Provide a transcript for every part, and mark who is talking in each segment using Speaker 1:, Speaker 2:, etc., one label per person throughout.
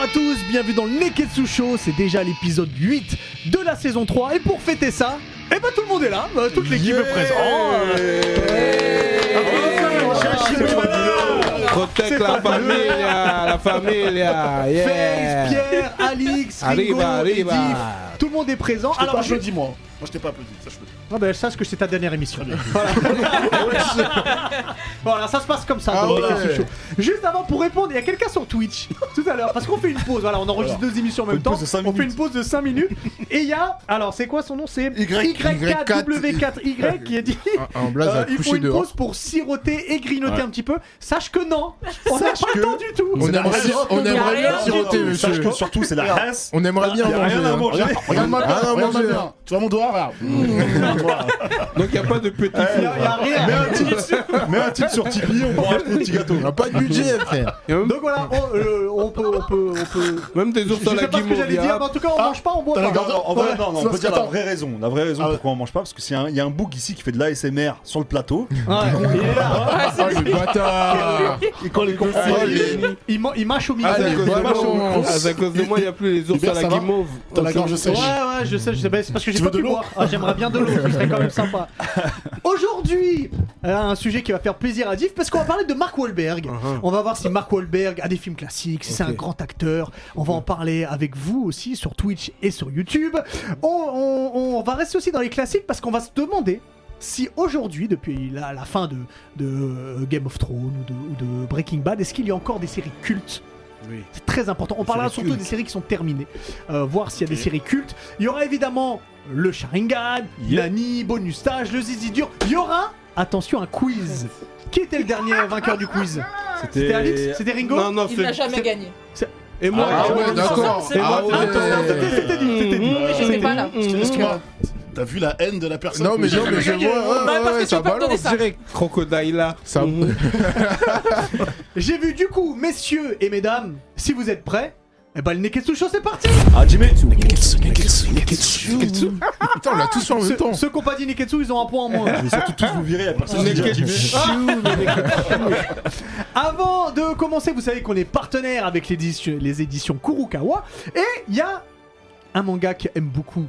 Speaker 1: à tous, bienvenue dans le Neketsu Show, c'est déjà l'épisode 8 de la saison 3 et pour fêter ça, eh ben tout le monde est là, Bah, toute l'équipe est présente.
Speaker 2: Protect la familia, la familia,
Speaker 1: Face,
Speaker 2: yeah.
Speaker 1: Pierre, Alix, Ringo,
Speaker 2: Arriva, arriva.
Speaker 1: Edith, tout le monde est présent.
Speaker 3: Alors,
Speaker 1: Alors
Speaker 3: pas
Speaker 1: je
Speaker 3: applaudi, moi. Moi, je t'ai pas applaudi, sache-le.
Speaker 1: Ah ben, sache que c'est ta dernière émission. Voilà. voilà, ça se passe comme ça. dans le
Speaker 3: Ah ouais.
Speaker 1: Neketsu Show. Juste avant, pour répondre, il y a quelqu'un sur Twitch tout à l'heure, parce qu'on fait une pause. Voilà, on enregistre
Speaker 3: Voilà.
Speaker 1: deux émissions en même
Speaker 3: une
Speaker 1: temps.
Speaker 3: pause de cinq
Speaker 1: On fait
Speaker 3: minutes.
Speaker 1: une pause de 5 minutes. Et il y a, alors c'est quoi son nom C'est
Speaker 3: Y- Ah,
Speaker 1: Y4W4Y qui a dit.
Speaker 4: En blaze
Speaker 1: euh,
Speaker 4: à
Speaker 1: il faut
Speaker 4: coucher
Speaker 1: une
Speaker 4: dehors.
Speaker 1: pause pour siroter et grignoter un petit peu. Sache que non, on n'a pas le temps du tout.
Speaker 4: On aimerait,
Speaker 3: aimerait-
Speaker 4: on aimerait
Speaker 5: rien du
Speaker 4: bien siroter,
Speaker 3: Sache
Speaker 4: monsieur.
Speaker 3: que surtout, c'est la race.
Speaker 4: On aimerait bien
Speaker 3: Y a rien à
Speaker 4: manger.
Speaker 3: manger.
Speaker 4: Regarde-moi bien,
Speaker 3: regarde-moi
Speaker 4: regarde-moi
Speaker 3: bien. Tu vois mon doigt, regarde.
Speaker 2: Donc y a pas de petit
Speaker 1: Il y a- il y a rien.
Speaker 3: Mets un titre- mets un titre sur Tipeee, on pourra acheter des petits gâteaux.
Speaker 4: On n'a pas de budget, frère.
Speaker 2: Y a même,
Speaker 1: Donc voilà, on, euh, on peut, on peut, on peut.
Speaker 2: même des ours
Speaker 1: Je
Speaker 2: dans
Speaker 1: sais
Speaker 2: la
Speaker 1: pas ce que j'allais dire, mais
Speaker 2: guimauve.
Speaker 1: en tout cas,
Speaker 3: Ah,
Speaker 1: on mange pas, on boit
Speaker 3: Non,
Speaker 1: pas.
Speaker 3: non, en vrai, non, non, on
Speaker 4: Sauf
Speaker 3: peut dire la
Speaker 4: qu'attends.
Speaker 3: vraie raison. La vraie raison
Speaker 4: Ah ouais.
Speaker 3: pourquoi on mange pas, parce que c'est un- il y a un bouc ici qui fait de l'ASMR sur le plateau.
Speaker 1: Ouais, il est là.
Speaker 4: Ah, le bâtard
Speaker 3: Et quand les
Speaker 4: Ah, les-
Speaker 1: Il, ma- il mâche au milieu.
Speaker 4: Ah,
Speaker 2: À
Speaker 4: les
Speaker 2: cause de
Speaker 4: bonbons.
Speaker 2: moi, on- Ah, à cause de moi, y a plus les ours
Speaker 4: Hubert,
Speaker 2: à la
Speaker 4: ça va
Speaker 2: guimauve.
Speaker 4: T'as la gorge
Speaker 1: Ouais,
Speaker 4: sèche.
Speaker 1: ouais, je sais, je sais. bah, c'est parce que j'ai
Speaker 3: Tu
Speaker 1: pas
Speaker 3: veux
Speaker 1: pu
Speaker 3: de l'eau
Speaker 1: boire. Ah, J'aimerais bien de l'eau, ce serait quand même sympa. Aujourd'hui, euh, un sujet qui va faire plaisir à Div, parce qu'on va parler de Mark Wahlberg.
Speaker 3: Uh-huh.
Speaker 1: On va voir si Mark Wahlberg a des films classiques, si c'est un grand acteur. On va en parler avec vous aussi sur Twitch et sur YouTube. On, on- on va rester aussi dans les classiques parce qu'on va se demander. Si aujourd'hui, depuis la, la fin de, de, euh, Game of Thrones ou de, ou de Breaking Bad, est-ce qu'il y a encore des séries cultes C'est très important. On parlera surtout des séries qui sont terminées. Euh, voir s'il y a des séries cultes. Il y aura évidemment le Sharingan, Nani, Bonus Stage, le Zizi Dur. Il y aura, attention, un quiz. Qui était le dernier vainqueur du quiz C'était Alix C'était Ringo
Speaker 2: Non, non,
Speaker 5: Il n'a
Speaker 2: c'est.
Speaker 5: jamais gagné.
Speaker 2: Et moi,
Speaker 4: Ah
Speaker 2: et moi,
Speaker 4: ouais, d'accord.
Speaker 5: C'est
Speaker 2: moi,
Speaker 4: Ah
Speaker 2: c'est moi, c'est moi.
Speaker 4: ouais.
Speaker 1: C'était dit, c'était dit.
Speaker 5: Mais j'étais pas là.
Speaker 3: Excuse-moi, t'as vu la haine de la personne
Speaker 4: Non, mais, non, mais je vois,
Speaker 5: Bah,
Speaker 4: ouais,
Speaker 5: parce
Speaker 4: ouais,
Speaker 5: que tu
Speaker 4: ça
Speaker 5: peux pas donner
Speaker 4: balance
Speaker 5: ça.
Speaker 4: direct.
Speaker 2: Crocodile là.
Speaker 4: Ça-
Speaker 2: Mhm.
Speaker 1: J'ai vu du coup, messieurs et mesdames, si vous êtes prêts, eh ben le Neketsu Show c'est parti
Speaker 3: Ah, Jimmy
Speaker 4: Putain, on l'a tous fait en même temps.
Speaker 1: Ceux ceux qui n'ont pas dit Neketsu, ils ont un point en moins.
Speaker 3: Je vais surtout tous vous virer, la personne qui dit
Speaker 2: Naked
Speaker 3: Jimmy.
Speaker 1: Avant de commencer, vous savez qu'on est partenaire avec l'édition- les éditions Kurukawa. Et il y a un manga qui aime beaucoup.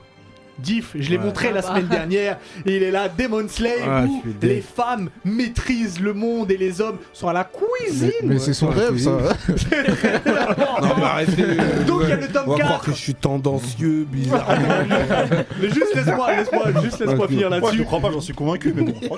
Speaker 1: Diff, je l'ai
Speaker 2: Ouais.
Speaker 1: montré
Speaker 5: Ah
Speaker 1: la
Speaker 5: bah.
Speaker 1: semaine dernière. Il est là, Demon Slave,
Speaker 2: Ah,
Speaker 1: où
Speaker 2: je suis dé-
Speaker 1: les femmes maîtrisent le monde et les hommes sont à la cuisine.
Speaker 4: Mais, mais c'est son
Speaker 2: Ouais,
Speaker 4: rêve,
Speaker 2: c'est
Speaker 4: ça.
Speaker 2: Non, mais arrêtez.
Speaker 1: Donc, il y a le tome
Speaker 2: On va
Speaker 1: 4.
Speaker 2: croire que je suis tendancieux, bizarre.
Speaker 1: Mais juste laisse-moi, laisse-moi, juste laisse-moi
Speaker 2: Ok.
Speaker 1: finir
Speaker 3: Moi, je
Speaker 1: là-dessus.
Speaker 3: te crois pas, j'en suis convaincu, mais bon.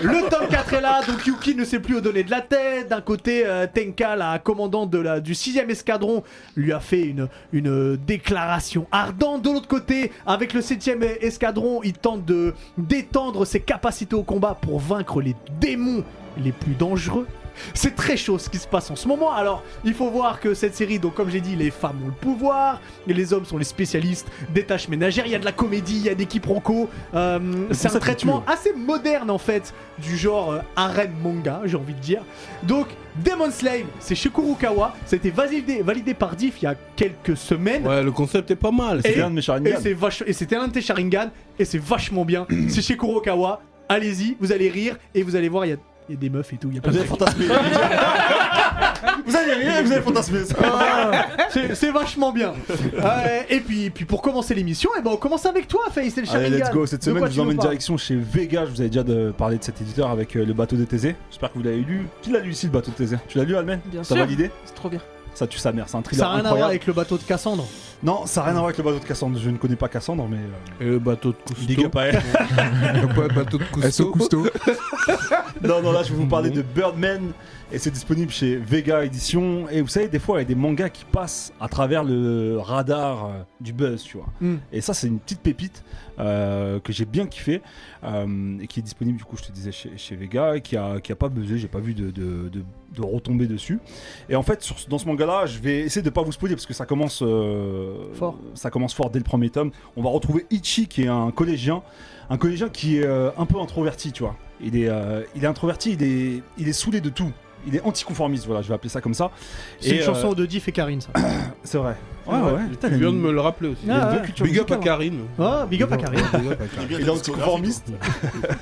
Speaker 1: Le tome 4 est là, donc Yuki ne sait plus où donner de la tête. D'un côté, euh, Tenka, la commandante de la, du 6ème escadron, lui a fait une, une euh, déclaration ardente. De l'autre côté, avec le 7ème escadron, il tente de d'étendre ses capacités au combat pour vaincre les démons les plus dangereux. C'est très chaud ce qui se passe en ce moment. Alors, il faut voir que cette série, donc comme j'ai dit, les femmes ont le pouvoir, et les hommes sont les spécialistes des tâches ménagères. Il y a de la comédie, il y a des quiproquos. Euh, c'est un
Speaker 3: ça qui
Speaker 1: traitement assez moderne en fait du genre euh, harem manga, j'ai envie de dire. Donc, Demon Slave, c'est chez Kurukawa. Ça a été validé, validé par Diff il y a quelques semaines.
Speaker 2: Ouais, le concept est pas mal.
Speaker 1: Et-
Speaker 3: C'est un de mes
Speaker 1: Et
Speaker 3: Sharingan.
Speaker 1: c'est vache- et c'était l'un de tes Sharingan et c'est vachement bien. c'est chez Kurokawa. Allez-y, vous allez rire et vous allez voir il y a, il y a des meufs et tout, il y a plein
Speaker 3: Vous
Speaker 1: de
Speaker 3: avez fantasmé. Vous avez rien, vous avez fantasmé. ça.
Speaker 1: C'est c'est vachement bien. Euh, et puis, puis pour commencer l'émission, et ben on commence avec toi, Face et le
Speaker 3: Allez,
Speaker 1: Sharingan.
Speaker 3: let's go. Cette
Speaker 1: De quoi
Speaker 3: semaine, je
Speaker 1: tu
Speaker 3: vous
Speaker 1: nous
Speaker 3: emmène
Speaker 1: parles
Speaker 3: direction chez Vega. Je vous avais déjà de- parlé de cet éditeur avec euh, le bateau de Thésée. J'espère que vous l'avez lu. Qui l'a lu ici, le bateau de Thésée Tu l'as lu, Almen
Speaker 5: Bien
Speaker 3: T'as
Speaker 5: sûr.
Speaker 3: validé
Speaker 5: C'est trop bien.
Speaker 3: Ça tue sa mère, c'est un thriller
Speaker 1: Ça n'a rien à voir
Speaker 3: incroyable.
Speaker 1: avec le bateau de Cassandre.
Speaker 3: Non, ça n'a rien à voir avec le bateau de Cassandre. Je ne connais pas Cassandre, mais.
Speaker 2: Et
Speaker 3: euh,
Speaker 2: le bateau de Cousteau.
Speaker 3: Big up à elle.
Speaker 2: Ouais, bateau de
Speaker 4: SO
Speaker 2: Cousteau.
Speaker 4: Cousteau.
Speaker 3: non, non, là, je vais vous parler de Birdman. Et c'est disponible chez Vega Édition. Et vous savez, des fois, il y a des mangas qui passent à travers le radar euh, du buzz, tu vois.
Speaker 1: Mm.
Speaker 3: Et ça, c'est une petite pépite euh, que j'ai bien kiffé. euh, et qui est disponible, du coup, je te disais, chez, chez Vega. Et qui a, qui a pas buzzé. J'ai pas vu de, de, de- de retomber dessus. Et en fait, sur, ce- dans ce manga-là, je vais essayer de pas vous spoiler parce que ça commence. euh,
Speaker 1: Fort.
Speaker 3: Ça commence fort dès le premier tome. On va retrouver Ichi, qui est un collégien un collégien qui est euh, un peu introverti, tu vois. Il est, euh, il est introverti, il est, il est saoulé de tout. Il est anticonformiste, voilà, je vais appeler ça comme ça.
Speaker 1: C'est
Speaker 3: Et,
Speaker 1: une
Speaker 3: euh,
Speaker 1: chanson de Diff et Karine, ça.
Speaker 3: C'est vrai. Ouais, ouais. Putain, il y a
Speaker 2: viens de
Speaker 3: une-
Speaker 2: me le rappeler aussi.
Speaker 3: il y a
Speaker 1: Ah,
Speaker 3: une
Speaker 1: ouais.
Speaker 3: vraie culture
Speaker 2: Big up à
Speaker 3: musicale, hein.
Speaker 2: Karine.
Speaker 1: Oh, big up à Karim.
Speaker 2: Big up à Karine.
Speaker 5: bien
Speaker 4: Il est
Speaker 5: la discographie, anticonformiste.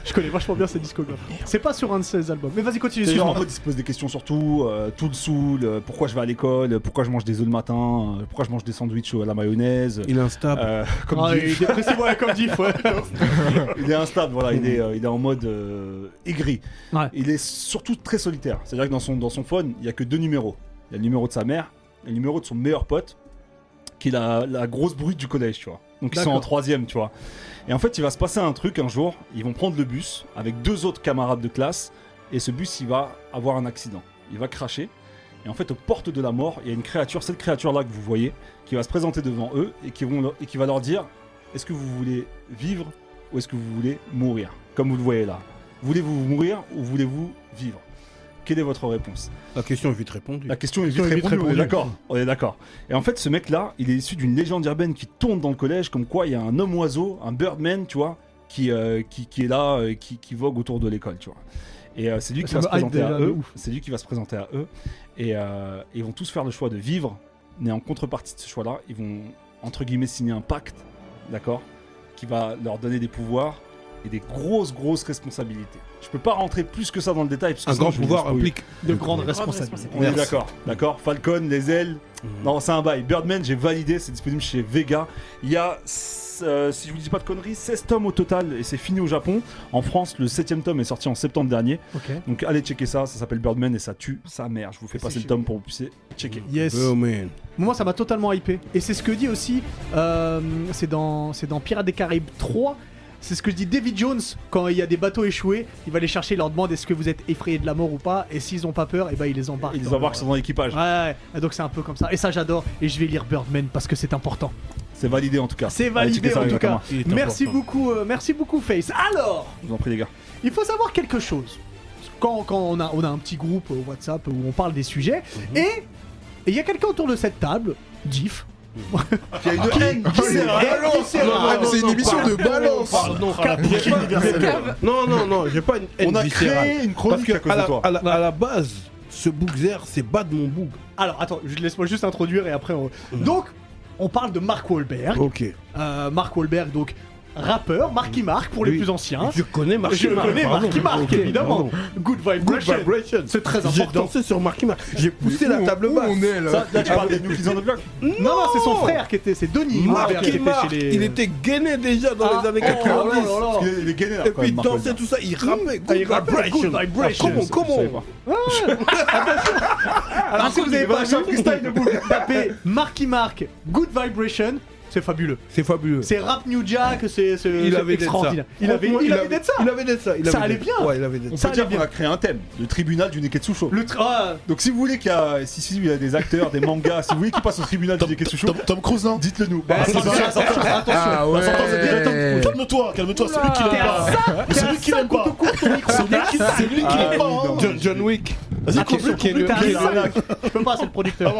Speaker 1: Je connais vachement bien ses discographies. C'est pas sur un de ses albums. Mais vas-y, continue,
Speaker 3: C'est genre en
Speaker 1: excuse-moi.
Speaker 3: mode il se pose des questions sur tout, euh, tout le saoul, euh, pourquoi je vais à l'école, euh, pourquoi je mange des œufs le matin, euh, pourquoi je mange des sandwichs à la mayonnaise.
Speaker 2: Il est instable.
Speaker 3: euh, comme
Speaker 1: Ah,
Speaker 3: dit-
Speaker 1: il est dépressif, ouais, comme dit, ouais.
Speaker 3: il est instable, voilà, il est, euh, il est en mode euh, aigri.
Speaker 1: Ouais.
Speaker 3: Il est surtout très solitaire. C'est-à-dire que dans son, dans son phone, il n'y a que deux numéros. Il y a le numéro de sa mère et le numéro de son meilleur pote, qui est la, la grosse brute du collège, tu vois. Donc ils sont en
Speaker 1: D'accord.
Speaker 3: troisième, tu vois. Et en fait, il va se passer un truc un jour. Ils vont prendre le bus avec deux autres camarades de classe. Et ce bus, il va avoir un accident. Il va cracher. Et en fait, aux portes de la mort, il y a une créature, cette créature-là que vous voyez, qui va se présenter devant eux et qui, vont leur- et qui va leur dire est-ce que vous voulez vivre ou est-ce que vous voulez mourir Comme vous le voyez là. Voulez-vous mourir ou voulez-vous vivre Quelle est votre réponse
Speaker 2: Ah, La question est vite répondue.
Speaker 3: la question est vite
Speaker 1: est vite
Speaker 3: répondue, on est
Speaker 1: répondue.
Speaker 3: d'accord. On est d'accord. Et en fait, ce mec-là, il est issu d'une légende urbaine qui tourne dans le collège, comme quoi il y a un homme oiseau, un birdman, tu vois, qui, euh, qui, qui est là, euh, qui, qui vogue autour de l'école, tu vois. Et euh, c'est lui qui
Speaker 1: Ça
Speaker 3: va
Speaker 1: me
Speaker 3: se
Speaker 1: hype
Speaker 3: présenter
Speaker 1: déjà
Speaker 3: à
Speaker 1: de
Speaker 3: eux.
Speaker 1: ouf.
Speaker 3: C'est lui qui va se présenter à eux. Et euh, ils vont tous faire le choix de vivre, mais en contrepartie de ce choix-là, ils vont entre guillemets signer un pacte, d'accord, qui va leur donner des pouvoirs et des grosses grosses responsabilités. Je peux pas rentrer plus que ça dans le détail parce que
Speaker 2: Un
Speaker 3: sinon,
Speaker 2: grand
Speaker 3: je vais
Speaker 2: pouvoir
Speaker 3: vous spoil.
Speaker 2: implique.
Speaker 1: De grandes
Speaker 5: responsabilités.
Speaker 1: responsabilités.
Speaker 3: On est d'accord, d'accord. Falcon, les ailes.
Speaker 2: Mhm.
Speaker 3: Non, c'est un bail. Birdman, j'ai validé, c'est disponible chez Vega. Il y a, euh, si je vous dis pas de conneries, 16 tomes au total et c'est fini au Japon. En France, le 7 tome est sorti en septembre dernier.
Speaker 1: Ok.
Speaker 3: Donc allez checker ça, ça s'appelle Birdman et ça tue sa mère. Je vous fais
Speaker 1: C'est
Speaker 3: passer le
Speaker 1: chez
Speaker 3: tome pour que vous puissiez checker.
Speaker 1: Yes.
Speaker 2: Oh man.
Speaker 1: Moi, ça m'a totalement hypé. Et c'est ce que dit aussi, euh, c'est dans, c'est dans Pirates des Caraïbes 3. C'est ce que dit David Jones quand il y a des bateaux échoués. Il va les chercher, il leur demande est-ce que vous êtes effrayés de la mort ou pas. Et s'ils ont pas peur, et ben il les embarque.
Speaker 3: Ils
Speaker 1: dans
Speaker 3: embarquent
Speaker 1: leur-
Speaker 3: sont dans l'équipage.
Speaker 2: Ah.
Speaker 1: Ouais, ouais, ouais. donc c'est un peu comme ça. Et ça, j'adore. Et je vais lire Birdman parce que c'est important.
Speaker 3: C'est validé en tout cas.
Speaker 1: C'est
Speaker 3: Allez
Speaker 1: validé
Speaker 3: checker ça,
Speaker 1: en
Speaker 3: les
Speaker 1: tout
Speaker 3: gars,
Speaker 1: cas.
Speaker 3: comment
Speaker 2: Il est
Speaker 1: Merci
Speaker 2: important.
Speaker 1: beaucoup, euh, merci beaucoup, Face. Alors,
Speaker 3: Je vous en prie les gars.
Speaker 1: il faut savoir quelque chose. Quand, quand on, a, on a un petit groupe euh, WhatsApp où on parle des sujets,
Speaker 2: Mhm.
Speaker 1: et et il y a quelqu'un autour de cette table, Diff,
Speaker 5: Il y a une haine
Speaker 1: qui s'est- qui s'est-
Speaker 2: non, non,
Speaker 4: C'est une
Speaker 2: non,
Speaker 4: émission de balance.
Speaker 2: Oh, Pardon, Non, non, non, j'ai pas une haine
Speaker 3: On a
Speaker 2: viscérale.
Speaker 3: créé une
Speaker 2: Parce
Speaker 3: chronique
Speaker 2: que
Speaker 3: à cause
Speaker 2: à
Speaker 3: de
Speaker 2: la,
Speaker 3: toi.
Speaker 2: à la- à la base, ce bougzer, c'est Mhm. bas de mon boug.
Speaker 1: Alors attends, je laisse-moi juste introduire et après on... Donc, on parle de Mark Wahlberg.
Speaker 2: Ok.
Speaker 1: Euh, Mark Wahlberg, donc rappeur, Marky Mark pour les
Speaker 2: Mhm. Oui.
Speaker 1: plus anciens.
Speaker 2: Je connais Marky
Speaker 1: Je
Speaker 2: Mark.
Speaker 1: connais
Speaker 2: pardon.
Speaker 1: Marky Mark,
Speaker 2: Ok,
Speaker 1: évidemment.
Speaker 2: pardon.
Speaker 1: Good
Speaker 2: Good
Speaker 1: Vibration.
Speaker 2: vibration.
Speaker 1: C'est très
Speaker 2: J'ai
Speaker 1: important.
Speaker 2: dansé sur Marky Mark. J'ai poussé
Speaker 4: Mais
Speaker 2: la
Speaker 4: où-
Speaker 2: table
Speaker 4: où
Speaker 2: basse.
Speaker 4: on est là
Speaker 3: Ça, là tu parles des New Kids on the Block
Speaker 1: Non, non, c'est son frère qui était, c'est Denis
Speaker 2: Marky
Speaker 1: Wahlberg qui était
Speaker 2: Mark,
Speaker 1: chez les...
Speaker 2: il était gainé déjà dans
Speaker 1: Ah,
Speaker 2: les années
Speaker 1: oh là
Speaker 2: 90.
Speaker 1: là là.
Speaker 3: Parce qu'il est- il est gainé là
Speaker 2: Et
Speaker 3: quand
Speaker 2: puis il
Speaker 3: même, Mark
Speaker 2: dansait
Speaker 3: Wahlberg.
Speaker 2: tout ça, il rappait.
Speaker 1: Ah, il
Speaker 2: Good
Speaker 1: rappelait
Speaker 2: vibration.
Speaker 1: Good Vibration.
Speaker 2: Comment, comment
Speaker 1: Alors si vous avez pas
Speaker 3: machin
Speaker 1: vu, tapez Marky Mark, Good Vibration, c'est fabuleux.
Speaker 2: C'est fabuleux.
Speaker 1: C'est rap New Jack, c'est c'est-
Speaker 2: Il
Speaker 1: c'est
Speaker 2: avait d'être ça.
Speaker 1: extraordinaire. Il avait,
Speaker 2: Franchement,
Speaker 1: il avait d'être ça.
Speaker 2: Il avait d'être ça. il
Speaker 1: Ça
Speaker 2: avait
Speaker 1: allait
Speaker 2: d'être-
Speaker 1: bien.
Speaker 2: Ouais, il avait d'être
Speaker 3: On
Speaker 1: Ça
Speaker 3: peut dire
Speaker 1: allait
Speaker 3: qu'on a créé un thème, le tribunal du Neketsu Show.
Speaker 1: Le tra... ah,
Speaker 3: Donc si vous voulez qu'il y a, si, si, il y a des acteurs, des mangas, si vous voulez qu'ils passent au tribunal du Neketsu Show,
Speaker 4: Tom, Tom Cruise, non
Speaker 3: dites-le nous.
Speaker 1: bah,
Speaker 4: c'est
Speaker 1: attention,
Speaker 4: ça.
Speaker 1: attention, attention.
Speaker 4: Ah ouais.
Speaker 3: sortant, c'est direct,
Speaker 4: Calme-toi, calme-toi, c'est lui qui
Speaker 1: T'es
Speaker 4: l'aime
Speaker 1: à
Speaker 4: pas.
Speaker 1: ça
Speaker 4: C'est
Speaker 1: t'es à
Speaker 4: lui qui
Speaker 1: ça
Speaker 4: l'aime
Speaker 1: qu'on
Speaker 4: pas.
Speaker 1: te coupe ton micro.
Speaker 4: C'est lui qui c'est lui qui l'aime pas. hein.
Speaker 2: Ah, John, John Wick.
Speaker 4: Vas-y,
Speaker 2: qui est-
Speaker 4: complète,
Speaker 2: qui est le- Ah,
Speaker 1: T'as
Speaker 4: complète,
Speaker 1: raison.
Speaker 4: complète.
Speaker 1: Je peux pas, c'est le producteur.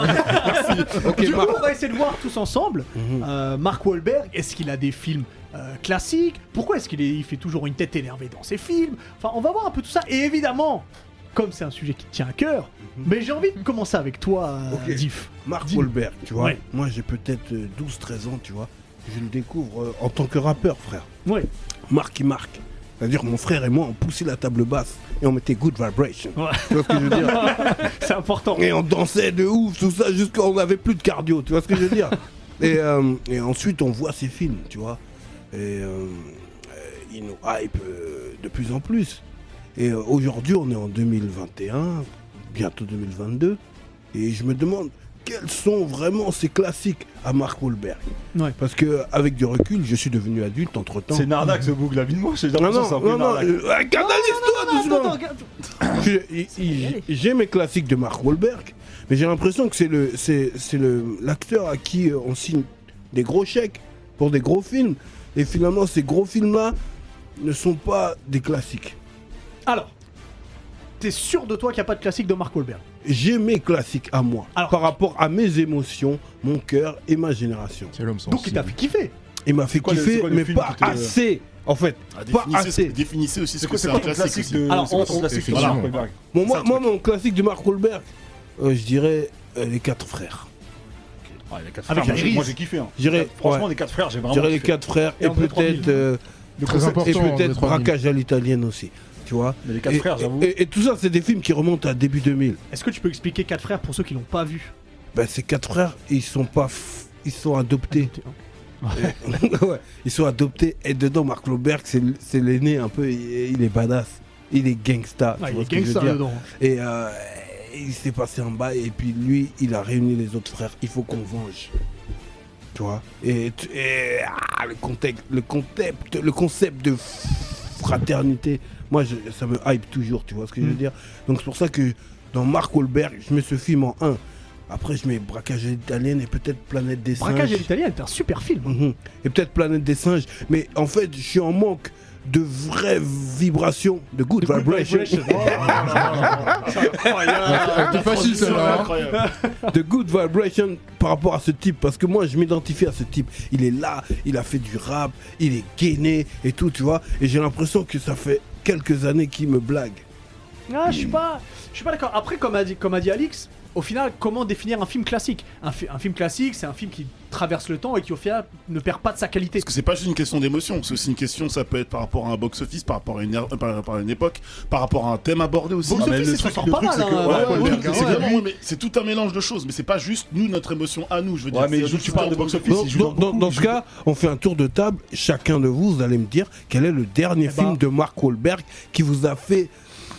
Speaker 2: Ok, Mhm.
Speaker 1: du coup,
Speaker 2: Mark.
Speaker 1: on va essayer de voir tous ensemble. euh, Mark Wahlberg, est-ce qu'il a des films euh, classiques Pourquoi est-ce qu'il est- il fait toujours une tête énervée dans ses films Enfin, on va voir un peu tout ça. Et évidemment, comme c'est un sujet qui te tient à cœur, mais j'ai envie de commencer avec toi, euh,
Speaker 2: Mhm. Ok.
Speaker 1: Diff.
Speaker 2: Mark
Speaker 1: Dis-
Speaker 2: Wahlberg, tu vois.
Speaker 1: Ouais.
Speaker 2: Moi, j'ai peut-être euh, 12-13 ans, tu vois. Je le découvre euh, en tant que rappeur, frère.
Speaker 1: Ouais.
Speaker 2: Marc et Marc. C'est-à-dire, mon frère et moi, on poussait la table basse et on mettait good vibration.
Speaker 1: Ouais.
Speaker 2: Tu vois ce que je veux dire
Speaker 1: C'est important.
Speaker 2: Et on dansait de ouf, tout ça, jusqu'à on n'avait plus de cardio. Tu vois ce que je veux dire et, euh, et ensuite, on voit ses films, tu vois. Et euh, euh, il nous hype euh, de plus en plus. Et euh, aujourd'hui, on est en 2021, bientôt 2022. Et je me demande quels sont vraiment ces classiques à Mark Wahlberg.
Speaker 1: Ouais.
Speaker 2: Parce que avec du recul, je suis devenu adulte entre temps.
Speaker 3: C'est Nardak ce bouc, la vie de moi, je
Speaker 2: Non, non,
Speaker 3: c'est un peu
Speaker 2: non, non,
Speaker 3: Nardak.
Speaker 2: euh, canalise-toi
Speaker 1: Non,
Speaker 2: doucement.
Speaker 1: non, non, regarde.
Speaker 2: Je- il- il- J'ai mes classiques de Mark Wahlberg, mais j'ai l'impression que c'est le c'est c'est le l'acteur à qui euh, on signe des gros chèques pour des gros films et finalement ces gros films là ne sont pas des classiques.
Speaker 1: Alors, t'es sûr de toi qu'il n'y a pas de classique de Mark Wahlberg
Speaker 2: J'ai mes classiques à moi
Speaker 1: Alors-
Speaker 2: par rapport à mes émotions, mon cœur et ma génération.
Speaker 4: Quel homme
Speaker 1: Donc il t'a fait kiffer.
Speaker 2: Il m'a fait
Speaker 3: quoi le- c'est
Speaker 2: kiffer
Speaker 3: quoi le
Speaker 2: mais
Speaker 3: film
Speaker 2: pas
Speaker 3: qui te-
Speaker 2: assez en fait.
Speaker 4: Ah,
Speaker 2: Pas
Speaker 4: définissez, ce-
Speaker 2: assez.
Speaker 4: définissez aussi ce
Speaker 3: C'est
Speaker 4: que
Speaker 3: quoi,
Speaker 4: c'est
Speaker 3: c'est
Speaker 4: un
Speaker 3: quoi ton
Speaker 4: classique.
Speaker 3: classique
Speaker 4: aussi.
Speaker 3: de
Speaker 1: Alors,
Speaker 3: c'est quoi
Speaker 1: on-
Speaker 3: ton classique de
Speaker 4: effectivement.
Speaker 3: Mark Wahlberg
Speaker 2: Bon, moi,
Speaker 4: Ça,
Speaker 2: moi, mon classique de Mark Wahlberg, euh, je dirais euh, les quatre frères.
Speaker 3: Ah, les quatre
Speaker 1: Avec la
Speaker 3: frères, moi, j'ai- moi
Speaker 1: grise.
Speaker 3: j'ai kiffé. hein.
Speaker 2: J'irai,
Speaker 3: Franchement, les quatre frères, j'ai vraiment.
Speaker 2: j'irai les
Speaker 3: kiffé.
Speaker 2: quatre frères
Speaker 1: Et
Speaker 2: et
Speaker 1: on fait
Speaker 2: peut-être
Speaker 1: 3000.
Speaker 2: euh,
Speaker 4: Très important.
Speaker 2: et
Speaker 4: de
Speaker 2: peut-être
Speaker 4: 3000.
Speaker 2: braquage à l'italienne aussi. Tu vois.
Speaker 3: Mais les quatre
Speaker 2: Et-
Speaker 3: frères, j'avoue.
Speaker 2: et, et tout ça, c'est des films qui remontent à début 2000.
Speaker 1: Est-ce que tu peux expliquer 4 frères pour ceux qui l'ont pas vu
Speaker 2: Ben, ces quatre frères, ils sont pas, f- ils sont adoptés.
Speaker 1: Ah,
Speaker 2: Ouais, ils sont adoptés. Et dedans, Marc Lomberg, c'est l- c'est l'aîné un peu. Il il est badass. Il est gangsta. tu
Speaker 1: Ah, il
Speaker 2: vois
Speaker 1: est
Speaker 2: ce que je veux
Speaker 1: gangster
Speaker 2: dire
Speaker 1: dedans.
Speaker 2: Et euh, il s'est passé un bail. Et puis lui, il a réuni les autres frères. Il faut qu'on venge. Tu vois Et, tu- et, ah, le contexte, le concept, le concept de fraternité. Moi, je- ça me hype toujours. Tu vois ce que je veux dire Donc c'est pour ça que dans Mark Wahlberg, je mets ce film en 1. Après, je mets Braquage à l'italienne et peut-être Planète des singes.
Speaker 1: Braquage à l'italienne, c'est un super film.
Speaker 4: Bah,
Speaker 2: Mhm. Et peut-être Planète des singes. Mais en fait, je suis en manque de vraies vibrations, de good
Speaker 1: Good
Speaker 2: vibrations,
Speaker 1: Vibration.
Speaker 3: Ah,
Speaker 4: C'était facile celle-là. hein.
Speaker 2: de good vibrations par rapport à ce type. Parce que moi, je m'identifie à ce type. Il est là, il a fait du rap, il est gainé et tout, tu vois. Et j'ai l'impression que ça fait quelques années qu'il me blague.
Speaker 1: Ah, je suis pas, je suis pas d'accord. Après, comme a dit, comme a dit Alix, au final, comment définir un film classique un, fi- un film classique, c'est un film qui traverse le temps et qui au final ne perd pas de sa qualité.
Speaker 4: Parce que c'est pas juste une question d'émotion, c'est aussi une question, ça peut être par rapport à un box-office, par rapport à une, ère- euh, par rapport à une époque, par rapport à un thème abordé aussi.
Speaker 1: Box
Speaker 4: Ah, mais
Speaker 1: office,
Speaker 4: le
Speaker 1: il s'en
Speaker 4: truc-
Speaker 1: sort
Speaker 4: le
Speaker 1: pas
Speaker 4: truc,
Speaker 1: mal.
Speaker 4: c'est que-
Speaker 1: hein,
Speaker 4: Ouais,
Speaker 1: ouais,
Speaker 4: ouais,
Speaker 1: ouais,
Speaker 4: le truc, c'est
Speaker 1: ouais.
Speaker 4: vraiment- ouais, mais c'est tout un mélange de choses, mais c'est pas juste nous, notre émotion à nous, je veux dire.
Speaker 3: Ouais, mais
Speaker 4: c'est
Speaker 3: je-
Speaker 4: juste
Speaker 3: tu parles
Speaker 4: un
Speaker 3: de
Speaker 4: box
Speaker 3: box-office,
Speaker 4: office.
Speaker 2: Dans, dans- dans- dans ce cas, on fait un tour de table. Chacun de vous, vous allez me dire quel est le dernier
Speaker 1: Eh ben.
Speaker 2: film de Mark Wahlberg qui vous a fait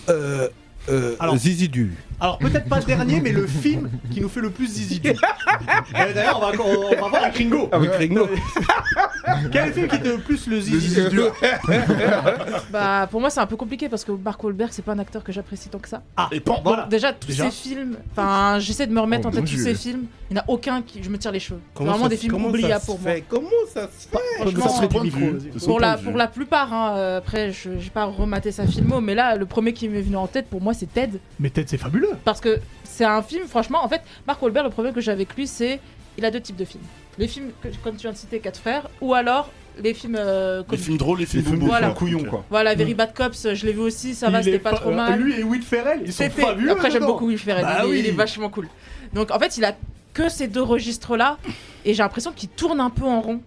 Speaker 2: euh, euh,
Speaker 1: Alors.
Speaker 2: zizi du.
Speaker 1: Alors peut-être pas le dernier, mais le film qui nous fait le plus zizi. du- Euh, D'ailleurs, on va, on, on va voir avec Ringo.
Speaker 4: Ah
Speaker 2: Avec Regno.
Speaker 1: Quel est le film qui te le plus le zizi du-
Speaker 6: Bah, pour moi, c'est un peu compliqué parce que Mark Wahlberg, c'est pas un acteur que j'apprécie tant que ça.
Speaker 1: Ah,
Speaker 4: Et pan-
Speaker 1: voilà.
Speaker 6: Déjà, tous
Speaker 1: Déjà.
Speaker 6: ces films, enfin, j'essaie de me remettre
Speaker 5: Oh,
Speaker 6: en tête
Speaker 5: mon
Speaker 6: tous
Speaker 5: Dieu.
Speaker 6: ces films. Il n'y en a aucun qui. Je me tire les cheveux. C'est vraiment
Speaker 2: ça-
Speaker 6: des films
Speaker 2: comment ça
Speaker 6: oubliables
Speaker 2: se
Speaker 6: pour moi.
Speaker 2: fait Comment ça se fait
Speaker 1: Franchement,
Speaker 4: de son
Speaker 1: c'est
Speaker 4: point
Speaker 1: du
Speaker 4: de
Speaker 1: micro,
Speaker 4: vue,
Speaker 1: vas-y.
Speaker 4: de son
Speaker 6: Pour
Speaker 4: point
Speaker 6: la,
Speaker 4: de
Speaker 6: pour
Speaker 4: vue.
Speaker 6: la plupart, hein, euh, après, je j'ai pas rematé sa filmo, mais là, le premier qui m'est venu en tête pour moi, c'est Ted.
Speaker 1: Mais Ted, c'est fabuleux.
Speaker 6: Parce que c'est un film, franchement, en fait, Mark Wahlberg, le problème que j'ai avec lui, c'est il a deux types de films. Les films, que, comme tu viens de citer, Quatre Frères, ou alors les films euh,
Speaker 4: Les
Speaker 6: comiques.
Speaker 4: films drôles, les films
Speaker 3: films
Speaker 4: boubous,
Speaker 6: Voilà.
Speaker 4: quoi.
Speaker 3: couillons,
Speaker 4: Ok.
Speaker 3: quoi.
Speaker 6: Voilà, Very Bad Cops, je l'ai vu aussi, ça va,
Speaker 1: Mm. Il
Speaker 6: c'était
Speaker 1: est
Speaker 6: pas trop
Speaker 1: euh,
Speaker 6: mal.
Speaker 1: Lui et Will Ferrell, ils sont
Speaker 6: C'était-
Speaker 1: fabuleux.
Speaker 6: Après, j'aime
Speaker 1: dedans.
Speaker 6: beaucoup Will Ferrell.
Speaker 1: Bah
Speaker 6: il, est-
Speaker 1: oui.
Speaker 6: il est vachement cool. Donc, en fait, il a que ces deux registres-là. Et j'ai l'impression qu'il tourne un peu en rond.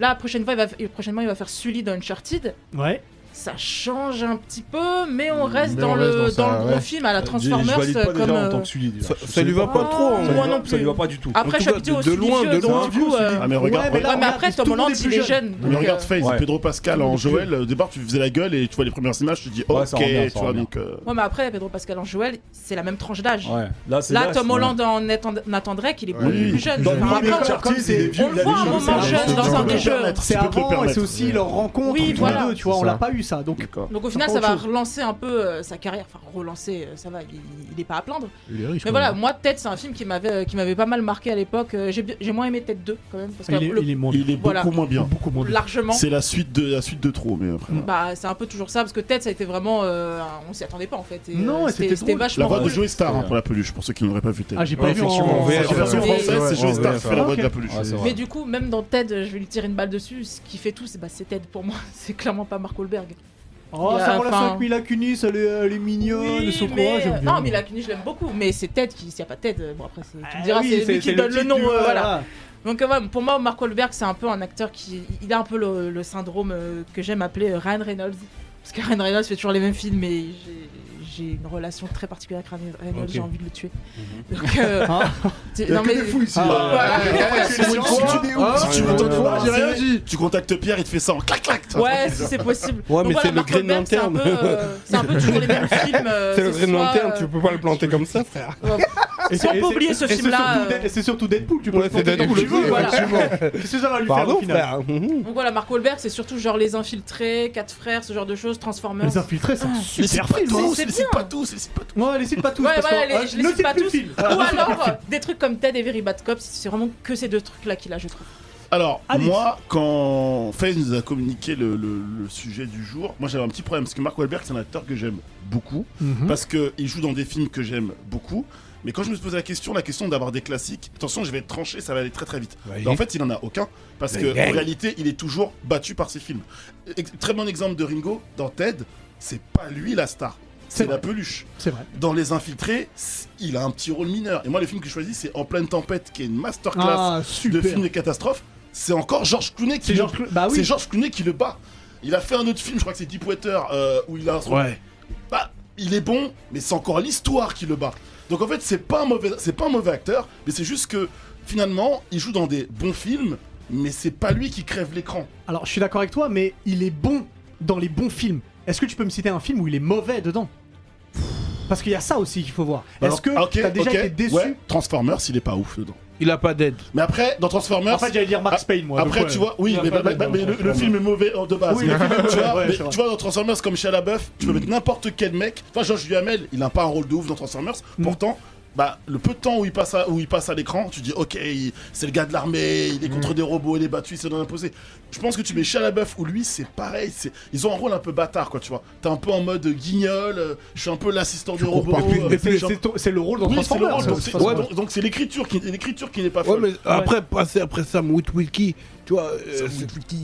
Speaker 6: Là, la prochaine fois, il va, et prochainement, il va faire Sully dans Uncharted.
Speaker 1: Ouais.
Speaker 6: Ça change un petit peu, mais on reste
Speaker 5: Mais
Speaker 6: dans
Speaker 5: on
Speaker 6: le,
Speaker 5: reste dans
Speaker 6: dans
Speaker 5: ça,
Speaker 6: le gros
Speaker 5: ouais.
Speaker 6: film à la
Speaker 3: Je- Je
Speaker 6: Transformers.
Speaker 3: valide
Speaker 6: euh,
Speaker 3: pas
Speaker 6: comme,
Speaker 3: déjà en
Speaker 6: euh,
Speaker 3: tant que Sully. déjà.
Speaker 2: ça,
Speaker 3: Je
Speaker 2: ça lui
Speaker 3: sais
Speaker 2: va pas
Speaker 6: Ah,
Speaker 2: trop. hein.
Speaker 3: Ça lui
Speaker 6: Moi
Speaker 3: va-
Speaker 6: non
Speaker 3: Ça lui
Speaker 6: plus.
Speaker 3: va pas du tout.
Speaker 2: En
Speaker 6: Après,
Speaker 2: tout
Speaker 6: je suis
Speaker 2: cas,
Speaker 6: habitué
Speaker 2: de
Speaker 6: au
Speaker 2: loin,
Speaker 6: Sully vieux,
Speaker 2: de loin.
Speaker 6: donc du coup. euh,
Speaker 4: Ah, mais regarde,
Speaker 1: Ouais, mais
Speaker 6: ouais,
Speaker 1: là,
Speaker 6: mais
Speaker 1: regarde,
Speaker 6: après,
Speaker 1: tout
Speaker 6: Tom
Speaker 1: le monde
Speaker 6: Holland,
Speaker 1: est
Speaker 6: il
Speaker 1: plus
Speaker 6: est
Speaker 1: jeune.
Speaker 6: jeune.
Speaker 4: Mais
Speaker 6: donc,
Speaker 4: regarde
Speaker 6: euh,
Speaker 4: Face,
Speaker 3: ouais.
Speaker 4: Pedro Pascal en Joël, au départ tu faisais la gueule et tu vois les premières images, tu te dis
Speaker 3: Ouais,
Speaker 4: ok,
Speaker 3: ça revient, ça
Speaker 4: tu vois
Speaker 3: revient.
Speaker 4: donc. euh,
Speaker 6: Ouais, mais après, Pedro Pascal en Joel, c'est la même tranche d'âge.
Speaker 3: Ouais. Là, c'est
Speaker 6: Là,
Speaker 3: là,
Speaker 6: Tom
Speaker 3: c'est-
Speaker 6: Holland en Nathan Nathan Drake, il est beaucoup
Speaker 4: Oui.
Speaker 6: plus jeune.
Speaker 3: Dans le
Speaker 6: Enfin,
Speaker 3: premier
Speaker 6: après,
Speaker 3: Uncharted, c'est des vieux.
Speaker 6: on le voit à un moment
Speaker 4: c'est-
Speaker 6: jeune dans un
Speaker 4: c'est-
Speaker 6: des jeux.
Speaker 1: C'est
Speaker 4: Tu peux te le
Speaker 1: avant et
Speaker 4: permettre.
Speaker 1: c'est aussi
Speaker 5: Ouais.
Speaker 1: leur rencontre
Speaker 6: Oui,
Speaker 1: entre
Speaker 6: voilà.
Speaker 1: les deux, tu vois, on
Speaker 5: C'est
Speaker 1: l'a
Speaker 5: ça.
Speaker 1: pas eu ça. Donc
Speaker 6: Donc au
Speaker 1: C'est
Speaker 6: final,
Speaker 1: encore
Speaker 6: ça va
Speaker 1: autre chose.
Speaker 6: relancer un peu euh, sa carrière. Enfin, relancer, euh, ça va, il, il est pas à plaindre.
Speaker 5: Il est riche.
Speaker 6: Mais voilà, moi, Tête, c'est un film qui m'avait euh, qui m'avait pas mal marqué à l'époque. Euh, J'ai bi- j'ai moins aimé Tête 2 quand même. Parce que le-
Speaker 1: moins
Speaker 4: Il est
Speaker 6: Voilà.
Speaker 4: beaucoup moins bien.
Speaker 1: beaucoup moins
Speaker 6: largement,
Speaker 4: C'est la suite de la suite de trop, mais après. voilà.
Speaker 6: bah, c'est un peu toujours ça. Parce que Tête, ça a été vraiment. euh, un- on s'y attendait pas en fait. Et,
Speaker 1: Non,
Speaker 6: euh,
Speaker 1: et c'était
Speaker 6: c'était
Speaker 1: drôle.
Speaker 4: La
Speaker 6: vachement.
Speaker 4: voix de
Speaker 6: cool.
Speaker 4: Joey Star
Speaker 3: C'est-
Speaker 4: hein, pour la peluche, pour ceux qui ne l'auraient pas vu. Ted.
Speaker 1: Ah, j'ai pas
Speaker 2: Ouais,
Speaker 1: vu en
Speaker 2: effectivement, en
Speaker 1: Ouais,
Speaker 2: VR,
Speaker 4: En version
Speaker 6: ouais.
Speaker 4: française, c'est
Speaker 5: Ouais,
Speaker 4: Joey
Speaker 5: ouais,
Speaker 4: Star
Speaker 5: ouais.
Speaker 4: qui fait la voix de la peluche.
Speaker 3: Ouais, c'est
Speaker 6: Mais
Speaker 3: vrai.
Speaker 6: du coup, même dans Ted, euh, je vais lui tirer une balle dessus. Ce qui fait tout, c'est bah, c'est Ted pour moi. C'est clairement pas Mark Wahlberg.
Speaker 1: Oh,
Speaker 6: Il y a-
Speaker 1: sa relation
Speaker 6: enfin-
Speaker 1: avec Mila Kunis, elle est, elle est mignonne,
Speaker 6: Oui,
Speaker 1: son courage,
Speaker 6: mais...
Speaker 1: j'aime bien.
Speaker 6: Non, mais la Kunis, je l'aime beaucoup. Mais c'est Ted qui. S'il n'y a pas Ted, euh, bon après, c'est- tu
Speaker 1: Ah
Speaker 6: me diras,
Speaker 1: oui,
Speaker 6: c'est lui qui donne le
Speaker 1: titre
Speaker 6: nom.
Speaker 1: du-
Speaker 6: euh, voilà. Donc euh, ouais, pour moi, Mark Wahlberg, c'est un peu un acteur qui, il a un peu le, le syndrome euh, que j'aime appeler euh, Ryan Reynolds, parce que Ryan Reynolds fait toujours les mêmes films, et j'ai- j'ai une relation très particulière avec Ryan Reynolds,
Speaker 3: Ok.
Speaker 6: j'ai envie de le tuer. Donc, euh,
Speaker 1: Ah.
Speaker 6: tu-
Speaker 5: Il y a
Speaker 6: non
Speaker 5: que
Speaker 6: mais,
Speaker 5: des fous ici.
Speaker 1: Ah,
Speaker 5: là.
Speaker 6: ouais, ouais, ouais,
Speaker 5: C'est une fois, des ouf.
Speaker 4: Ah, Si tu
Speaker 2: Ah,
Speaker 4: m'entends
Speaker 2: ouais,
Speaker 4: de
Speaker 2: ouais.
Speaker 4: voir,
Speaker 5: J'ai rien dit.
Speaker 4: Tu contactes Pierre, il te fait ça en clac clac. t'as
Speaker 6: ouais,
Speaker 4: entendu
Speaker 6: si
Speaker 4: ça.
Speaker 6: c'est possible.
Speaker 2: Ouais,
Speaker 6: Donc
Speaker 2: mais
Speaker 6: voilà,
Speaker 2: c'est le
Speaker 6: Mark
Speaker 2: Green
Speaker 6: Wahlberg, c'est un
Speaker 2: Lantern.
Speaker 6: peu, euh, c'est un peu toujours les mêmes films. euh,
Speaker 2: C'est le
Speaker 6: soit,
Speaker 2: Green Lantern,
Speaker 6: euh,
Speaker 2: tu peux pas le planter comme ça, frère.
Speaker 1: Et
Speaker 6: Soit
Speaker 1: c'est-
Speaker 6: on peut
Speaker 1: et
Speaker 6: oublier
Speaker 1: c'est-
Speaker 6: ce
Speaker 1: et c'est
Speaker 6: film-là,
Speaker 1: surtout
Speaker 6: euh.
Speaker 1: Dead- Et c'est surtout Deadpool, tu peux
Speaker 2: Ouais,
Speaker 1: le
Speaker 2: c'est
Speaker 1: planter
Speaker 2: Deadpool
Speaker 1: comme tu
Speaker 2: aussi,
Speaker 1: veux, voilà.
Speaker 5: effectivement.
Speaker 1: Qu'est-ce que ça va lui faire au
Speaker 2: Pardon,
Speaker 1: final
Speaker 2: frère. Mhm.
Speaker 6: Donc voilà, Mark Wahlberg, c'est surtout genre les infiltrés, quatre frères, ce genre de choses, Transformers.
Speaker 1: Les infiltrés, c'est un
Speaker 4: Mais c'est
Speaker 1: super
Speaker 4: pas
Speaker 1: film. hein.
Speaker 4: tous,
Speaker 6: Ah, c'est
Speaker 4: mais c'est
Speaker 6: bien.
Speaker 4: pas tous, mais c'est pas tous.
Speaker 1: Ouais, les cites pas tous.
Speaker 6: Ouais,
Speaker 1: parce
Speaker 6: voilà,
Speaker 1: que-
Speaker 6: les- je les
Speaker 1: notez
Speaker 6: cite pas
Speaker 1: plus
Speaker 6: tous.
Speaker 1: le film.
Speaker 6: Ou alors euh, des trucs comme Ted et Very Bad Cops, c'est vraiment que ces deux trucs-là qu'il a, je trouve.
Speaker 4: Alors,
Speaker 1: Alex.
Speaker 4: moi, quand Faye nous a communiqué le, le- le sujet du jour, moi j'avais un petit problème parce que Mark Wahlberg c'est un acteur que j'aime beaucoup
Speaker 1: Hmm. Mhm,
Speaker 4: parce qu'il joue dans des films que j'aime beaucoup. Mais quand je me suis posé la question, la question d'avoir des classiques, attention, je vais être tranché, ça va aller très très vite.
Speaker 2: Ouais.
Speaker 4: Mais en fait, il en a aucun parce que en réalité, il est toujours battu par ses films. Ex- très bon exemple de Ringo dans Ted, c'est pas lui la star.
Speaker 1: C'est
Speaker 4: c'est la
Speaker 1: vrai.
Speaker 4: peluche.
Speaker 1: C'est vrai.
Speaker 4: Dans Les Infiltrés, c- il a un petit rôle mineur. Et moi, le film que je choisis, c'est En pleine tempête, qui est une masterclass
Speaker 1: Ah,
Speaker 4: de
Speaker 1: super.
Speaker 4: film de catastrophe. C'est encore Georges Clooney qui
Speaker 1: C'est
Speaker 4: le-
Speaker 1: Georges Clo- Bah
Speaker 4: c'est
Speaker 1: oui.
Speaker 4: Georges Clooney qui le bat. Il a fait un autre film, je crois que c'est Deepwater, euh, où il a un
Speaker 2: Ouais.
Speaker 4: bah, il est bon, mais c'est encore l'histoire qui le bat. Donc en fait, c'est pas un mauvais, c'est pas un mauvais acteur, mais c'est juste que finalement, il joue dans des bons films, mais c'est pas lui qui crève l'écran.
Speaker 1: Alors, je suis d'accord avec toi, mais il est bon dans les bons films. Est-ce que tu peux me citer un film où il est mauvais dedans Parce qu'il y a ça aussi qu'il faut voir. Est-ce
Speaker 4: Alors,
Speaker 1: que
Speaker 4: ah, ok,
Speaker 1: t'as déjà
Speaker 4: ok,
Speaker 1: été déçu
Speaker 4: ouais, Transformers, il est pas ouf dedans.
Speaker 2: Il a pas d'aide.
Speaker 4: Mais après, dans Transformers,
Speaker 1: En fait, j'allais dire Max Payne, moi.
Speaker 4: Ah, après
Speaker 1: donc,
Speaker 4: tu
Speaker 1: ouais.
Speaker 4: vois, oui,
Speaker 1: Il y a
Speaker 4: mais,
Speaker 1: pas
Speaker 4: bah,
Speaker 1: de-
Speaker 4: bah, mais le, le film est mauvais euh, de base.
Speaker 1: Oui, le film est
Speaker 4: tu, vois,
Speaker 1: mauvais,
Speaker 4: mais
Speaker 1: c'est vrai. Mm.
Speaker 4: tu vois, dans Transformers, comme Shia LaBeouf, tu peux mettre n'importe quel mec. Enfin, George Duhamel, il n'a pas un rôle de ouf dans Transformers.
Speaker 1: Mm.
Speaker 4: Pourtant, bah, le peu de temps où il passe à, où il passe à l'écran, tu dis, ok, il- c'est le gars de l'armée, il est
Speaker 1: Mm.
Speaker 4: contre des robots, il est battu, c'est dans imposé. Je pense que tu mets Shia LaBeouf ou lui, c'est pareil. c'est- Ils ont un rôle un peu bâtard, quoi, tu vois. T'es un peu en mode guignol, euh, je suis un peu l'assistant du robot.
Speaker 2: pas. Et puis-
Speaker 4: euh,
Speaker 1: Et puis,
Speaker 4: je suis un-
Speaker 1: c'est ton- c'est le rôle dans
Speaker 4: Oui, c'est le
Speaker 1: Transformers.
Speaker 4: rôle, Bah,
Speaker 1: de
Speaker 4: donc
Speaker 1: toute
Speaker 4: c'est-
Speaker 1: façon.
Speaker 4: donc- donc c'est l'écriture qui l'écriture qui n'est pas
Speaker 2: Ouais,
Speaker 4: folle.
Speaker 2: mais après, passer après Sam Witwicky, tu vois. euh, c'est- Sam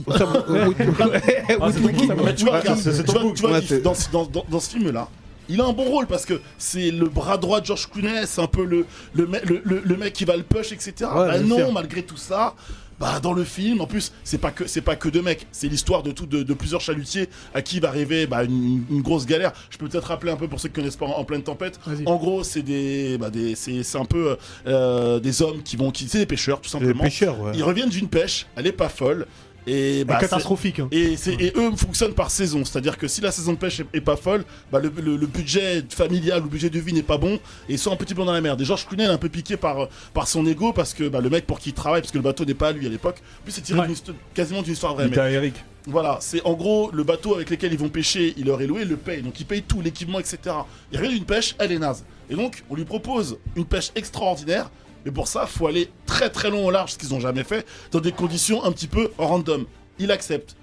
Speaker 2: Witwicky.
Speaker 3: Ah, c'est ton goût, ça me-
Speaker 4: Mais tu vois,
Speaker 5: Ouais,
Speaker 4: regarde,
Speaker 5: c'est- c'est
Speaker 4: tu
Speaker 5: ton
Speaker 4: vois-
Speaker 5: book.
Speaker 4: tu vois,
Speaker 5: Ouais,
Speaker 4: il-
Speaker 5: c'est-
Speaker 4: dans, ce- dans- dans- dans ce film-là, il a un bon rôle parce que c'est le bras droit de George Clooney, c'est un peu le, le, me- le- le- le mec qui va le push, etc. bah
Speaker 2: bien
Speaker 4: non,
Speaker 2: sûr.
Speaker 4: malgré tout ça. Bah dans le film, en plus c'est pas que c'est pas que deux mecs, c'est l'histoire de tout de, de plusieurs chalutiers à qui va arriver bah, une, une grosse galère. Je peux peut-être rappeler un peu pour ceux qui connaissent pas en, en pleine tempête.
Speaker 1: Vas-y.
Speaker 4: En gros c'est des, bah, des c'est c'est un peu euh, des hommes qui vont qui c'est des pêcheurs tout
Speaker 2: Les
Speaker 4: simplement.
Speaker 2: pêcheurs, ouais.
Speaker 4: Ils reviennent d'une pêche, elle est pas folle et bah
Speaker 1: Et
Speaker 4: c'est-
Speaker 1: catastrophique. hein.
Speaker 4: et, c'est- et eux fonctionnent par saison, c'est-à-dire que si la saison de pêche est, est pas folle, bah le, le- le budget familial, le budget de vie n'est pas bon, et ils sont un petit peu dans la merde. Et Georges Clooney est un peu piqué par, par son ego, parce que bah, le mec pour qui il travaille, parce que le bateau n'est pas à lui à l'époque, en plus c'est tiré
Speaker 1: Ouais.
Speaker 4: d'une histo- quasiment d'une histoire vraie.
Speaker 3: Il
Speaker 4: mais-
Speaker 3: était à Eric.
Speaker 4: voilà, c'est en gros le bateau avec lequel ils vont pêcher, il leur est loué, il le paye, donc ils payent tout, l'équipement, etc. Il revient d'une pêche, elle est naze. Et donc on lui propose une pêche extraordinaire, mais pour ça faut aller très très long au large, ce qu'ils ont jamais fait, dans des conditions un petit peu random. Il accepte.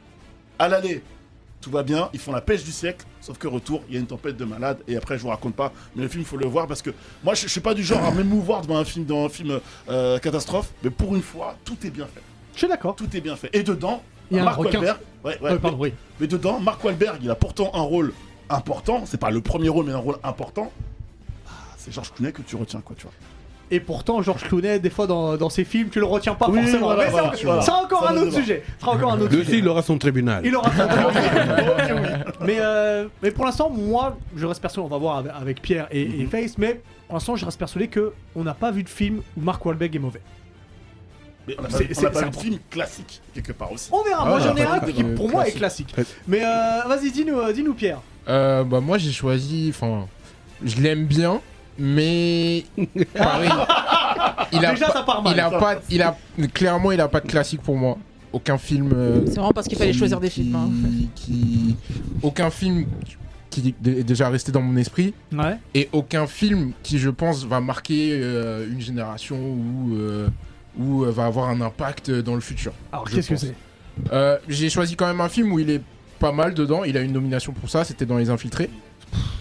Speaker 4: À l'aller, tout va bien, ils font la pêche du siècle, sauf que retour, il y a une tempête de malade, et après je vous raconte pas, mais le film faut le voir parce que moi je, je suis pas du genre à m'émouvoir devant un film, dans un film euh, catastrophe, mais pour une fois, tout est bien fait.
Speaker 1: Je suis d'accord.
Speaker 4: Tout est bien fait. Et dedans,
Speaker 1: Il y a un
Speaker 4: Mark
Speaker 1: requin.
Speaker 4: Wahlberg. Ouais, ouais,
Speaker 1: Ouais, pardon, oui.
Speaker 4: mais dedans, Mark Wahlberg, il a pourtant un rôle important. C'est pas le premier rôle, mais un rôle important. Ah, C'est Georges Clooney que tu retiens, quoi, tu vois.
Speaker 1: Et pourtant, Georges Clooney, des fois dans, dans ses films, tu le retiens pas
Speaker 4: Oui,
Speaker 1: forcément.
Speaker 4: voilà,
Speaker 1: Mais ça,
Speaker 4: voilà,
Speaker 1: c'est
Speaker 4: voilà.
Speaker 1: encore
Speaker 4: Ça
Speaker 1: un
Speaker 4: va
Speaker 1: autre
Speaker 4: devoir.
Speaker 1: sujet. Ce sera encore un autre
Speaker 2: Lui aussi,
Speaker 1: sujet.
Speaker 2: il aura son tribunal.
Speaker 1: Il aura son tribunal. mais, euh, mais pour l'instant, moi, je reste persuadé, on va voir avec- avec Pierre et,
Speaker 7: Mhm.
Speaker 1: et Face, mais pour l'instant, je reste persuadé que on n'a pas vu de film où Mark Wahlberg est mauvais.
Speaker 4: Mais on a
Speaker 1: C'est-
Speaker 4: pas, on a
Speaker 1: c'est-
Speaker 4: pas
Speaker 1: c'est
Speaker 4: un film classique, quelque part aussi.
Speaker 1: On verra, moi
Speaker 7: Ah,
Speaker 1: j'en ai un
Speaker 7: pas-
Speaker 1: qui
Speaker 7: euh,
Speaker 1: pour moi est classique. Mais euh, vas-y, dis-nous, euh, dis-nous Pierre.
Speaker 7: Euh, bah moi j'ai choisi, enfin, je l'aime bien, mais pareil, il a
Speaker 6: Ah,
Speaker 1: Déjà,
Speaker 7: pas,
Speaker 1: ça part mal.
Speaker 7: il a pas, il a clairement il a pas de classique pour moi. Aucun film. euh,
Speaker 6: C'est vraiment parce qu'il fallait
Speaker 7: qui-
Speaker 6: choisir des films. hein.
Speaker 7: qui- qui- aucun film qui est déjà resté dans mon esprit
Speaker 1: Ouais.
Speaker 7: et aucun film qui je pense va marquer euh, une génération ou euh, ou euh, va avoir un impact euh, dans le futur.
Speaker 1: Alors
Speaker 7: Je
Speaker 1: qu'est-ce que
Speaker 7: pense.
Speaker 1: c'est
Speaker 7: Euh, j'ai choisi quand même un film où il est pas mal dedans. Il a une nomination pour ça. C'était dans Les Infiltrés,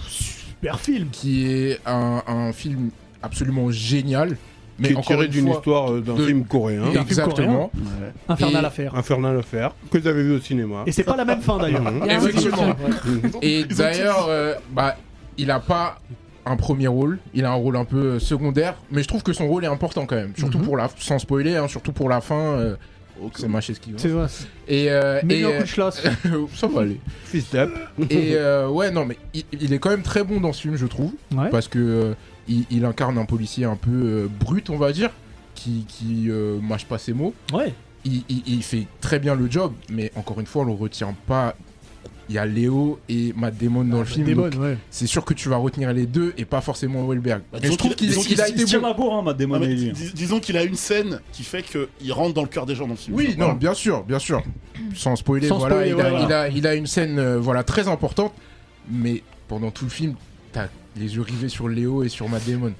Speaker 1: Super film.
Speaker 7: qui est un, un film absolument génial. Mais
Speaker 2: qui est
Speaker 7: encore
Speaker 2: tiré
Speaker 7: une
Speaker 2: d'une
Speaker 7: fois-
Speaker 2: histoire euh, d'un
Speaker 7: de-
Speaker 2: film coréen,
Speaker 1: film
Speaker 7: Exactement.
Speaker 1: Infernal
Speaker 7: Et-
Speaker 1: Affaire.
Speaker 2: Infernal Affaire, que j'avais vu au cinéma.
Speaker 1: Et c'est pas la même fin d'ailleurs.
Speaker 2: Mhm.
Speaker 6: Il y a un
Speaker 7: Effectivement.
Speaker 6: autre film, ouais.
Speaker 7: Et d'ailleurs, euh, bah, il a pas un premier rôle. Il a un rôle un peu euh, secondaire. Mais je trouve que son rôle est important quand même. Surtout
Speaker 1: Mhm.
Speaker 7: pour la, sans spoiler, hein, surtout pour la fin. euh, c'est ma chaise qui va.
Speaker 1: C'est vrai.
Speaker 7: Et, euh,
Speaker 1: Mais
Speaker 7: et,
Speaker 1: un coup de schloss.
Speaker 7: euh, ça va aller.
Speaker 2: Fils d'Ap.
Speaker 7: Et euh, ouais, non, mais il, il est quand même très bon dans ce film, je trouve.
Speaker 1: Ouais.
Speaker 7: Parce que euh, il, il incarne un policier un peu euh, brut, on va dire, qui, qui euh, mâche pas ses mots.
Speaker 1: Ouais.
Speaker 7: Il, il- il fait très bien le job, mais encore une fois, on le retient pas. Il y a Léo et Ah, Matt Damon dans le film.
Speaker 1: Des
Speaker 7: donc
Speaker 1: bonnes, ouais.
Speaker 7: C'est sûr que tu vas retenir les deux et pas forcément Wahlberg.
Speaker 4: Bah,
Speaker 7: mais
Speaker 4: disons
Speaker 7: je trouve
Speaker 4: qu'il-
Speaker 7: qu'il
Speaker 4: disons
Speaker 7: il a
Speaker 4: qu'il
Speaker 7: été
Speaker 3: Tiens
Speaker 7: bon.
Speaker 3: ma bourre, hein, Matt Damon.
Speaker 4: Non, Ah, mais
Speaker 3: et lui.
Speaker 4: dis- disons qu'il a une scène qui fait qu'il rentre dans le cœur des gens dans le film.
Speaker 7: Oui, non, bien sûr, bien sûr. Sans spoiler,
Speaker 1: Sans
Speaker 7: voilà,
Speaker 1: spoiler,
Speaker 7: il, a,
Speaker 1: voilà.
Speaker 7: il a- il a une scène euh, voilà, très importante, mais pendant tout le film, t'as les yeux rivés sur Léo et sur Matt Damon.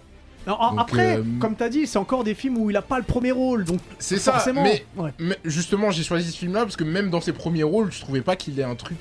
Speaker 1: Non, a-
Speaker 7: Donc,
Speaker 1: après,
Speaker 7: euh,
Speaker 1: comme t'as dit, c'est encore des films où il a pas le premier rôle, donc
Speaker 7: C'est ça,
Speaker 1: forcément.
Speaker 7: mais,
Speaker 1: Ouais.
Speaker 7: mais justement, j'ai choisi ce film-là parce que même dans ses premiers rôles, je trouvais pas qu'il ait un truc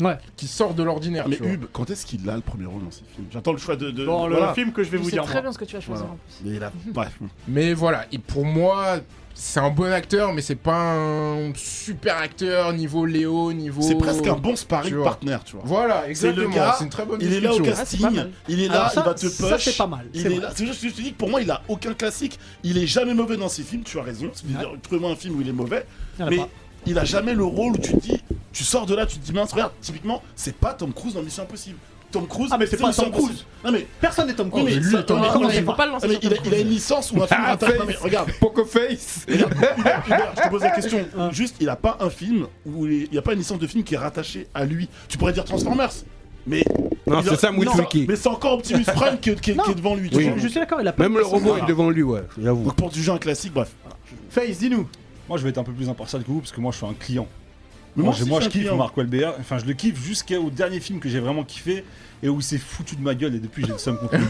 Speaker 1: Ouais.
Speaker 7: qui sort de l'ordinaire.
Speaker 4: Mais
Speaker 7: tu vois.
Speaker 4: Hub, quand est-ce qu'il a le premier rôle dans ces films J'attends le choix de. de-
Speaker 1: Bon, le
Speaker 4: voilà.
Speaker 1: film que je vais
Speaker 6: Je
Speaker 1: vous
Speaker 6: sais
Speaker 1: dire.
Speaker 6: très
Speaker 1: moi.
Speaker 6: bien ce que tu vas choisir
Speaker 4: Voilà.
Speaker 6: en plus.
Speaker 4: Mais il a- Bref.
Speaker 7: Mais voilà, et pour moi, c'est un bon acteur, mais c'est pas un super acteur niveau Léo, niveau.
Speaker 4: C'est presque un bon
Speaker 7: Tu
Speaker 4: sparring
Speaker 7: vois.
Speaker 4: partner, tu vois.
Speaker 7: Voilà,
Speaker 4: C'est le
Speaker 7: exactement.
Speaker 4: gars,
Speaker 7: C'est une très bonne
Speaker 4: il est là au
Speaker 7: description.
Speaker 6: Ah, c'est
Speaker 4: casting,
Speaker 6: pas mal.
Speaker 4: il est là,
Speaker 1: Alors ça,
Speaker 4: il va te push.
Speaker 1: ça, c'est pas mal,
Speaker 4: Il
Speaker 1: c'est
Speaker 4: est
Speaker 1: vrai.
Speaker 4: là. C'est juste que je te dis que pour moi, il a aucun classique. Il est jamais mauvais dans ses films, tu as raison. Tu peux
Speaker 1: Ouais.
Speaker 4: dire, Trouve-moi un film où il est mauvais.
Speaker 1: Il y en a
Speaker 4: mais
Speaker 1: pas.
Speaker 4: il a jamais le rôle où tu te dis, tu sors de là, tu te dis, mince, regarde, typiquement, c'est pas Tom Cruise dans Mission Impossible. Tom Cruise,
Speaker 1: Ah, mais c'est pas
Speaker 4: Mission
Speaker 1: Tom Cruise. Ah,
Speaker 4: Impossible. Non, mais,
Speaker 1: Personne n'est Tom
Speaker 4: oui,
Speaker 1: Cruise.
Speaker 4: mais ça-
Speaker 1: Tom
Speaker 4: non,
Speaker 1: Cruise,
Speaker 4: non,
Speaker 1: on
Speaker 4: mais-
Speaker 1: sait
Speaker 6: Faut pas le lancer
Speaker 4: Ah, mais
Speaker 6: sur
Speaker 4: il, a,
Speaker 6: Tom
Speaker 4: il a
Speaker 6: Cruise.
Speaker 4: une licence ou un
Speaker 1: Ah,
Speaker 4: film. inter- non, mais regarde,
Speaker 5: Poker Face
Speaker 4: Hubert, je te pose la question. Juste, il a pas un film où il n'y a pas une licence de film qui est rattachée à lui. Tu pourrais dire Transformers, mais.
Speaker 2: Non,
Speaker 4: il a-
Speaker 2: Ah, c'est Sam
Speaker 4: Non,
Speaker 2: Witwicky.
Speaker 4: Mais c'est encore Optimus Prime qui, qui- qui
Speaker 1: Non.
Speaker 4: est devant lui. tu
Speaker 2: Oui.
Speaker 4: vois.
Speaker 1: Je suis d'accord, il a pas
Speaker 2: Même
Speaker 1: de
Speaker 2: le
Speaker 1: personne.
Speaker 2: robot est devant lui, ouais, j'avoue.
Speaker 4: Donc pour du jeu un classique, bref.
Speaker 1: Face, dis-nous.
Speaker 3: Moi, je vais être un peu plus impartial que vous parce que moi, je suis un client.
Speaker 4: Mais
Speaker 3: moi,
Speaker 4: aussi,
Speaker 3: j'ai- moi,
Speaker 4: je
Speaker 3: je
Speaker 4: suis un
Speaker 3: kiffe
Speaker 4: client.
Speaker 3: Mark Wahlberg. Enfin, je le kiffe jusqu'au dernier film que j'ai vraiment kiffé et où il s'est foutu de ma gueule. Et depuis, j'ai le seum contre lui.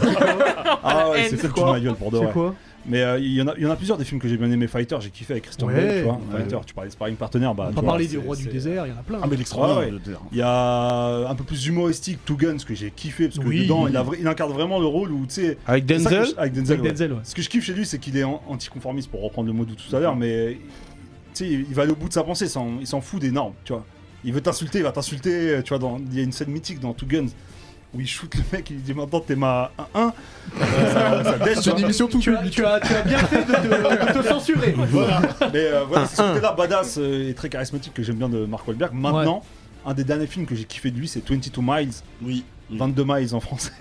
Speaker 3: ah ouais,
Speaker 6: haine.
Speaker 3: il s'est
Speaker 6: C'est
Speaker 3: foutu de ma gueule pour de vrai.
Speaker 1: quoi
Speaker 3: Mais euh, il y, en a- il y en a plusieurs des films que j'ai bien aimé. Fighter, j'ai kiffé avec Christian
Speaker 1: Ouais.
Speaker 3: Bale, tu vois.
Speaker 4: Ouais.
Speaker 3: Fighter, tu parlais de sparring partner. Bah,
Speaker 1: On
Speaker 3: tu
Speaker 1: va
Speaker 3: vois,
Speaker 1: parler du
Speaker 3: c'est-
Speaker 1: roi du
Speaker 3: c'est-
Speaker 1: désert, il y en a plein.
Speaker 4: Ah, mais l'extraordinaire.
Speaker 3: Ouais, ouais.
Speaker 4: le désert.
Speaker 3: Il y a un peu plus humoristique Two Guns que j'ai kiffé parce que
Speaker 1: Oui.
Speaker 3: dedans, il, a vra- il incarne vraiment le rôle où tu sais.
Speaker 2: Avec
Speaker 3: c'est ça que
Speaker 2: Denzel
Speaker 3: je- Avec Denzel.
Speaker 1: Avec
Speaker 3: ouais.
Speaker 1: Denzel, ouais.
Speaker 3: Ce que je kiffe chez lui, c'est qu'il est an- anticonformiste, pour reprendre le mot de tout à l'heure, mais tu sais, il va aller au bout de sa pensée, sans- il s'en fout des normes, tu vois. Il veut t'insulter, il va t'insulter, euh, tu vois, dans- il y a une scène mythique dans Two Guns où il shoot le mec, il lui dit maintenant t'es ma 1-1. ça, ça dèche, tu
Speaker 7: C'est
Speaker 3: vois.
Speaker 7: une émission tout
Speaker 1: Tu as,
Speaker 7: public.
Speaker 1: tu as- tu as bien fait de te, de te censurer.
Speaker 4: Voilà.
Speaker 3: Mais euh, voilà, c'est ce côté-là badass euh, et très charismatique que j'aime bien de Mark Wahlberg. Maintenant, un des derniers films que j'ai kiffé de lui, c'est 22 Miles,
Speaker 4: Oui.
Speaker 3: 22 miles en français,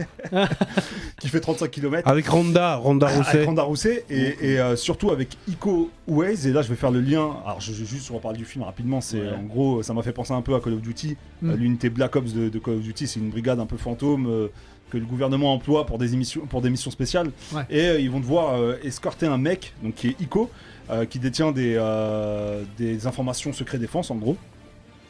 Speaker 3: qui fait 35 km.
Speaker 2: Avec Ronda, Ronda
Speaker 3: avec
Speaker 2: Rousset.
Speaker 3: Randa Rousset et, et, euh, surtout avec Ico Ways et là je vais faire le lien alors je, je- juste on va parler du film rapidement c'est en gros ça m'a fait penser un peu à Call of Duty
Speaker 1: Mm.
Speaker 3: Euh, l'unité Black Ops de, de Call of Duty c'est une brigade un peu fantôme euh, que le gouvernement emploie pour des émissions pour des missions spéciales
Speaker 1: Ouais.
Speaker 3: et euh, ils vont devoir euh, escorter un mec donc qui est Ico euh, qui détient des, euh, des informations secret défense en gros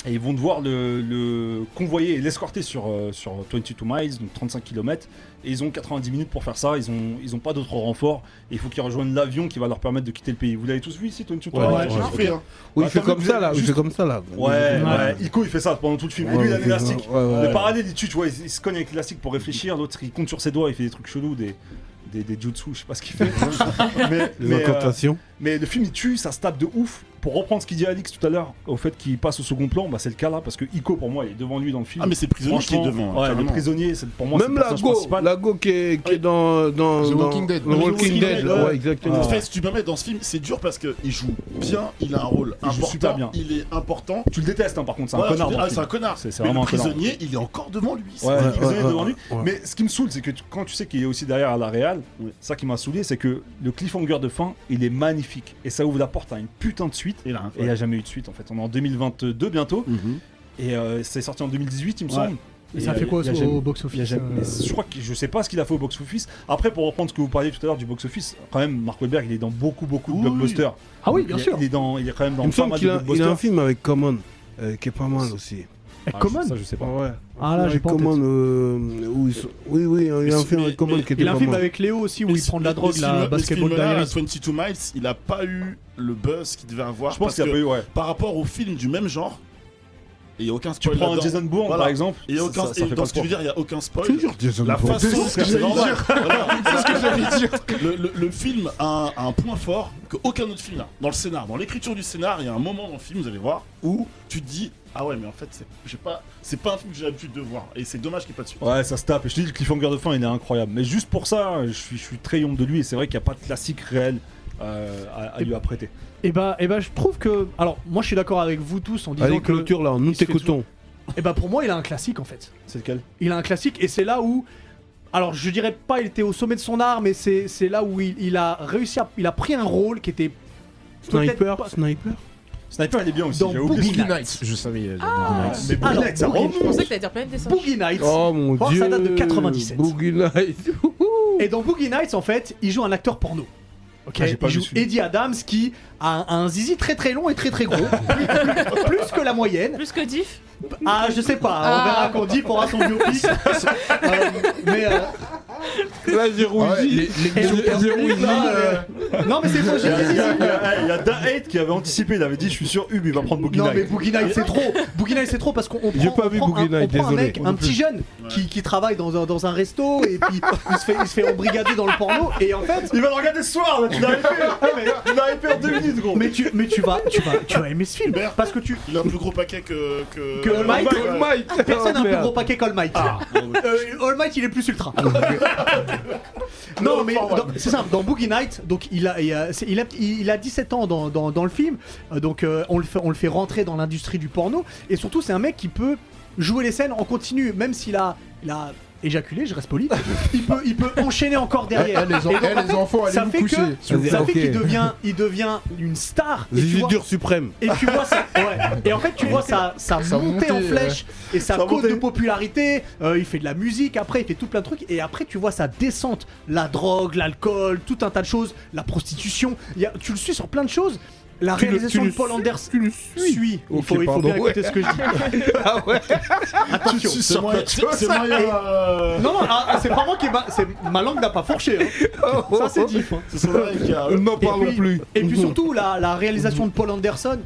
Speaker 3: et ils vont devoir le, le convoyer et l'escorter sur, euh, sur 22 miles, donc 35 km. Et ils ont 90 minutes pour faire ça. Ils n'ont ils ont pas d'autres renforts. Et il faut qu'ils rejoignent l'avion qui va leur permettre de quitter le pays. Vous l'avez tous vu ici, 22
Speaker 2: Ouais,
Speaker 3: miles
Speaker 2: ouais,
Speaker 4: Je
Speaker 2: ouais.
Speaker 4: l'ai fait, hein.
Speaker 2: Oui, il
Speaker 3: Attends,
Speaker 2: fait comme
Speaker 3: vous
Speaker 2: ça
Speaker 3: êtes
Speaker 2: là, il
Speaker 3: juste-
Speaker 2: fait comme ça là.
Speaker 3: Ouais, ouais, Ico il fait ça pendant tout le film. et
Speaker 2: Ouais,
Speaker 3: lui il a
Speaker 2: il fait
Speaker 3: l'élastique.
Speaker 2: ça, ouais, ouais.
Speaker 3: Le parallèle il tue, tu vois, il, il se cogne avec l'élastique pour réfléchir. L'autre il compte sur ses doigts, il fait des trucs chelous, des, des, des jutsu, je sais pas ce qu'il fait. mais,
Speaker 2: Les
Speaker 3: mais, euh,
Speaker 2: incantations.
Speaker 3: mais le film il tue, ça se tape de ouf. Pour reprendre ce qu'il dit Alix tout à l'heure, au fait qu'il passe au second plan, bah, c'est le cas là, parce que Ico pour moi il est devant lui dans le film.
Speaker 4: Ah, mais c'est le prisonnier qui est
Speaker 3: Franchement,
Speaker 4: devant.
Speaker 3: ouais, le
Speaker 4: carrément.
Speaker 3: prisonnier, c'est pour moi c'est
Speaker 2: Même
Speaker 3: le
Speaker 2: la
Speaker 3: personnage
Speaker 2: go,
Speaker 3: principal.
Speaker 2: la go qui est, qui est dans, dans,
Speaker 7: The
Speaker 2: dans-
Speaker 7: Walking Dead.
Speaker 2: The
Speaker 7: The
Speaker 2: Walking
Speaker 4: Walking
Speaker 2: Dead,
Speaker 4: Dead,
Speaker 2: là,
Speaker 4: ouais.
Speaker 2: ouais,
Speaker 3: Ah.
Speaker 2: exactement.
Speaker 4: En fait, si tu me mets dans ce film, c'est dur parce qu'il joue bien, il a un rôle
Speaker 3: Il joue
Speaker 4: important.
Speaker 3: super bien.
Speaker 4: Il est important.
Speaker 3: Tu le détestes hein, par contre, c'est
Speaker 4: Voilà,
Speaker 3: un connard. dans le
Speaker 4: je dis, ah, c'est
Speaker 3: film.
Speaker 4: un connard.
Speaker 3: C'est- c'est
Speaker 4: Mais
Speaker 3: vraiment un
Speaker 4: le
Speaker 3: connard.
Speaker 4: prisonnier, il est encore devant lui. c'est
Speaker 3: Ouais,
Speaker 4: vrai.
Speaker 3: le prisonnier
Speaker 2: ouais,
Speaker 3: est devant
Speaker 2: ouais,
Speaker 3: lui.
Speaker 2: ouais.
Speaker 3: Mais ce qui me saoule, c'est que tu- quand tu sais qu'il est aussi derrière la réal,
Speaker 4: Ouais.
Speaker 3: ça qui m'a saoulé, c'est que le cliffhanger de fin, il est magnifique. Et ça ouvre la porte à une putain de suite.
Speaker 4: Et là, Mhm.
Speaker 3: Et il n'y a jamais eu de suite en fait. On est en 2022 bientôt. Et euh, c'est sorti en 2018, il me
Speaker 4: Ouais.
Speaker 3: semble.
Speaker 1: Et ça
Speaker 3: Et,
Speaker 1: fait
Speaker 3: euh,
Speaker 1: quoi
Speaker 3: y a
Speaker 1: au,
Speaker 3: jamais- Il y a
Speaker 1: box-office
Speaker 3: jamais- mais je crois que je sais pas ce qu'il a fait au box office. Après, pour reprendre ce que vous parliez tout à l'heure du box office, quand même, Mark Wahlberg, il est dans beaucoup, beaucoup
Speaker 4: Oui.
Speaker 3: de blockbusters.
Speaker 1: Ah oui, bien
Speaker 3: Il est-
Speaker 1: sûr.
Speaker 3: Il est dans, il est quand même dans
Speaker 2: Il me
Speaker 3: pas
Speaker 2: semble
Speaker 3: mal
Speaker 2: qu'il a,
Speaker 3: de
Speaker 2: il a un
Speaker 3: blockbusters.
Speaker 2: film avec Common euh, qui est pas mal aussi.
Speaker 1: Eh,
Speaker 3: Ah,
Speaker 1: Common
Speaker 3: Ça, je sais pas.
Speaker 2: ouais.
Speaker 1: Ah, là, j'ai
Speaker 2: Avec
Speaker 1: pas en tête.
Speaker 2: Common, euh, où ils sont- Oui, oui, il y a un
Speaker 4: Mais-
Speaker 2: film avec Common
Speaker 4: mais-
Speaker 2: qui était
Speaker 1: Il a
Speaker 2: pas
Speaker 1: un film
Speaker 2: mal.
Speaker 1: avec Léo aussi où
Speaker 4: Mais
Speaker 1: il prend de la
Speaker 4: ce-
Speaker 1: drogue,
Speaker 4: ce
Speaker 1: la
Speaker 4: film-
Speaker 1: basketball
Speaker 4: ce film-là,
Speaker 1: diaries.
Speaker 4: 22 Miles, il a pas eu le buzz qu'il devait avoir.
Speaker 3: Je pense qu'il
Speaker 4: parce
Speaker 3: y a
Speaker 4: que
Speaker 3: pas eu, ouais.
Speaker 4: par rapport aux films du même genre, et il n'y a aucun
Speaker 3: Tu
Speaker 4: spoil.
Speaker 3: prends un
Speaker 4: là-dedans.
Speaker 3: Jason Bourne
Speaker 4: Voilà.
Speaker 3: par exemple.
Speaker 4: Et il y a aucun,
Speaker 3: ça- ça
Speaker 4: et
Speaker 3: fait
Speaker 4: dans
Speaker 3: pas
Speaker 4: ce que je veux
Speaker 3: peur.
Speaker 4: dire, il n'y a aucun spoil.
Speaker 2: Toujours Jason
Speaker 4: La
Speaker 2: Bourne.
Speaker 4: façon,
Speaker 7: que j'allais
Speaker 4: normal. Voilà. Le, le- le film a un, un point fort que aucun autre film n'a. Dans le scénar, dans l'écriture du scénar, il y a un moment dans le film, vous allez voir, où tu te dis ah ouais mais en fait c'est j'ai pas c'est pas un film que j'ai l'habitude de voir et c'est dommage qu'il n'y ait pas de suite.
Speaker 3: Ouais, ça se tape. Et je te dis, le cliffhanger de fin, il est incroyable. Mais juste pour ça, je suis, je suis très yombe de lui. Et c'est vrai qu'il n'y a pas de classique réel euh, à, à lui apprêter.
Speaker 1: Et bah, et bah, je trouve que. Alors, moi, je suis d'accord avec vous tous en disant
Speaker 2: Allez,
Speaker 1: que.
Speaker 2: clôture là, nous
Speaker 1: il se fait
Speaker 2: t'écoutons.
Speaker 1: Et bah, pour moi, il a un classique en fait.
Speaker 3: C'est lequel
Speaker 1: Il a un classique et c'est là où. Alors, je dirais pas il était au sommet de son art, mais c'est c'est là où il, il a réussi à. Il a pris un rôle qui était. peut-être pas-
Speaker 2: Sniper, Sniper.
Speaker 3: Sniper, il est bien aussi.
Speaker 1: Dans
Speaker 3: J'ai oublié.
Speaker 1: Boogie
Speaker 7: Boogie
Speaker 1: Nights.
Speaker 7: Nights. Je savais. il
Speaker 2: euh,
Speaker 7: y a
Speaker 6: Ah.
Speaker 7: Boogie Nights.
Speaker 3: Mais Boogie
Speaker 1: Alors,
Speaker 3: Nights, ça
Speaker 1: Boogie-
Speaker 3: remonte.
Speaker 6: Je pensais que t'allais dire Planète des Singes.
Speaker 1: Boogie Nights.
Speaker 2: Oh mon
Speaker 1: Oh, ça
Speaker 2: dieu.
Speaker 1: date de 97.
Speaker 2: Boogie Nights.
Speaker 1: Et dans Boogie Nights, en fait, il joue un acteur porno. Ok,
Speaker 3: Ah, j'ai pas
Speaker 1: il
Speaker 3: vu
Speaker 1: joue
Speaker 3: ce film.
Speaker 1: Eddie Adams qui a un, un zizi très très long et très très gros, plus, plus- plus que la moyenne.
Speaker 6: Plus que Diff.
Speaker 1: Ah, je sais pas, on
Speaker 6: Ah.
Speaker 1: verra qu'on dit pour son biopic. Euh, mais euh,
Speaker 2: Là, j'ai
Speaker 7: Ah ouais,
Speaker 2: rougi.
Speaker 7: les- les-
Speaker 2: J'ai- j'ai rougi.
Speaker 1: non, mais c'est bon, j'ai
Speaker 3: Eh, Il y a- il y a- il y a- il y y a Da Hate qui avait anticipé, il avait dit Je suis sûr, Hub, il va prendre Boogie
Speaker 1: Non mais
Speaker 3: Night.
Speaker 1: Boogie Night c'est trop Boogie Night c'est trop parce qu'on on
Speaker 2: J'ai
Speaker 1: prend,
Speaker 2: pas
Speaker 1: on
Speaker 2: vu
Speaker 1: prend
Speaker 2: Boogie
Speaker 1: un,
Speaker 2: Night,
Speaker 1: on prend un
Speaker 2: désolé.
Speaker 1: mec, un petit jeune qui, qui travaille dans un, dans un resto et puis il se fait, il se fait embrigader dans le porno et en fait
Speaker 3: Il va le regarder ce soir, là, tu l'as hypé Ah, mais Tu l'as hypé en deux minutes, gros
Speaker 1: mais tu, mais tu vas tu vas tu vas aimer ce film parce que tu
Speaker 4: Il a un plus gros paquet que. Que,
Speaker 1: Que Mike.
Speaker 4: Ouais.
Speaker 1: personne n'a un plus
Speaker 2: merde.
Speaker 1: gros paquet qu'All Might Euh, All Might il est plus ultra non mais dans- c'est simple dans Boogie Night donc il a il a, c'est- il a, il a 17 ans dans, dans, dans le film Euh, donc euh, on, le fait, on le fait rentrer dans l'industrie du porno et surtout c'est un mec qui peut jouer les scènes en continu même s'il a, il a éjaculé je reste poli il peut, il peut enchaîner encore derrière
Speaker 7: Eh, les en-
Speaker 1: Et donc,
Speaker 7: eh,
Speaker 1: en
Speaker 7: les
Speaker 1: fait,
Speaker 7: enfants, allez
Speaker 1: ça
Speaker 7: vous
Speaker 1: fait que-
Speaker 7: coucher.
Speaker 1: ça fait
Speaker 2: Ok.
Speaker 1: qu'il devient il devient une star et tu
Speaker 2: Zizi
Speaker 1: vois-
Speaker 2: dur suprême.
Speaker 1: et tu vois ça, ouais. Et en fait, tu vois ça, ça,
Speaker 7: Ça
Speaker 1: monter en
Speaker 7: montait,
Speaker 1: flèche et sa
Speaker 3: Ça
Speaker 1: côte de
Speaker 3: montait.
Speaker 1: popularité. euh, il fait de la musique, après il fait tout plein de trucs et après tu vois sa descente, la drogue, l'alcool, tout un tas de choses, la prostitution. Il y a- tu le suis sur plein de choses. La
Speaker 2: Tu le-
Speaker 1: réalisation
Speaker 2: tu le
Speaker 1: de Paul
Speaker 2: suis-
Speaker 1: Anders
Speaker 2: tu le
Speaker 1: suis.
Speaker 2: suis.
Speaker 1: Il
Speaker 2: Ok,
Speaker 1: faut, il faut
Speaker 2: pardon,
Speaker 1: bien
Speaker 2: ouais.
Speaker 1: écouter ce que je dis.
Speaker 2: Ah ouais
Speaker 1: Attention.
Speaker 4: C'est moyen. C'est moyen. euh,
Speaker 1: Non, non, ah, ah, c'est pas moi qui ai ma, c'est- ma langue n'a pas fourché. hein.
Speaker 2: Oh,
Speaker 1: Ça, c'est dit.
Speaker 4: C'est son oreille qui a.
Speaker 2: N'en
Speaker 1: Et
Speaker 2: parlons
Speaker 1: puis-
Speaker 2: plus.
Speaker 1: Et puis surtout, la, la réalisation de Paul Anderson.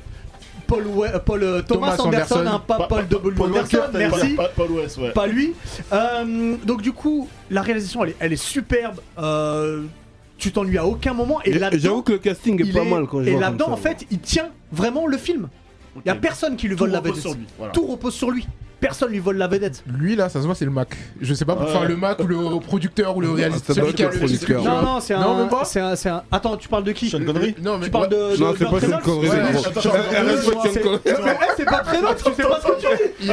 Speaker 1: Paul, We- euh, Paul, euh, Thomas,
Speaker 7: Thomas
Speaker 1: Anderson,
Speaker 7: Anderson.
Speaker 1: hein, pas Paul W. Anderson,
Speaker 4: Walker, t'as dit.
Speaker 1: merci.
Speaker 4: Pas- Paul West, ouais.
Speaker 1: Pas lui. Euh, donc du coup, la réalisation, elle est, elle est superbe. Euh, tu t'ennuies à aucun moment. Et
Speaker 2: J'avoue
Speaker 1: là-dedans,
Speaker 2: que le casting est
Speaker 1: il
Speaker 2: pas
Speaker 1: est-
Speaker 2: mal quand je
Speaker 1: et
Speaker 2: vois
Speaker 1: là-dedans, en
Speaker 2: comme ça.
Speaker 1: fait, il tient vraiment le film. Il y a
Speaker 4: Ok.
Speaker 1: personne qui lui
Speaker 4: Tout
Speaker 1: vole la
Speaker 4: repose
Speaker 1: vedette.
Speaker 4: sur lui, voilà.
Speaker 1: Tout repose sur lui. Personne lui vole la vedette.
Speaker 7: Lui là, ça se voit, c'est le Mac. Je sais pas,
Speaker 4: Ouais.
Speaker 7: enfin le Mac ou le producteur ou le réaliste.
Speaker 2: Ah, ça doit
Speaker 7: celui
Speaker 2: être
Speaker 7: qui a
Speaker 2: le
Speaker 7: le- celui qui a
Speaker 2: producteur.
Speaker 7: le-
Speaker 1: Non, non, c'est
Speaker 7: Non,
Speaker 1: un,
Speaker 7: même pas.
Speaker 1: c'est un, c'est un- Attends, tu parles de qui
Speaker 3: Sean Connery
Speaker 7: Non, mais
Speaker 1: Tu parles de.
Speaker 2: Non,
Speaker 1: de-
Speaker 2: c'est
Speaker 1: de
Speaker 2: pas
Speaker 1: Trésor
Speaker 2: une
Speaker 1: Ouais,
Speaker 2: connerie. c'est
Speaker 1: je-
Speaker 2: gros.
Speaker 4: attends, attends,
Speaker 2: Elle reste
Speaker 1: Ouais,
Speaker 2: pas
Speaker 1: c'est-
Speaker 2: une connerie.
Speaker 1: Mais, eh, c'est pas très noble, tu sais pas ce que tu dis.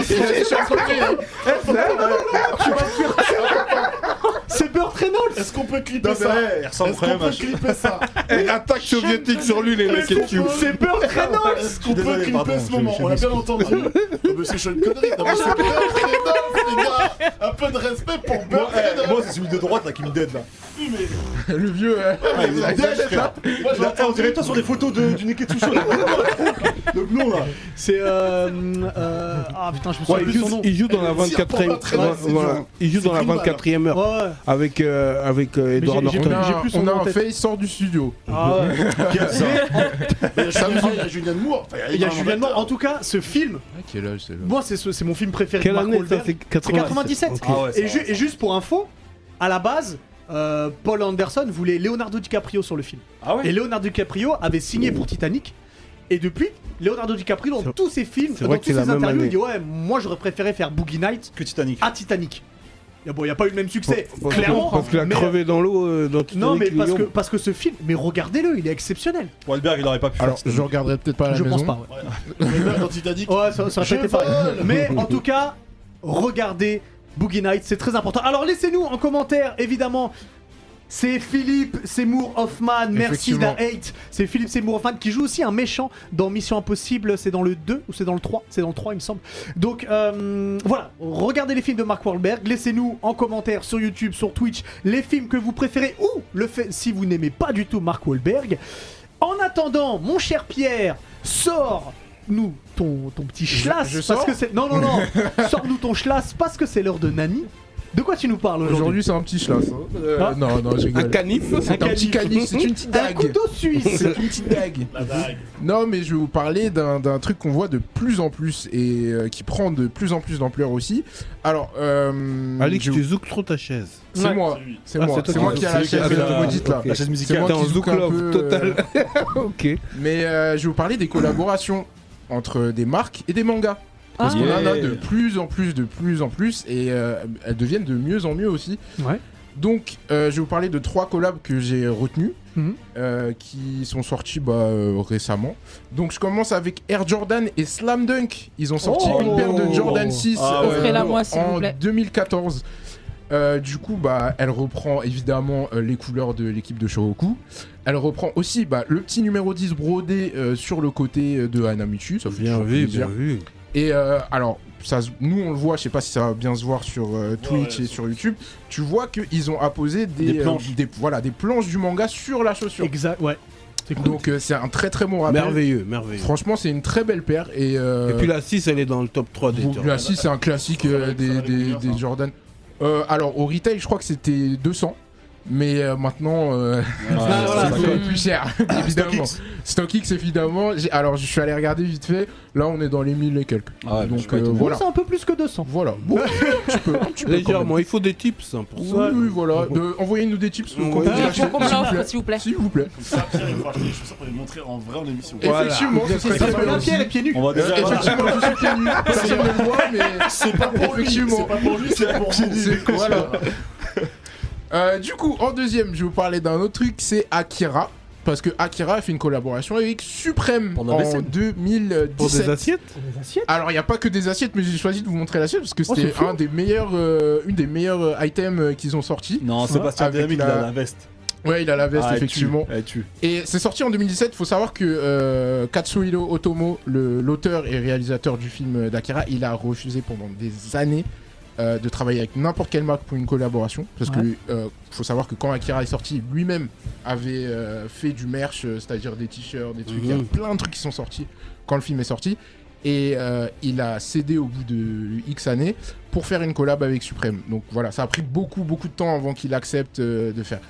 Speaker 1: C'est Burt Reynolds.
Speaker 4: Est-ce qu'on peut clipper
Speaker 3: Non, mais
Speaker 4: ça
Speaker 3: ouais, il ressemble
Speaker 4: Est-ce
Speaker 3: quand
Speaker 4: qu'on
Speaker 3: même à-
Speaker 4: peut clipper ça
Speaker 2: Eh, Attaque soviétique sur lui, les mecs. et tu-
Speaker 1: C'est Burt Reynolds.
Speaker 4: Est-ce qu'on
Speaker 3: désolé,
Speaker 4: peut
Speaker 3: pardon,
Speaker 4: clipper ce
Speaker 3: je-
Speaker 4: moment
Speaker 3: je
Speaker 4: On l'a bien entendu. Oh, mais c'est Sean Connery. Non, mais c'est Burt Reynolds, les gars. Un peu de respect pour Burt Reynolds.
Speaker 3: Moi, c'est celui de droite là qui me dead là.
Speaker 7: le vieux. euh,
Speaker 3: Ah, il me dead, frère.
Speaker 4: Moi, je
Speaker 3: Là, eh,
Speaker 4: l'entends.
Speaker 3: on dirait toi sur des photos de- du Neketsucho là. Le blond là.
Speaker 1: C'est euh, euh, ah putain, je me
Speaker 2: Ouais,
Speaker 1: souviens
Speaker 2: il
Speaker 1: plus de son
Speaker 2: joue-
Speaker 1: nom.
Speaker 2: il joue dans la
Speaker 4: Elle tire
Speaker 2: 24
Speaker 4: pas très loin, c'est dur.
Speaker 2: e Il joue dans la
Speaker 4: C'est Greenwald,
Speaker 2: 24 e heure
Speaker 1: Ouais, ouais.
Speaker 2: avec euh, avec euh, Edward
Speaker 1: j'ai- j'ai
Speaker 7: On
Speaker 1: Putain,
Speaker 2: Norton.
Speaker 7: a,
Speaker 1: j'ai
Speaker 7: un-
Speaker 1: plus son
Speaker 7: on a
Speaker 1: nom en
Speaker 7: un
Speaker 1: tête.
Speaker 7: face sort du studio.
Speaker 1: Ah ouais.
Speaker 4: Il y a Julien- il y a Julianne Moore. Enfin,
Speaker 1: Il y a
Speaker 4: un
Speaker 1: Julien Moore.
Speaker 4: acteur.
Speaker 1: En tout cas, ce film,
Speaker 7: Quel âge c'est
Speaker 1: moi, c'est ce- c'est mon film préféré. de
Speaker 2: Quelle
Speaker 1: Mark
Speaker 2: année ça
Speaker 1: Wahlberg.
Speaker 2: C'est
Speaker 1: C'est
Speaker 2: 97.
Speaker 1: 97.
Speaker 2: Ok.
Speaker 3: Ah ouais, c'est
Speaker 1: et, ju- et juste pour info, à la base, euh, Paul Anderson voulait Leonardo DiCaprio sur le film.
Speaker 3: Ah
Speaker 1: Et
Speaker 3: ouais
Speaker 1: Leonardo DiCaprio avait signé pour Titanic. Et depuis, Leonardo DiCaprio, dans
Speaker 2: C'est-
Speaker 1: tous ses films,
Speaker 2: c'est
Speaker 1: dans
Speaker 2: vrai
Speaker 1: tous
Speaker 2: que c'est
Speaker 1: ses
Speaker 2: la même
Speaker 1: interviews, il
Speaker 2: année.
Speaker 1: dit Ouais, moi j'aurais préféré faire Boogie Night
Speaker 3: Que Titanic.
Speaker 1: à Titanic. Et bon, il n'y a pas eu le même succès,
Speaker 2: Parce- parce-
Speaker 1: clairement.
Speaker 2: Parce qu'il a
Speaker 1: mais-
Speaker 2: crevé dans l'eau euh, dans Titanic,
Speaker 1: Non, mais parce
Speaker 2: Guillaume.
Speaker 1: que, parce que ce film, mais regardez-le, il est exceptionnel.
Speaker 3: Wahlberg, il aurait pas pu faire
Speaker 7: Alors,
Speaker 3: ça.
Speaker 7: je regarderai peut-être pas à la
Speaker 1: Je
Speaker 7: maison.
Speaker 1: pense pas, ouais.
Speaker 4: Julien Moore, Quand il t'a dit que-
Speaker 1: Ouais, ça, ça aurait
Speaker 4: Je
Speaker 1: été pareil.
Speaker 4: vole
Speaker 1: Mais en tout cas, regardez Boogie Night, c'est très important. Alors laissez-nous en commentaire, évidemment. C'est Philippe Seymour Hoffman, merci
Speaker 7: Effectivement.
Speaker 1: Da Hate. C'est Philippe Seymour Hoffman qui joue aussi un méchant dans Mission Impossible. C'est dans le 2 ou c'est dans le 3 C'est dans le 3, il me semble. Donc euh, voilà, regardez les films de Mark Wahlberg. Laissez-nous en commentaire sur YouTube, sur Twitch, les films que vous préférez ou le fait si vous n'aimez pas du tout Mark Wahlberg. En attendant, mon cher Pierre, sors nous ton, ton petit schlass
Speaker 7: je
Speaker 1: parce
Speaker 7: sors
Speaker 1: que c'est non non non sors nous ton schlass parce que c'est l'heure de Nani. De quoi tu nous parles aujourd'hui
Speaker 7: Aujourd'hui, c'est un petit schlass. hein. Euh,
Speaker 1: Ah.
Speaker 7: Non, non, je
Speaker 2: un
Speaker 7: rigole.
Speaker 2: canif.
Speaker 7: C'est un petit canif, c'est une petite
Speaker 1: Un
Speaker 7: dague.
Speaker 1: Mmh, couteau suisse.
Speaker 7: C'est une petite dague.
Speaker 4: La dague.
Speaker 7: Non, mais je vais vous parler d'un d'un truc qu'on voit de plus en plus et euh, qui prend de plus en plus d'ampleur aussi. Alors, euh,
Speaker 2: Alex,
Speaker 7: je-
Speaker 2: tu zouk trop ta chaise.
Speaker 7: c'est
Speaker 1: Ouais.
Speaker 7: moi,
Speaker 4: C'est lui.
Speaker 7: c'est
Speaker 2: Ah,
Speaker 7: moi,
Speaker 2: c'est toi
Speaker 7: c'est
Speaker 2: qui-
Speaker 7: moi qui a la
Speaker 3: c'est lui qui a
Speaker 7: chaise
Speaker 3: fait la-
Speaker 7: maudite là.
Speaker 2: Ok.
Speaker 3: La chaise
Speaker 7: C'est
Speaker 3: musicale.
Speaker 7: moi
Speaker 2: T'es en
Speaker 7: qui zouk
Speaker 2: zouk
Speaker 7: un peu.
Speaker 2: love total.
Speaker 7: euh,
Speaker 2: Ok.
Speaker 7: Mais euh, je vais vous parler des collaborations entre des marques et des mangas. Parce
Speaker 6: Ah.
Speaker 7: qu'on en a
Speaker 3: Yeah.
Speaker 7: de plus en plus, de plus en plus, et euh, elles deviennent de mieux en mieux aussi.
Speaker 1: Ouais.
Speaker 7: Donc, euh, je vais vous parler de trois collabs que j'ai retenus,
Speaker 1: Mhm.
Speaker 7: euh, qui sont sortis bah, euh, récemment. Donc, je commence avec Air Jordan et Slam Dunk. Ils ont sorti
Speaker 1: Oh.
Speaker 7: une paire de Jordan 6
Speaker 3: Ah ouais.
Speaker 6: Offrez-la moi, s'il vous
Speaker 7: en
Speaker 6: plaît.
Speaker 7: 2014. Euh, du coup, bah, elle reprend évidemment euh, les couleurs de l'équipe de Shohoku. Elle reprend aussi bah, le petit numéro 10 brodé euh, sur le côté euh, de Hanamichu. Ça fait
Speaker 2: Bien
Speaker 7: toujours
Speaker 2: vu,
Speaker 7: plaisir.
Speaker 2: bien vu.
Speaker 7: Et euh, alors, ça, se- nous on le voit, je sais pas si ça va bien se voir sur euh, Twitch
Speaker 4: ouais,
Speaker 7: et sur YouTube. Tu vois qu'ils ont apposé des, euh,
Speaker 3: Des planches.
Speaker 7: des- voilà, des planches du manga sur la chaussure.
Speaker 1: Exact, ouais. C'est cool.
Speaker 7: Donc euh, c'est un très très bon rappel.
Speaker 2: Merveilleux, merveilleux.
Speaker 7: Franchement, c'est une très belle paire. Et, euh,
Speaker 2: Et puis la 6, elle est dans le top 3 des
Speaker 7: vous-
Speaker 2: tops.
Speaker 7: la 6, c'est un classique euh,
Speaker 4: Ah, bah, Ça
Speaker 7: des,
Speaker 4: va- ça va
Speaker 7: des,
Speaker 4: devenir,
Speaker 7: des
Speaker 4: ça.
Speaker 7: Jordan. Euh, alors, au retail, je crois que c'était 200. Mais euh, maintenant, euh,
Speaker 1: Ah, voilà,
Speaker 7: c'est
Speaker 1: c'est-
Speaker 7: beaucoup plus cher, évidemment. StockX, évidemment. j'ai- Alors, je suis allé regarder vite fait. Là, on est dans les 1000 et quelques.
Speaker 3: Ah, je suis
Speaker 7: Donc,
Speaker 3: pas
Speaker 7: euh,
Speaker 3: étonné.
Speaker 7: voilà.
Speaker 1: C'est un peu plus que 200.
Speaker 7: Voilà. Bon, tu peux, tu peux quand même.
Speaker 2: Légèrement, il faut des tips hein, pour
Speaker 7: Oui,
Speaker 2: ça.
Speaker 7: oui, voilà. De- Envoyez-nous des tips.
Speaker 2: Oui.
Speaker 7: quand vous
Speaker 2: Ah,
Speaker 7: achetez,
Speaker 6: Faut qu'on me
Speaker 7: s'il vous
Speaker 6: l'offre,
Speaker 7: plaît.
Speaker 6: s'il vous plaît.
Speaker 7: S'il vous plaît.
Speaker 4: Comme ça, Pierre, il faut acheter des chaussures pour les montrer en vrai en émission.
Speaker 7: Effectivement, ce serait
Speaker 1: C'est
Speaker 7: très bien
Speaker 1: la
Speaker 7: aussi.
Speaker 1: pierre et pieds nus.
Speaker 3: On va
Speaker 7: Euh,
Speaker 3: déjà. voilà.
Speaker 7: Effectivement, je suis pieds nus. Personne ne le voit, mais
Speaker 4: C'est pas pour lui,
Speaker 7: Effectivement.
Speaker 4: c'est pas pour lui, c'est pour vous.
Speaker 7: C'est- voilà. Euh, du coup, en deuxième, je vais vous parler d'un autre truc, c'est Akira. Parce que Akira a fait une collaboration avec Supreme
Speaker 3: Pour nos
Speaker 7: en
Speaker 3: vaisselles.
Speaker 2: Pour des
Speaker 7: 2017.
Speaker 2: assiettes
Speaker 1: Des assiettes.
Speaker 7: Alors, il n'y a pas que des assiettes, mais j'ai choisi de vous montrer l'assiette parce que
Speaker 1: Oh,
Speaker 7: c'était
Speaker 1: c'est fou.
Speaker 7: un des meilleurs, euh, une des meilleurs euh, items euh, qu'ils ont sorti.
Speaker 3: Non,
Speaker 1: Ça,
Speaker 3: Sébastien
Speaker 7: avec
Speaker 3: Dynamique,
Speaker 7: la-
Speaker 3: il a la veste.
Speaker 7: Ouais, il a la veste,
Speaker 3: Ah, elle tue,
Speaker 7: effectivement.
Speaker 3: elle tue.
Speaker 7: Et c'est sorti en 2017. Faut savoir que euh, Katsuhiro Otomo, le- l'auteur et réalisateur du film euh, d'Akira, il a refusé pendant des années euh, de travailler avec n'importe quelle marque pour une collaboration. Parce
Speaker 1: Ouais.
Speaker 7: que euh, faut savoir que quand Akira est sorti, lui-même avait euh, fait du merch, euh, c'est-à-dire des t-shirts, des trucs. Il y a
Speaker 2: Mhm.
Speaker 7: plein de trucs qui sont sortis quand le film est sorti. Et euh, il a cédé au bout de X années pour faire une collab avec Supreme. Donc voilà, ça a pris beaucoup, beaucoup de temps avant qu'il accepte euh, de faire.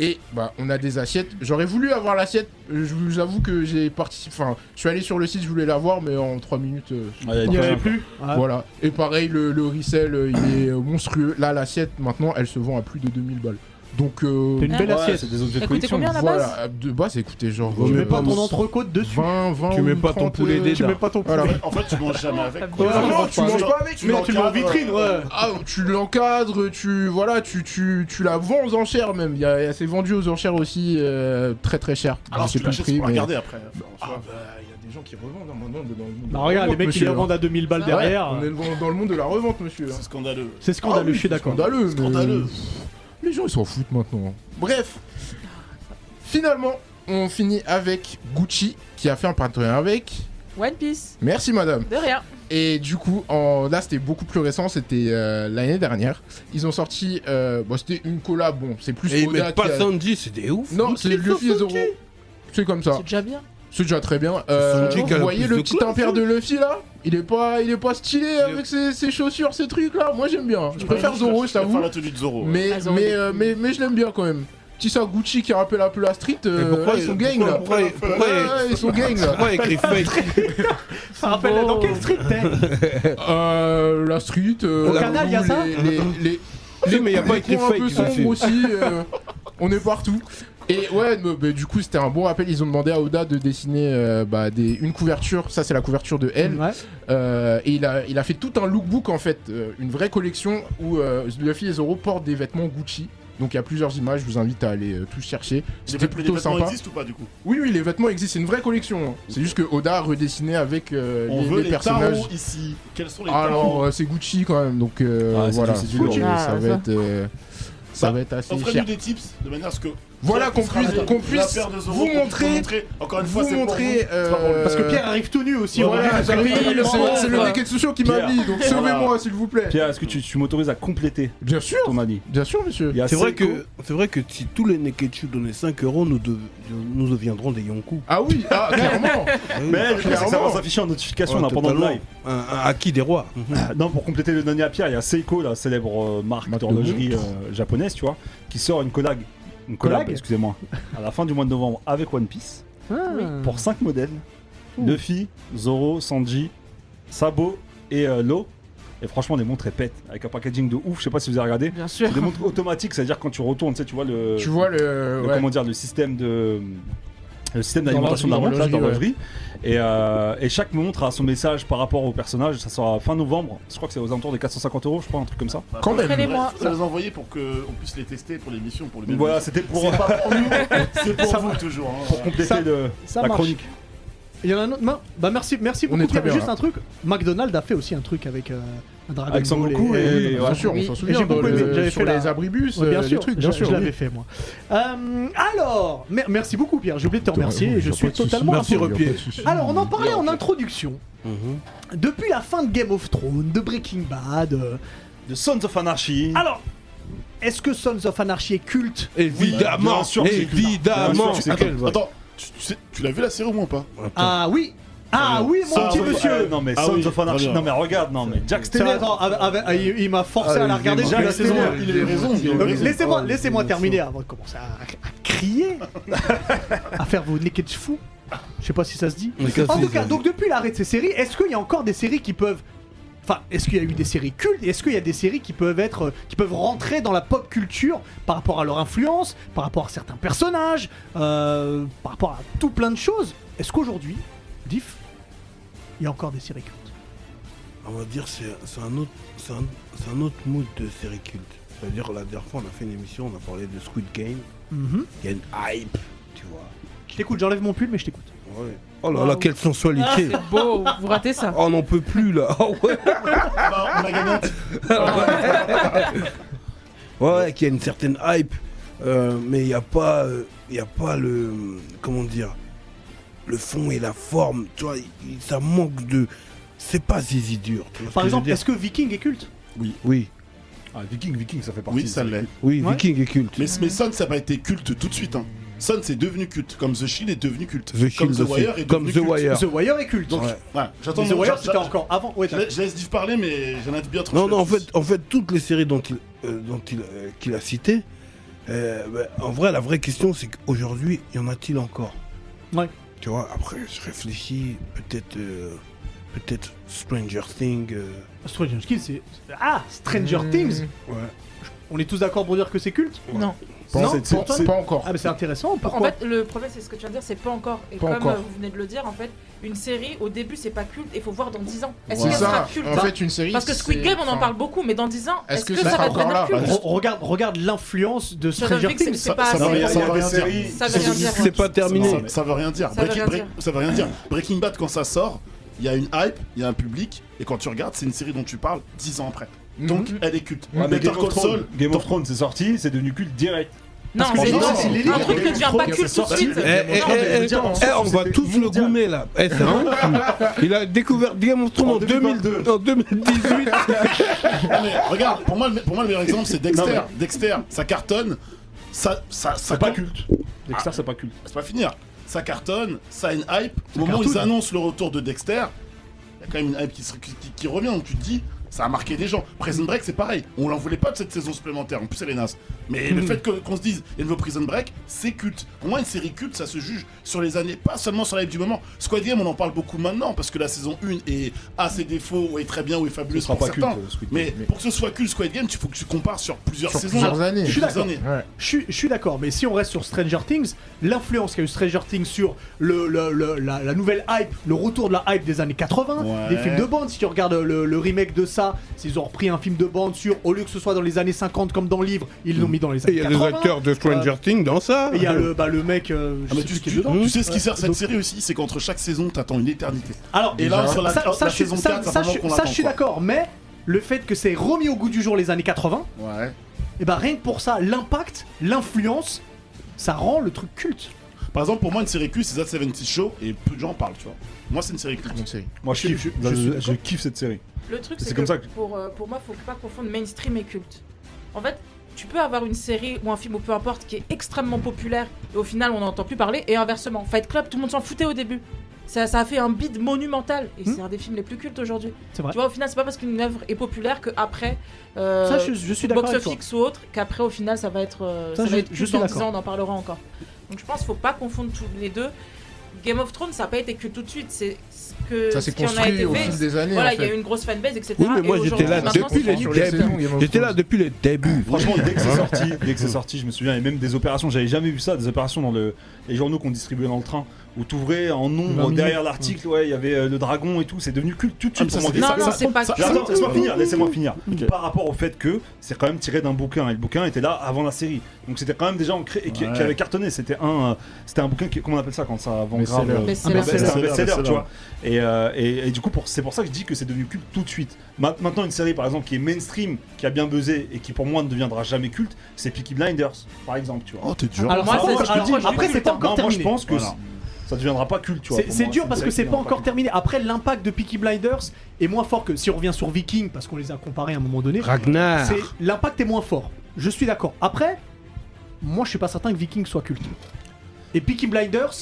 Speaker 7: Et bah, on a des assiettes. J'aurais voulu avoir l'assiette. Euh, Je vous avoue que j'ai participé. Enfin, je suis allé sur le site, je voulais la voir, mais en 3 minutes. euh,
Speaker 3: Ah, il y a
Speaker 7: c'est
Speaker 1: Il n'y
Speaker 7: pas
Speaker 1: en avait
Speaker 7: grave.
Speaker 1: plus. Ah,
Speaker 7: Voilà. Et pareil, le, le Ricel, euh, il est euh, monstrueux. Là, l'assiette, maintenant, elle se vend à plus de 2000 balles. Donc, euh,
Speaker 1: T'as une belle
Speaker 3: Ouais,
Speaker 1: assiette.
Speaker 3: c'est des objets de
Speaker 6: Écoutez,
Speaker 3: collection.
Speaker 6: combien à la base
Speaker 7: voilà. De base, écoutez, genre.
Speaker 2: Tu
Speaker 1: Tu
Speaker 2: Mais
Speaker 1: mets pas
Speaker 2: bon,
Speaker 1: ton entrecôte dessus.
Speaker 7: 20, 20
Speaker 2: Tu
Speaker 7: ou
Speaker 2: mets pas ton
Speaker 7: 30,
Speaker 2: poulet
Speaker 7: euh,
Speaker 2: déjà.
Speaker 1: Tu mets pas ton poulet.
Speaker 7: Voilà.
Speaker 4: En fait, tu manges jamais avec.
Speaker 6: Ouais,
Speaker 1: Ouais,
Speaker 7: non, tu manges pas
Speaker 4: avec,
Speaker 1: Mais tu le mets en vitrine, ouais.
Speaker 7: Ah, tu l'encadres, tu voilà, tu, tu, tu la vends aux enchères même. Il y a- C'est vendu aux enchères aussi euh, très très cher.
Speaker 4: Alors,
Speaker 7: Je sais
Speaker 4: tu
Speaker 7: plus le
Speaker 4: l'achètes
Speaker 7: prix,
Speaker 4: pour
Speaker 7: mais-
Speaker 4: regarder après. hein,
Speaker 7: Ah bah, il y a des gens qui revendent hein, maintenant dans le monde. de
Speaker 1: Bah
Speaker 7: la
Speaker 1: regarde, les
Speaker 7: revente,
Speaker 1: mecs ils les
Speaker 7: monsieur,
Speaker 1: vendent à 2000 balles
Speaker 7: hein.
Speaker 1: derrière.
Speaker 7: Ouais, on est dans- dans le monde de la revente, monsieur. hein.
Speaker 4: C'est scandaleux.
Speaker 1: C'est
Speaker 7: Ah
Speaker 1: scandaleux,
Speaker 7: oui,
Speaker 1: je suis
Speaker 7: c'est
Speaker 1: d'accord.
Speaker 7: Scandaleux, mais-
Speaker 4: Scandaleux.
Speaker 7: Les gens ils s'en foutent maintenant. hein. Bref, finalement, on finit avec Gucci qui a fait un partenariat avec.
Speaker 6: One Piece.
Speaker 7: Merci madame.
Speaker 6: De rien.
Speaker 7: Et du coup, en... là c'était beaucoup plus récent, c'était euh, l'année dernière. Ils ont sorti, euh, bon, c'était une collab, bon, c'est plus
Speaker 2: Et ils
Speaker 7: Oda
Speaker 2: mettent
Speaker 7: qui
Speaker 2: pas
Speaker 7: a-
Speaker 2: Sanji, c'est des ouf.
Speaker 7: Non, c'est Luffy et Zoro. C'est comme
Speaker 1: Ah.
Speaker 7: ça.
Speaker 6: C'est déjà bien.
Speaker 7: C'est déjà très bien. Euh,
Speaker 2: Sanji qui a
Speaker 7: vous
Speaker 2: la
Speaker 7: voyez
Speaker 2: plus
Speaker 7: le
Speaker 2: de
Speaker 7: petit
Speaker 2: classe,
Speaker 7: impair
Speaker 2: hein.
Speaker 7: de Luffy là Il est pas, il est pas stylé avec ses, ses chaussures, ces trucs là. Moi j'aime bien. Je préfère Zoro, je
Speaker 4: Je
Speaker 7: t'avoue.
Speaker 4: préfère la tenue de Zoro. ouais.
Speaker 7: Mais,
Speaker 6: Ah, Zoro, il
Speaker 7: mais,
Speaker 6: est
Speaker 7: euh,
Speaker 6: cool.
Speaker 7: mais, mais je l'aime bien quand même. Petit ça Gucci qui rappelle un peu la street.
Speaker 2: Mais
Speaker 7: euh,
Speaker 2: pourquoi
Speaker 7: ils sont
Speaker 2: pourquoi-
Speaker 7: gang là.
Speaker 2: Pourquoi pourquoi-
Speaker 7: Ouais, ouais, ils sont gang là.
Speaker 2: pourquoi écrit fake
Speaker 1: Ça rappelle dans quel street t'es
Speaker 7: Euh, la street. euh,
Speaker 1: Au
Speaker 7: la
Speaker 1: Canal, y a
Speaker 7: rue,
Speaker 1: ça
Speaker 7: les, les- les-
Speaker 2: Oui, mais y a pas
Speaker 7: les
Speaker 2: écrit
Speaker 7: coins un
Speaker 2: fake
Speaker 7: peu sombres
Speaker 2: dessus.
Speaker 7: aussi. euh, on est partout. Et ouais, mais- mais du coup, c'était un bon rappel. Ils ont demandé à Oda de dessiner euh, bah, des, une couverture. Ça, c'est la couverture de elle.
Speaker 1: Ouais.
Speaker 7: Euh, et il a, il a fait tout un lookbook en fait, euh, une vraie collection où euh, Luffy et Zoro portent des vêtements Gucci. Donc il y a plusieurs images, je vous invite à aller euh, tous chercher.
Speaker 4: Les
Speaker 7: C'était
Speaker 4: vêtements- les
Speaker 7: plutôt
Speaker 4: vêtements
Speaker 7: sympa.
Speaker 4: existent ou pas du coup
Speaker 7: Oui, oui, les vêtements existent, c'est une vraie collection. hein. C'est juste que Oda a redessiné avec euh,
Speaker 4: On
Speaker 7: les,
Speaker 4: veut
Speaker 7: les
Speaker 4: les
Speaker 7: personnages.
Speaker 4: tarots ici. Quels sont les
Speaker 7: Alors
Speaker 4: tarots
Speaker 7: euh, c'est Gucci quand même, donc euh,
Speaker 3: Ah, c'est
Speaker 7: voilà.
Speaker 3: du- c'est du
Speaker 7: Euh,
Speaker 3: lourd.
Speaker 6: Ah,
Speaker 7: ça, va
Speaker 6: ça.
Speaker 7: être, euh, ça
Speaker 4: Bah,
Speaker 7: va être assez
Speaker 4: Offrez-nous
Speaker 7: cher.
Speaker 4: des tips de manière à ce que.
Speaker 7: Voilà
Speaker 4: Pierre
Speaker 7: qu'on
Speaker 4: puisse ramener
Speaker 7: puisse, qu'on
Speaker 4: la
Speaker 7: puisse
Speaker 4: paire de Zoro
Speaker 7: vous
Speaker 4: qu'on puisse
Speaker 7: montrer,
Speaker 4: Encore une fois,
Speaker 7: vous
Speaker 4: c'est pour vous.
Speaker 7: montrer.
Speaker 4: pas pour nous.
Speaker 7: euh,
Speaker 1: Parce que Pierre arrive tout nu aussi.
Speaker 7: voilà,
Speaker 1: ouais.
Speaker 7: j'arrive-
Speaker 6: Oui, le
Speaker 7: c'est c'est le
Speaker 6: pauvre.
Speaker 7: Neketsucho qui m'a
Speaker 3: Pierre.
Speaker 7: mis, donc sauvez-moi s'il vous plaît.
Speaker 3: Pierre, est-ce que tu, tu m'autorises à compléter
Speaker 7: Bien sûr,
Speaker 3: ton avis
Speaker 7: bien sûr, monsieur.
Speaker 3: Il y a
Speaker 2: C'est vrai,
Speaker 3: Seiko.
Speaker 2: que, c'est vrai que si tous les Neketsu donnaient 5 euros, nous, de- nous deviendrons des Yonkou.
Speaker 7: Ah oui, ah, clairement.
Speaker 3: Mais le truc, c'est que ça
Speaker 7: Ah, Clairement.
Speaker 3: va s'afficher en notification
Speaker 2: Ouais,
Speaker 3: là, pendant le
Speaker 2: totalement.
Speaker 3: live.
Speaker 2: Un, un acquis des rois. Mhm.
Speaker 3: Ah, Non, pour compléter le dernier à Pierre, il y a Seiko, la célèbre euh, marque
Speaker 7: Marque de
Speaker 3: d'horlogerie euh, japonaise, tu vois, qui sort une collab, une collab,
Speaker 1: Collab
Speaker 3: excusez-moi, à la fin du mois de novembre avec One Piece
Speaker 7: Mm.
Speaker 1: Ah.
Speaker 3: pour 5 modèles Luffy, Zoro, Sanji, Sabo et euh, Lo. Et franchement, les montres elles pètent avec un packaging de ouf. Je sais pas si vous avez regardé.
Speaker 6: Bien sûr.
Speaker 3: C'est Des montres automatiques, c'est-à-dire quand tu retournes, tu sais, tu vois le.
Speaker 7: Tu vois le.
Speaker 3: le-
Speaker 7: ouais.
Speaker 3: comment dire, le système de le système d'alimentation de la montre, là,
Speaker 7: D'horlogerie,
Speaker 3: d'horlogerie. Et, euh, et chaque montre a son message par rapport au personnage. Ça sera fin novembre. Je crois que c'est aux alentours des 450 euros, je crois, un truc comme ça.
Speaker 4: Bah,
Speaker 7: Quand même.
Speaker 4: bref,
Speaker 6: Prenez-moi.
Speaker 4: Vous les envoyer pour qu'on puisse les tester pour l'émission, pour le bien.
Speaker 3: Donc voilà, c'était pour,
Speaker 4: C'est pas pour nous, c'est pour vous toujours. hein,
Speaker 3: pour
Speaker 4: voilà.
Speaker 3: compléter
Speaker 1: Ça-
Speaker 3: le-
Speaker 1: ça
Speaker 3: la
Speaker 1: marche.
Speaker 3: chronique.
Speaker 1: Il y en a un autre. non Bah merci, merci
Speaker 7: On
Speaker 1: beaucoup.
Speaker 7: est très
Speaker 1: Pierre.
Speaker 7: bien, hein.
Speaker 1: Juste
Speaker 7: là.
Speaker 1: un truc. McDonald's a fait aussi un truc avec euh, Dragon
Speaker 3: Avec Son
Speaker 1: Ball
Speaker 3: Goku
Speaker 1: et-
Speaker 3: et-
Speaker 7: Bien
Speaker 3: Ouais.
Speaker 7: sûr, on s'en
Speaker 1: Et
Speaker 7: souvient.
Speaker 1: j'ai
Speaker 7: dans
Speaker 1: beaucoup aimé,
Speaker 7: le-
Speaker 1: j'avais
Speaker 7: Sur
Speaker 1: fait la-
Speaker 7: les abribus,
Speaker 1: Ouais,
Speaker 7: euh,
Speaker 1: bien
Speaker 7: les
Speaker 1: sûr,
Speaker 7: trucs,
Speaker 1: je,
Speaker 7: bien
Speaker 1: je
Speaker 7: sûr.
Speaker 1: l'avais fait moi. Euh, alors, mer- merci beaucoup Pierre, j'ai oublié de te remercier et je suis totalement
Speaker 2: Merci,
Speaker 1: insurpris.
Speaker 2: Repier.
Speaker 1: Alors, on en parlait en introduction. Depuis la fin de Game of Thrones, de Breaking Bad. euh,
Speaker 3: De Sons of Anarchy.
Speaker 1: Alors, est-ce que Sons of Anarchy est culte
Speaker 2: Évidemment, Ah,
Speaker 3: Bien sûr que c'est culte. Bien
Speaker 2: évidemment.
Speaker 3: sûr que c'est
Speaker 2: Attends,
Speaker 3: culte.
Speaker 2: attends.
Speaker 4: Attends, tu, tu sais- tu l'as vu la série ou pas
Speaker 1: Ah oui Ah oui, mon
Speaker 3: Sons
Speaker 1: petit
Speaker 3: of-
Speaker 1: monsieur
Speaker 3: euh, Non mais
Speaker 4: Ah
Speaker 3: Sons
Speaker 4: oui,
Speaker 3: of Anarchy.
Speaker 4: très bien.
Speaker 3: Non mais regarde, non mais Jack
Speaker 1: Tiens,
Speaker 3: Steller.
Speaker 1: attends, ah, ah, ah, il, il m'a forcé à la regarder
Speaker 3: Déjà,
Speaker 1: je
Speaker 3: la
Speaker 1: la
Speaker 3: saison,
Speaker 1: saison.
Speaker 4: il a raison. il a
Speaker 1: Donc,
Speaker 4: raison.
Speaker 1: Laissez-moi
Speaker 5: Ah,
Speaker 1: laissez-moi
Speaker 5: bien
Speaker 1: terminer avant de commencer à, à crier, à faire vos naked fous. Je sais pas si ça se dit. En tout cas, donc depuis l'arrêt de ces séries, est-ce qu'il y a encore des séries qui peuvent. Enfin, est-ce qu'il y a eu des séries cultes et Est-ce qu'il y a des séries qui peuvent être, euh, qui peuvent rentrer dans la pop culture par rapport à leur influence, par rapport à certains personnages, euh, par rapport à tout plein de choses Est-ce qu'aujourd'hui, Diff, il y a encore des séries cultes
Speaker 2: On va dire c'est c'est un autre c'est un, c'est un autre mood de série culte. C'est-à-dire la dernière fois on a fait une émission, on a parlé de Squid Game. Il y a une hype, tu vois.
Speaker 1: Je t'écoute, j'enlève mon pull, mais je t'écoute.
Speaker 2: Ouais. Oh là là, quelle sensualité
Speaker 6: C'est beau, vous ratez ça.
Speaker 2: Oh, on n'en peut plus là. Oh, ouais.
Speaker 4: Bah, on a gagné un titre.
Speaker 2: Ouais, qu'il y a une certaine hype, euh, mais il n'y a pas, euh, il y a pas le, comment dire, le fond et la forme. Tu vois, il- ça manque de, c'est pas Zizi dur. tu vois
Speaker 1: Par
Speaker 2: ce que je veux
Speaker 1: exemple,
Speaker 2: dire
Speaker 1: est-ce que Viking est culte
Speaker 2: oui,
Speaker 3: Ah, Viking, Viking, ça fait partie.
Speaker 4: Oui, ça l'est.
Speaker 2: oui,
Speaker 1: Ouais.
Speaker 2: Viking est culte.
Speaker 4: Mais, mais Son, ça n'a pas été culte tout de suite. Hein. Son, c'est devenu culte. Comme The Shield est devenu culte.
Speaker 2: The
Speaker 4: comme
Speaker 2: Shield
Speaker 4: The
Speaker 2: aussi.
Speaker 4: Wire est
Speaker 2: comme
Speaker 4: devenu
Speaker 2: The
Speaker 4: culte.
Speaker 2: Wire.
Speaker 1: The Wire est culte.
Speaker 4: Donc,
Speaker 2: Ouais.
Speaker 4: voilà, j'attends
Speaker 1: Mais The Wire,
Speaker 4: j'a-
Speaker 1: c'était
Speaker 4: j'a-
Speaker 1: encore avant. Ouais,
Speaker 4: Je,
Speaker 1: t'as-
Speaker 4: la- je laisse Div parler, mais j'en ai bien trop.
Speaker 2: Non, non, en fait, en fait, toutes les séries dont il, euh, dont il, euh, qu'il a citées, euh, ben, en vrai, la vraie question, c'est qu'aujourd'hui, y en a-t-il encore
Speaker 1: Ouais.
Speaker 2: Tu vois, après, je réfléchis, peut-être, euh, peut-être Stranger Things. euh,
Speaker 1: Stranger Things, c'est. Ah, Stranger
Speaker 6: Hmm.
Speaker 1: Things
Speaker 2: ouais.
Speaker 1: On est tous d'accord pour dire que c'est culte
Speaker 6: Non.
Speaker 1: Non,
Speaker 3: c'est- c'est-
Speaker 1: pour toi
Speaker 3: c'est-
Speaker 7: Pas encore.
Speaker 1: Ah, mais c'est intéressant,
Speaker 6: En
Speaker 1: pourquoi
Speaker 6: fait, le problème, c'est ce que tu viens de dire, c'est pas encore. Et
Speaker 7: Pas
Speaker 6: comme
Speaker 7: encore.
Speaker 6: euh, vous venez de le dire, en fait, une série, au début, c'est pas culte, et faut voir dans 10 ans. Est-ce
Speaker 7: C'est
Speaker 6: qu'elle sera
Speaker 7: ça.
Speaker 6: culte
Speaker 7: En fait, une série.
Speaker 6: Parce que Squid
Speaker 7: c'est-
Speaker 6: Game, on en
Speaker 7: enfin,
Speaker 6: parle beaucoup, mais dans 10 ans,
Speaker 7: Est-ce
Speaker 6: est-ce
Speaker 7: que
Speaker 6: que,
Speaker 7: ça
Speaker 6: ça va
Speaker 7: sera encore
Speaker 6: devenir
Speaker 7: là
Speaker 6: culte
Speaker 1: Bah, Re- regarde, regarde l'influence de
Speaker 6: Stranger
Speaker 1: Stranger
Speaker 6: Things, c'est-
Speaker 1: Things.
Speaker 6: c'est pas
Speaker 4: ça,
Speaker 6: assez.
Speaker 4: veut,
Speaker 6: Ça
Speaker 4: ça veut
Speaker 6: veut
Speaker 4: rien dire.
Speaker 6: Ça veut rien dire.
Speaker 2: C'est pas terminé.
Speaker 4: Ça, ça veut rien dire.
Speaker 6: Ça veut
Speaker 4: Break-
Speaker 6: rien
Speaker 4: break-
Speaker 6: dire.
Speaker 4: ça veut rien dire. Breaking Bad, quand ça sort, il y a une hype, il y a un public, et quand tu regardes, c'est une série dont tu parles 10 ans après. Donc, elle est culte.
Speaker 3: Mhm. Ouais, mais
Speaker 4: Better
Speaker 3: Game
Speaker 4: Call
Speaker 3: of Thrones,
Speaker 4: Saul,
Speaker 3: Game of Thrones, c'est sorti, c'est devenu culte direct.
Speaker 6: Non,
Speaker 1: Parce que
Speaker 6: c'est
Speaker 4: franchement,
Speaker 6: non,
Speaker 4: c'est
Speaker 6: c'est
Speaker 4: l'élite.
Speaker 6: un truc ne devient pas
Speaker 4: C'est
Speaker 6: culte tout de
Speaker 4: sorti.
Speaker 6: suite.
Speaker 2: Eh, eh,
Speaker 6: Non,
Speaker 2: eh, eh, eh, on va
Speaker 3: c'était
Speaker 2: tous le
Speaker 3: mondial.
Speaker 2: goumer là. Eh, c'est un fou. Il a découvert Game of Thrones en,
Speaker 3: En
Speaker 2: 2002. en 2018.
Speaker 4: Non, mais regarde, pour moi, le, pour moi, le meilleur exemple, c'est Dexter.
Speaker 3: Non,
Speaker 4: Dexter, ça cartonne. Ça, ça, ça
Speaker 3: C'est pas
Speaker 4: com-
Speaker 3: culte. Dexter, c'est pas culte.
Speaker 4: C'est pas finir. Ça cartonne, ça a une hype. Au moment où ils annoncent le retour de Dexter, il y a quand même une hype qui, se- qui- qui- qui revient. Donc tu te dis, ça a marqué des gens. Prison Break, c'est pareil. On l'en voulait pas de cette saison supplémentaire. En plus, elle est naze. Mais le fait que- qu'on se dise, il y a un nouveau Prison Break, c'est culte. Pour moi, une série culte, ça se juge sur les années, pas seulement sur la hype du moment. Squad Game, on en parle beaucoup maintenant parce que la saison 1 est, a ses défauts, ou est très bien, ou est
Speaker 3: Ce
Speaker 4: fabuleuse
Speaker 3: sera
Speaker 4: pour
Speaker 3: pas culte.
Speaker 4: certains.
Speaker 3: euh, Squid Game.
Speaker 4: Mais pour que ce soit culte, Squad Game, il faut que tu compares sur plusieurs
Speaker 7: Sur
Speaker 4: saisons.
Speaker 7: plusieurs années. Je
Speaker 4: Sur
Speaker 7: suis
Speaker 4: plusieurs années.
Speaker 7: Ouais.
Speaker 1: Je suis- je suis d'accord, mais si on reste sur Stranger Things, l'influence qu'a eu Stranger Things sur le, le- le- la, la nouvelle hype, le retour de la hype des années 80,
Speaker 4: Ouais.
Speaker 1: des films de bande, si tu regardes le, le remake de ça, s'ils ont repris un film de bande sur, au lieu que ce soit dans les années 50 comme dans le livre, ils l'ont mis dans les
Speaker 2: Mm. Et Il
Speaker 1: années
Speaker 2: y a
Speaker 1: 80.
Speaker 2: des acteurs de Stranger Things dans ça.
Speaker 1: Et il y a le, bah, le mec, euh, je
Speaker 4: Ah, mais
Speaker 1: sais
Speaker 4: tu,
Speaker 1: plus qui est
Speaker 4: tu-
Speaker 1: dedans.
Speaker 4: tu sais ce qui
Speaker 1: Ouais.
Speaker 4: sert cette
Speaker 1: Donc-
Speaker 4: série aussi, c'est qu'entre chaque saison, t'attends une éternité.
Speaker 1: Alors,
Speaker 4: Et là, sur la,
Speaker 1: ça,
Speaker 4: la
Speaker 1: ça, je suis-
Speaker 4: saison
Speaker 1: ça-
Speaker 4: 4, ça,
Speaker 1: ça,
Speaker 4: fait un
Speaker 1: je-
Speaker 4: moment qu'on
Speaker 1: ça, je suis d'accord, mais le fait que c'est remis au goût du jour les années 80,
Speaker 4: l'attend, quoi. Ouais.
Speaker 1: et bah rien que pour ça, l'impact, l'influence, ça rend le truc culte.
Speaker 4: Par exemple, pour moi, une série culte, c'est That 70 Show, et peu de gens en parlent, tu vois. Moi, c'est une série culte.
Speaker 7: Bonne série.
Speaker 3: Moi, je
Speaker 4: Je-
Speaker 3: kiffe.
Speaker 4: je-
Speaker 3: Là,
Speaker 4: je suis
Speaker 3: je-
Speaker 4: d'accord.
Speaker 3: Je kiffe cette série.
Speaker 6: Le truc,
Speaker 3: C'est
Speaker 6: c'est
Speaker 3: comme
Speaker 6: que
Speaker 3: ça que-
Speaker 6: pour, euh, pour moi, faut pas confondre mainstream et culte. En fait, tu peux avoir une série ou un film ou peu importe qui est extrêmement populaire et au final on n'entend plus parler et inversement. Fight Club, tout le monde s'en foutait au début. Ça, ça a fait un bid monumental et
Speaker 1: Hmm.
Speaker 6: c'est un des films les plus cultes aujourd'hui.
Speaker 1: C'est vrai.
Speaker 6: Tu vois, au final, c'est pas parce qu'une œuvre est populaire que après, euh,
Speaker 1: ça, je, je suis d'accord
Speaker 6: box
Speaker 1: avec toi.
Speaker 6: office ou autre, qu'après au final ça va être, euh,
Speaker 1: Ça,
Speaker 6: ça,
Speaker 1: je-
Speaker 6: va être
Speaker 1: je
Speaker 6: culte
Speaker 1: suis
Speaker 6: dans 10
Speaker 1: d'accord.
Speaker 6: ans, on en parlera encore. Donc je pense qu'il faut pas confondre tous les deux. Game of Thrones, ça n'a pas été culte tout de suite. C'est ce que
Speaker 7: Ça
Speaker 6: ce
Speaker 7: s'est
Speaker 6: qui en a
Speaker 7: construit
Speaker 6: été
Speaker 7: au
Speaker 6: fait,
Speaker 7: fil des années.
Speaker 6: voilà,
Speaker 7: en
Speaker 6: il y a
Speaker 7: fait.
Speaker 6: eu une grosse fanbase, etc.
Speaker 2: Oui, mais moi,
Speaker 6: Et
Speaker 2: j'étais
Speaker 6: aujourd'hui,
Speaker 2: là
Speaker 6: maintenant,
Speaker 2: depuis
Speaker 6: c'est-
Speaker 2: les-
Speaker 7: Sur les
Speaker 2: J'étais
Speaker 7: saisons, Game of
Speaker 2: J'étais
Speaker 7: Thrones.
Speaker 2: là depuis le début.
Speaker 3: Franchement, dès que c'est sorti, dès que c'est sorti, je me souviens, et même des opérations, j'avais jamais vu ça, des opérations dans le, les journaux qu'on distribuait dans le train, où t'ouvrais en nombre
Speaker 1: minutes.
Speaker 3: derrière l'article, ouais, il y avait euh, le dragon et tout, c'est devenu culte tout de suite
Speaker 4: Ah, mais ça,
Speaker 3: pour moi.
Speaker 4: c'est-
Speaker 6: Non,
Speaker 4: ça-
Speaker 6: non,
Speaker 4: ça-
Speaker 6: c'est pas
Speaker 4: ça-
Speaker 6: culte.
Speaker 3: Attends, laisse-moi finir, laissez-moi finir.
Speaker 4: Ok.
Speaker 3: Par rapport au fait que c'est quand même tiré d'un bouquin, et le bouquin était là avant la série. Donc c'était quand même déjà ancré et qui,
Speaker 4: Ouais.
Speaker 3: qui avait cartonné. C'était un, euh, c'était un bouquin, qui, comment on appelle ça quand ça vend
Speaker 7: Best-seller.
Speaker 3: grave euh,
Speaker 6: Best-seller.
Speaker 3: un best-
Speaker 4: Best-seller,
Speaker 3: un best-seller,
Speaker 4: best-seller.
Speaker 3: tu vois. Et, euh, et- et du coup, pour- c'est pour ça que je dis que c'est devenu culte tout de suite. Ma- Maintenant, une série par exemple qui est mainstream, qui a bien buzzé et qui pour moi ne deviendra jamais culte, c'est Peaky Blinders, par exemple, tu vois. Ah,
Speaker 4: Oh, t'es dur.
Speaker 1: Alors,
Speaker 6: Moi,
Speaker 1: ça,
Speaker 6: c'est-
Speaker 1: moi, je
Speaker 6: alors,
Speaker 1: te
Speaker 6: moi,
Speaker 1: dis,
Speaker 6: je
Speaker 1: après,
Speaker 6: dis
Speaker 1: c'est pas hein.
Speaker 6: tout
Speaker 1: encore
Speaker 3: Non, moi je
Speaker 1: terminé.
Speaker 3: pense que
Speaker 4: Voilà.
Speaker 3: c'est- ça deviendra pas culte, tu vois.
Speaker 1: C'est
Speaker 3: pour
Speaker 1: c'est
Speaker 3: moi.
Speaker 1: dur parce
Speaker 3: une
Speaker 1: que
Speaker 3: série
Speaker 1: c'est
Speaker 3: qui
Speaker 1: pas
Speaker 3: n'aura
Speaker 1: encore
Speaker 3: culte.
Speaker 1: terminé. Après, l'impact de Peaky Blinders est moins fort que si on revient sur Viking parce qu'on les a comparés à un moment donné.
Speaker 2: Ragnar.
Speaker 1: c'est- L'impact est moins fort. Je suis d'accord. Après, moi, je suis pas certain que Viking soit culte. Et Peaky Blinders,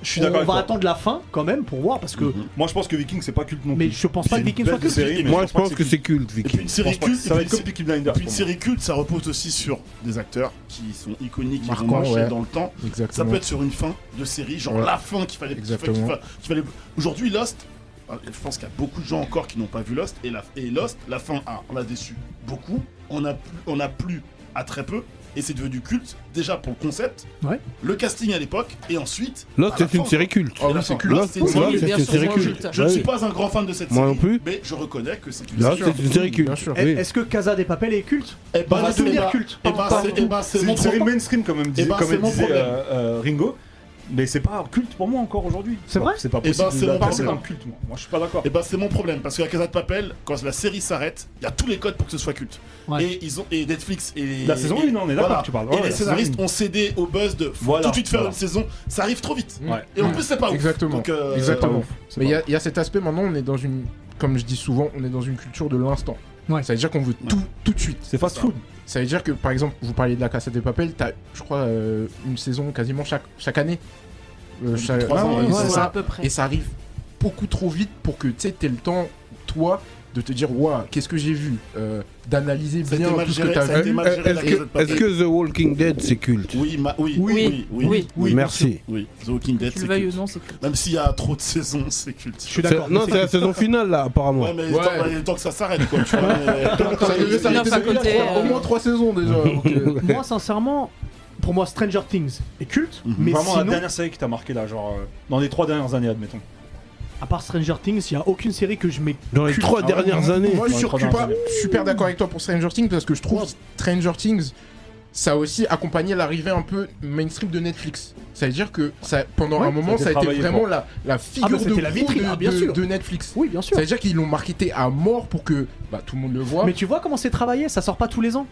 Speaker 3: Je suis
Speaker 1: on
Speaker 3: d'accord
Speaker 1: va
Speaker 3: avec toi.
Speaker 1: attendre la fin quand même pour voir parce que.
Speaker 3: Moi, je pense que Viking, c'est pas culte non plus.
Speaker 1: Mais je pense pas
Speaker 3: Mhm. C'est
Speaker 1: que
Speaker 3: une
Speaker 1: Viking
Speaker 3: belle
Speaker 1: soit culte.
Speaker 3: série, mais
Speaker 2: Moi, je pense que c'est culte,
Speaker 4: Et
Speaker 2: Vicky.
Speaker 4: puis une
Speaker 3: Je
Speaker 4: série
Speaker 3: pense pas que-
Speaker 4: culte,
Speaker 3: Ça va
Speaker 4: et
Speaker 3: être
Speaker 4: puis
Speaker 3: comme Peaky Blinders.
Speaker 4: Et puis une
Speaker 3: pour moi.
Speaker 4: série culte, ça repose aussi sur des acteurs qui sont iconiques, qui vont
Speaker 7: Marquants,
Speaker 4: marcher
Speaker 7: ouais.
Speaker 4: dans le temps. Ça
Speaker 7: Exactement.
Speaker 4: peut être sur une fin de série, genre
Speaker 7: Ouais.
Speaker 4: la fin qu'il fallait. qu'il fallait-
Speaker 7: Exactement.
Speaker 4: qu'il fallait- qu'il fallait- Aujourd'hui, Lost, euh, je pense qu'il y a beaucoup de gens encore qui n'ont pas vu Lost, et, la, et Lost, la fin A, on a déçu beaucoup, on a, plu- on a plu à très peu, et c'est devenu culte, déjà pour le concept,
Speaker 1: Ouais.
Speaker 4: le casting à l'époque, et ensuite.
Speaker 2: Là,
Speaker 4: bah, la
Speaker 2: c'est une
Speaker 4: fin.
Speaker 2: série culte.
Speaker 4: Et
Speaker 7: Ah
Speaker 4: la
Speaker 7: oui, c'est
Speaker 4: fin.
Speaker 7: culte.
Speaker 4: Lost, c'est une
Speaker 6: Oui,
Speaker 4: série
Speaker 2: Là,
Speaker 6: bien
Speaker 4: culte.
Speaker 2: c'est une
Speaker 6: sûr,
Speaker 2: série
Speaker 6: c'est
Speaker 2: culte.
Speaker 6: culte.
Speaker 4: Je ne
Speaker 2: Ah
Speaker 4: suis
Speaker 2: oui.
Speaker 4: pas un grand fan de cette
Speaker 2: Moi
Speaker 4: série,
Speaker 2: non plus.
Speaker 4: mais je reconnais que c'est une
Speaker 2: Là,
Speaker 4: série
Speaker 2: c'est une série
Speaker 7: Bien
Speaker 2: culte.
Speaker 7: sûr.
Speaker 2: Oui.
Speaker 1: Est-ce que Casa des Papel est culte
Speaker 4: Eh
Speaker 1: On
Speaker 4: ben,
Speaker 1: va
Speaker 4: c'est- eh
Speaker 1: devenir
Speaker 4: ben,
Speaker 1: Bah, culte.
Speaker 4: eh ben,
Speaker 1: Pardon.
Speaker 4: c'est- eh ben, c'est
Speaker 3: C'est
Speaker 4: mon
Speaker 3: une série
Speaker 4: propos.
Speaker 3: mainstream, comme disait,
Speaker 4: ben,
Speaker 3: comme
Speaker 4: c'est mon
Speaker 3: disait,
Speaker 4: problème.
Speaker 3: euh, euh, Ringo. Mais c'est pas culte pour moi encore aujourd'hui.
Speaker 1: C'est vrai
Speaker 3: C'est pas
Speaker 4: Eh ben,
Speaker 3: possible.
Speaker 4: c'est
Speaker 3: de
Speaker 4: mon
Speaker 3: la passer
Speaker 4: problème.
Speaker 3: comme culte, moi. Moi, je suis pas d'accord.
Speaker 4: Et ben c'est mon problème parce que la Casa de Papel, quand la série s'arrête, il y a tous les codes pour que ce soit culte.
Speaker 1: Ouais.
Speaker 4: Et ils ont et Netflix et
Speaker 3: La saison
Speaker 4: et-
Speaker 3: une, on est d'accord,
Speaker 4: voilà.
Speaker 3: tu parles.
Speaker 4: et
Speaker 3: Ouais, la
Speaker 4: les
Speaker 3: saison
Speaker 4: scénaristes
Speaker 3: une.
Speaker 4: ont cédé au buzz de faut
Speaker 3: Voilà,
Speaker 4: tout de suite faire
Speaker 3: voilà.
Speaker 4: une saison. Ça arrive trop vite.
Speaker 7: Ouais.
Speaker 4: Et en plus c'est pas ouf.
Speaker 7: Exactement.
Speaker 4: Donc, euh,
Speaker 7: Exactement.
Speaker 3: ouf. C'est
Speaker 7: Mais il y,
Speaker 3: pas
Speaker 7: a- il y a cet aspect maintenant, on est dans une. Comme je dis souvent, on est dans une culture de l'instant.
Speaker 1: Ouais.
Speaker 7: Ça veut dire qu'on veut tout, tout de suite.
Speaker 3: C'est fast food.
Speaker 7: Ça veut dire que, par exemple, vous parlez de la Casa des Papel, t'as, je crois, euh, une saison quasiment chaque, chaque année. Euh, chaque-
Speaker 4: trois ans,
Speaker 7: Ouais,
Speaker 4: ouais,
Speaker 7: c'est
Speaker 4: ouais.
Speaker 7: ça.
Speaker 6: à peu près.
Speaker 7: Et ça arrive beaucoup trop vite pour que tu sais, t'aies le temps, toi, de te dire, waouh, qu'est-ce que j'ai vu Euh, D'analyser
Speaker 4: Ça a
Speaker 7: bien
Speaker 4: été mal
Speaker 7: tout ce que
Speaker 4: géré,
Speaker 7: t'as
Speaker 4: ça a
Speaker 7: vu.
Speaker 4: été mal géré,
Speaker 2: Euh, Est-ce
Speaker 4: la Casa de
Speaker 2: que,
Speaker 4: Papel.
Speaker 2: est-ce que The Walking Dead, c'est culte
Speaker 4: Oui, ma- oui,
Speaker 6: Oui.
Speaker 4: oui, oui,
Speaker 6: Oui.
Speaker 4: oui.
Speaker 2: Merci.
Speaker 4: Oui, The Walking
Speaker 6: Que
Speaker 4: Dead,
Speaker 6: tu le
Speaker 4: c'est
Speaker 6: veuilles ou
Speaker 4: culte.
Speaker 6: non, c'est culte.
Speaker 4: Même s'il y a trop de saisons, c'est culte.
Speaker 1: Je suis
Speaker 2: C'est-
Speaker 1: d'accord.
Speaker 2: Non,
Speaker 1: mais
Speaker 2: c'est la saison finale, là, apparemment.
Speaker 4: Ouais, mais
Speaker 7: Ouais.
Speaker 4: tant- il est temps que ça s'arrête, quoi. Tu vois, mais-
Speaker 7: Ça devait
Speaker 6: Non,
Speaker 7: s'arrêter
Speaker 6: ça
Speaker 7: depuis
Speaker 6: comptait,
Speaker 7: trois- au
Speaker 6: euh,
Speaker 7: moins trois saisons déjà. donc, euh,
Speaker 1: c'est- Moi, sincèrement, pour moi, Stranger Things est culte,
Speaker 4: Mhm.
Speaker 1: mais
Speaker 3: Vraiment la
Speaker 1: sinon,
Speaker 3: dernière série qui t'a marqué là, genre euh, dans les trois dernières années, admettons.
Speaker 1: à part Stranger Things, il y a aucune série que je mets.
Speaker 2: Dans les trois dernières années.
Speaker 7: Moi, je
Speaker 3: Ouais,
Speaker 7: suis
Speaker 3: trois
Speaker 7: je suis pas
Speaker 3: dernières
Speaker 7: super d'accord avec toi pour Stranger Things parce que je trouve Stranger Things, ça a aussi accompagné l'arrivée un peu mainstream de Netflix. Ça veut dire que ça, pendant
Speaker 3: Ouais,
Speaker 7: un moment,
Speaker 3: ça a été
Speaker 7: ça a été
Speaker 3: travaillé,
Speaker 7: vraiment
Speaker 3: quoi.
Speaker 7: la, la figure
Speaker 1: Ah, bah,
Speaker 7: de,
Speaker 1: c'était la
Speaker 7: proue
Speaker 1: vitrine,
Speaker 7: de,
Speaker 1: ah, bien
Speaker 7: de-
Speaker 1: sûr.
Speaker 7: de Netflix.
Speaker 1: Oui, bien sûr.
Speaker 7: Ça veut dire qu'ils l'ont marketé à mort pour que bah, tout le monde le voit.
Speaker 1: Mais tu vois comment c'est travaillé Ça sort pas tous les ans.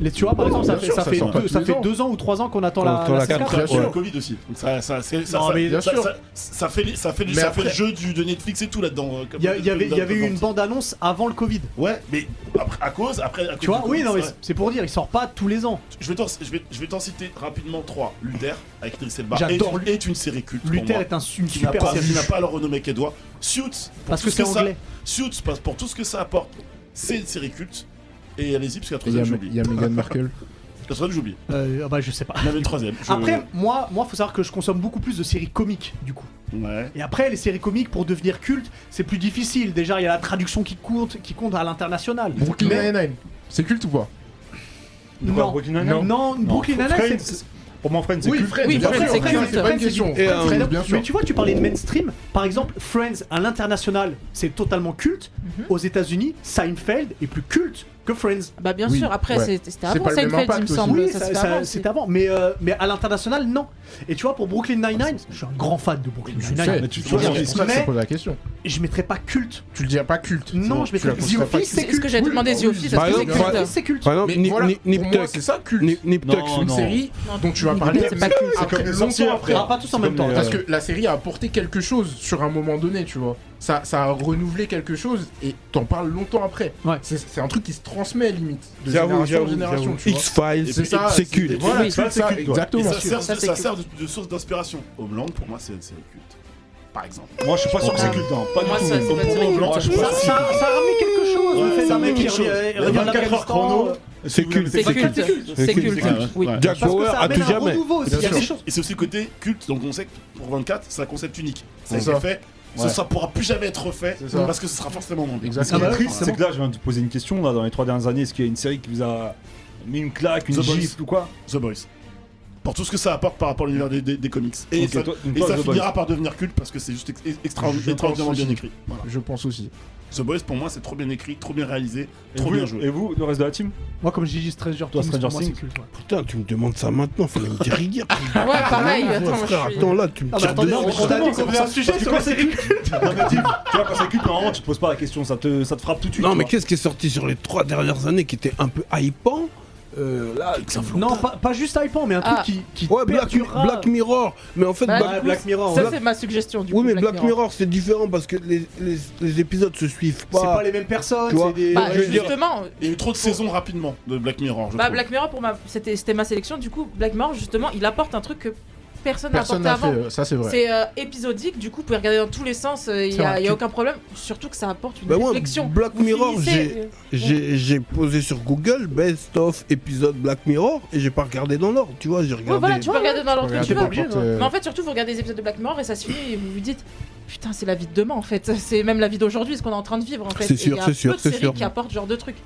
Speaker 1: Les, tu vois, par
Speaker 7: Non,
Speaker 1: exemple, ça
Speaker 7: bien
Speaker 1: fait,
Speaker 7: sûr,
Speaker 1: ça
Speaker 7: ça
Speaker 1: fait
Speaker 7: sort pas
Speaker 1: deux,
Speaker 7: tous
Speaker 1: ça
Speaker 7: les
Speaker 1: fait
Speaker 7: ans.
Speaker 1: deux ans ou trois ans qu'on attend la,
Speaker 2: Attends,
Speaker 1: la
Speaker 2: la
Speaker 1: saison
Speaker 2: quatre,
Speaker 1: quatre.
Speaker 4: Après,
Speaker 2: sûr.
Speaker 4: après le Covid aussi. Donc
Speaker 1: Ah,
Speaker 4: ça, ça, c'est- ça,
Speaker 1: Non,
Speaker 4: ça-
Speaker 1: mais
Speaker 7: bien
Speaker 4: ça-
Speaker 7: sûr.
Speaker 4: ça- ça fait, les- ça fait, les-
Speaker 7: Mais
Speaker 4: ça
Speaker 7: après-
Speaker 4: fait le jeu du, de Netflix et tout là-dedans. euh, comme-
Speaker 1: Il y, a- il y avait, il y avait eu
Speaker 4: comme-
Speaker 1: une bande-annonce avant le Covid.
Speaker 4: Ouais, mais après, à cause, après. à
Speaker 1: Tu
Speaker 4: cause
Speaker 1: vois
Speaker 4: du
Speaker 1: Oui,
Speaker 4: Covid,
Speaker 1: non, mais
Speaker 4: c'est
Speaker 1: c'est- c'est pour dire, il sort pas tous les ans.
Speaker 4: vrai. Je vais t'en, je vais, je vais t'en citer rapidement trois. Luther avec Idris Elba
Speaker 1: J'adore
Speaker 4: est, est une série culte. pour
Speaker 1: Luther
Speaker 4: moi.
Speaker 1: est un, su- une
Speaker 4: qui n'a
Speaker 1: super
Speaker 4: pas, qui
Speaker 1: série.
Speaker 4: n'a pas leur renommée qu'elle doit. Suits. pour
Speaker 1: Parce
Speaker 4: tout
Speaker 1: que c'est
Speaker 4: ce ça-
Speaker 1: anglais.
Speaker 4: Suits, parce- pour tout ce que ça apporte, c'est une série culte. Et allez-y, parce que la
Speaker 7: Il y a,
Speaker 4: troisième,
Speaker 7: il y
Speaker 4: j'oublie.
Speaker 7: a Meghan Markle.
Speaker 4: La troisième, j'oublie.
Speaker 1: Euh, ah bah, je sais pas.
Speaker 4: Il y en avait une troisième. je-
Speaker 1: Après, moi, moi, faut savoir que je consomme beaucoup plus de séries comiques, du coup.
Speaker 4: Ouais.
Speaker 1: Et après, les séries comiques, pour devenir culte, c'est plus difficile. Déjà, il y a la traduction qui compte, qui compte à l'international.
Speaker 7: Brooklyn
Speaker 1: Mais-
Speaker 7: Nine-Nine. C'est culte ou pas
Speaker 3: De quoi,
Speaker 1: Non.
Speaker 3: Brooklyn Nine-Nine
Speaker 1: Non, non, Brooklyn
Speaker 3: Friends,
Speaker 1: Nine-Nine, c'est...
Speaker 3: c'est- Pour moi, Friends, c'est
Speaker 1: Oui,
Speaker 3: culte.
Speaker 1: Friends,
Speaker 6: Oui,
Speaker 1: Friends,
Speaker 6: Friends,
Speaker 1: c'est
Speaker 6: c'est
Speaker 1: culte.
Speaker 6: culte.
Speaker 7: c'est pas une
Speaker 1: Friends,
Speaker 7: question.
Speaker 2: Et, euh,
Speaker 7: Friends,
Speaker 1: Friends,
Speaker 7: bien
Speaker 1: Mais
Speaker 7: sûr.
Speaker 1: tu vois, tu parlais de mainstream. Par exemple, Friends à l'international, c'est totalement culte.
Speaker 6: Mhm.
Speaker 1: Aux États-Unis, Seinfeld est plus culte que Friends.
Speaker 6: Bah bien
Speaker 7: Oui,
Speaker 6: sûr, après
Speaker 7: ouais.
Speaker 6: c'est- c'était
Speaker 7: C'est
Speaker 6: avant
Speaker 7: pas le même
Speaker 6: Seinfeld, il me
Speaker 7: impact
Speaker 6: semble.
Speaker 1: oui,
Speaker 6: Ah, ça,
Speaker 1: ça-
Speaker 6: c'était
Speaker 1: ça-
Speaker 6: avant,
Speaker 1: c'est avant. Mais, euh, mais à l'international, non. Et tu vois, pour Brooklyn
Speaker 6: Ah,
Speaker 1: Nine-Nine, je suis un grand fan de Brooklyn
Speaker 7: Je
Speaker 1: Nine-Nine.
Speaker 7: sais,
Speaker 3: mais tu- tu
Speaker 7: mais
Speaker 3: vois,
Speaker 7: c'est pour ça que je
Speaker 1: mais-
Speaker 7: te pose la question.
Speaker 1: Je mettrais pas culte.
Speaker 7: Tu le dirais pas culte.
Speaker 1: Non,
Speaker 7: sinon
Speaker 1: je
Speaker 7: tu la
Speaker 1: mettrais The
Speaker 7: considères pas
Speaker 1: Office,
Speaker 7: culte.
Speaker 1: c'est
Speaker 6: C'est ce
Speaker 1: culte.
Speaker 6: que j'ai demandé
Speaker 7: Oui,
Speaker 6: The Office,
Speaker 2: par
Speaker 6: est-ce que c'est
Speaker 1: The
Speaker 2: exemple,
Speaker 6: culte
Speaker 1: Office, Euh, c'est culte.
Speaker 2: Par exemple,
Speaker 7: Mais
Speaker 2: Nip-
Speaker 7: voilà,
Speaker 2: Nip-
Speaker 7: pour
Speaker 2: Nip
Speaker 7: moi,
Speaker 2: Tuck.
Speaker 7: c'est ça culte.
Speaker 2: Nip- Nip
Speaker 3: Non,
Speaker 2: Tuck, c'est
Speaker 7: une
Speaker 3: non.
Speaker 7: série dont tu vas
Speaker 6: Non,
Speaker 7: parler
Speaker 6: c'est pas culte.
Speaker 7: après,
Speaker 3: comme les
Speaker 7: longtemps
Speaker 3: sorcières,
Speaker 7: après.
Speaker 1: Ah, pas tous en
Speaker 3: C'est
Speaker 1: même
Speaker 3: comme
Speaker 1: temps.
Speaker 3: les,
Speaker 7: Parce que la série a apporté quelque chose sur un moment donné, tu vois. Ça, ça a renouvelé quelque chose et t'en parles longtemps après.
Speaker 1: Ouais.
Speaker 7: C'est- C'est un truc qui se transmet limite de
Speaker 2: J'avoue,
Speaker 7: génération en
Speaker 2: j'avoue,
Speaker 7: génération,
Speaker 2: j'avoue.
Speaker 7: tu vois.
Speaker 2: X-Files,
Speaker 4: Et puis,
Speaker 7: ça,
Speaker 2: c'est culte.
Speaker 7: Voilà,
Speaker 6: Oui,
Speaker 7: ça,
Speaker 3: ça, c'est
Speaker 7: ça,
Speaker 3: culte, ouais.
Speaker 4: Et
Speaker 7: exactement.
Speaker 4: ça sert,
Speaker 6: Ça,
Speaker 4: de,
Speaker 6: c'est
Speaker 4: ça sert de, de source d'inspiration. Homeland, pour moi, c'est une série culte. Par exemple.
Speaker 3: Moi, je suis pas sûr que c'est culte. hein, Pas du
Speaker 6: Moi,
Speaker 3: tout.
Speaker 6: ça, c'est pas une série
Speaker 3: Moi,
Speaker 6: culte.
Speaker 3: je suis
Speaker 1: Ça,
Speaker 3: pas sûr.
Speaker 1: ça, ça a ramené quelque chose. le
Speaker 4: Ouais,
Speaker 1: fait
Speaker 4: ça
Speaker 1: d'un mec
Speaker 4: a ramené
Speaker 1: qui
Speaker 4: quelque chose.
Speaker 1: revient- euh,
Speaker 4: La
Speaker 1: revient
Speaker 4: 24 heures chrono,
Speaker 1: d'Afghanistan.
Speaker 2: C'est culte.
Speaker 6: C'est
Speaker 2: c'est culte.
Speaker 6: culte, c'est culte.
Speaker 4: Ouais,
Speaker 6: Oui.
Speaker 4: ouais.
Speaker 2: Jack
Speaker 1: Parce que
Speaker 2: Bauer
Speaker 1: ça
Speaker 2: à
Speaker 1: amène
Speaker 2: tout
Speaker 1: un
Speaker 2: jamais.
Speaker 1: renouveau aussi. Il y a
Speaker 7: Bien
Speaker 1: des
Speaker 7: sûr.
Speaker 1: choses.
Speaker 4: Et c'est aussi le côté culte dans le concept pour 24, c'est un concept unique. Ça a
Speaker 7: C'est
Speaker 4: été
Speaker 7: ça.
Speaker 4: fait,
Speaker 3: Ouais.
Speaker 4: ça, ça pourra plus jamais être refait
Speaker 7: C'est ça.
Speaker 4: parce que ce sera forcément mon
Speaker 3: Ce qui
Speaker 1: Ah
Speaker 3: est
Speaker 1: bah
Speaker 7: Exactement.
Speaker 1: oui,
Speaker 3: triste, c'est que là, je viens de te poser une question. Là, dans les trois dernières années, est-ce qu'il y a une série qui vous a mis une claque, une
Speaker 4: The Boys.
Speaker 3: gifle ou quoi
Speaker 4: The Boys. Pour tout ce que ça apporte par rapport à l'univers des, des- des comics. Et
Speaker 3: Ok,
Speaker 4: ça,
Speaker 3: toi- donc
Speaker 4: et
Speaker 3: toi,
Speaker 4: ça
Speaker 3: The Boys.
Speaker 4: finira par devenir culte parce que c'est juste ex- ex- extra-
Speaker 7: Je pense
Speaker 4: extraordinairement bien
Speaker 7: aussi.
Speaker 4: écrit. Voilà.
Speaker 7: Je pense aussi.
Speaker 4: The Boys, pour moi, c'est trop bien écrit, trop bien réalisé,
Speaker 3: Et
Speaker 4: trop
Speaker 3: vous-
Speaker 4: bien joué.
Speaker 3: Et vous, le reste de la team
Speaker 1: Moi, comme j'ai dit, Stranger
Speaker 3: Toi,
Speaker 1: Things,
Speaker 3: Stranger
Speaker 1: pour moi, c'est
Speaker 3: Things.
Speaker 1: culte. ouais.
Speaker 2: Putain, tu me demandes ça maintenant, fallait me dire
Speaker 6: Ah ouais, pareil,
Speaker 2: Ah,
Speaker 6: attends,
Speaker 2: frère,
Speaker 6: je suis... bah,
Speaker 2: attends, là, tu me
Speaker 1: Ah, mais
Speaker 2: tires de
Speaker 1: attendez,
Speaker 3: Non,
Speaker 1: on
Speaker 3: mais
Speaker 1: on a dit
Speaker 3: justement,
Speaker 1: qu'on faisait un
Speaker 3: c'est
Speaker 1: sujet
Speaker 3: pour
Speaker 1: sur
Speaker 3: ça
Speaker 1: la série culte.
Speaker 3: Non, mais team, tu vois, quand c'est culte, normalement, tu te poses pas la question. Ça te, ça te frappe tout de suite.
Speaker 2: Non, mais
Speaker 3: tu vois.
Speaker 2: qu'est-ce qui est sorti sur les trois dernières années qui était un peu hypant euh, Là,
Speaker 1: Non, pas, pas juste hypant, mais un
Speaker 6: Ah.
Speaker 1: truc qui, qui
Speaker 2: Ouais, Black,
Speaker 1: perdurera.
Speaker 2: Black Mirror. Mais en fait,
Speaker 6: Bah,
Speaker 2: Black
Speaker 1: Ouais, Black Mirror.
Speaker 6: Ça
Speaker 1: ouais.
Speaker 6: c'est ma suggestion du coup.
Speaker 2: Oui, mais Black Mirror, c'est différent parce que les, les, les épisodes se suivent
Speaker 1: C'est pas
Speaker 2: pas.
Speaker 1: les mêmes personnes,
Speaker 2: Tu vois.
Speaker 1: c'est des.
Speaker 6: Bah,
Speaker 2: je veux dire-
Speaker 6: justement,
Speaker 4: Il y a eu trop de saisons rapidement de Black Mirror, je
Speaker 6: bah,
Speaker 4: trouve.
Speaker 6: Black Mirror pour ma c'était c'était ma sélection du coup. Black Mirror justement, il apporte un truc que personne n'a
Speaker 7: Personne
Speaker 6: apporté
Speaker 7: n'a
Speaker 6: avant.
Speaker 7: fait. euh, Ça, c'est vrai.
Speaker 6: C'est euh, épisodique, du coup, vous pouvez regarder dans tous les sens, euh, il n'y
Speaker 7: C'est
Speaker 6: a,
Speaker 7: vrai,
Speaker 6: y a
Speaker 7: tu-
Speaker 6: aucun problème. Surtout que ça apporte une
Speaker 2: Bah moi,
Speaker 6: réflexion.
Speaker 2: Black
Speaker 6: Vous
Speaker 2: Mirror,
Speaker 6: finissez,
Speaker 2: j'ai-
Speaker 6: euh,
Speaker 2: J'ai j'ai posé sur Google Best of épisode Black Mirror et j'ai pas regardé dans l'ordre, tu vois, j'ai regardé.
Speaker 6: ouais, voilà, tu peux regarder dans l'ordre que
Speaker 7: Regarde,
Speaker 6: tu veux.
Speaker 7: n'importe, euh,
Speaker 6: Mais en fait, surtout, vous regardez les épisodes de Black Mirror et ça se finit et vous vous dites Putain, c'est la vie de demain en fait. C'est même la vie d'aujourd'hui, ce qu'on est en train de vivre en fait.
Speaker 2: C'est
Speaker 6: Et
Speaker 2: sûr,
Speaker 6: il y a
Speaker 2: c'est sûr,
Speaker 6: peu de
Speaker 2: c'est
Speaker 6: séries
Speaker 2: sûr.
Speaker 6: qui apportent ce genre de truc.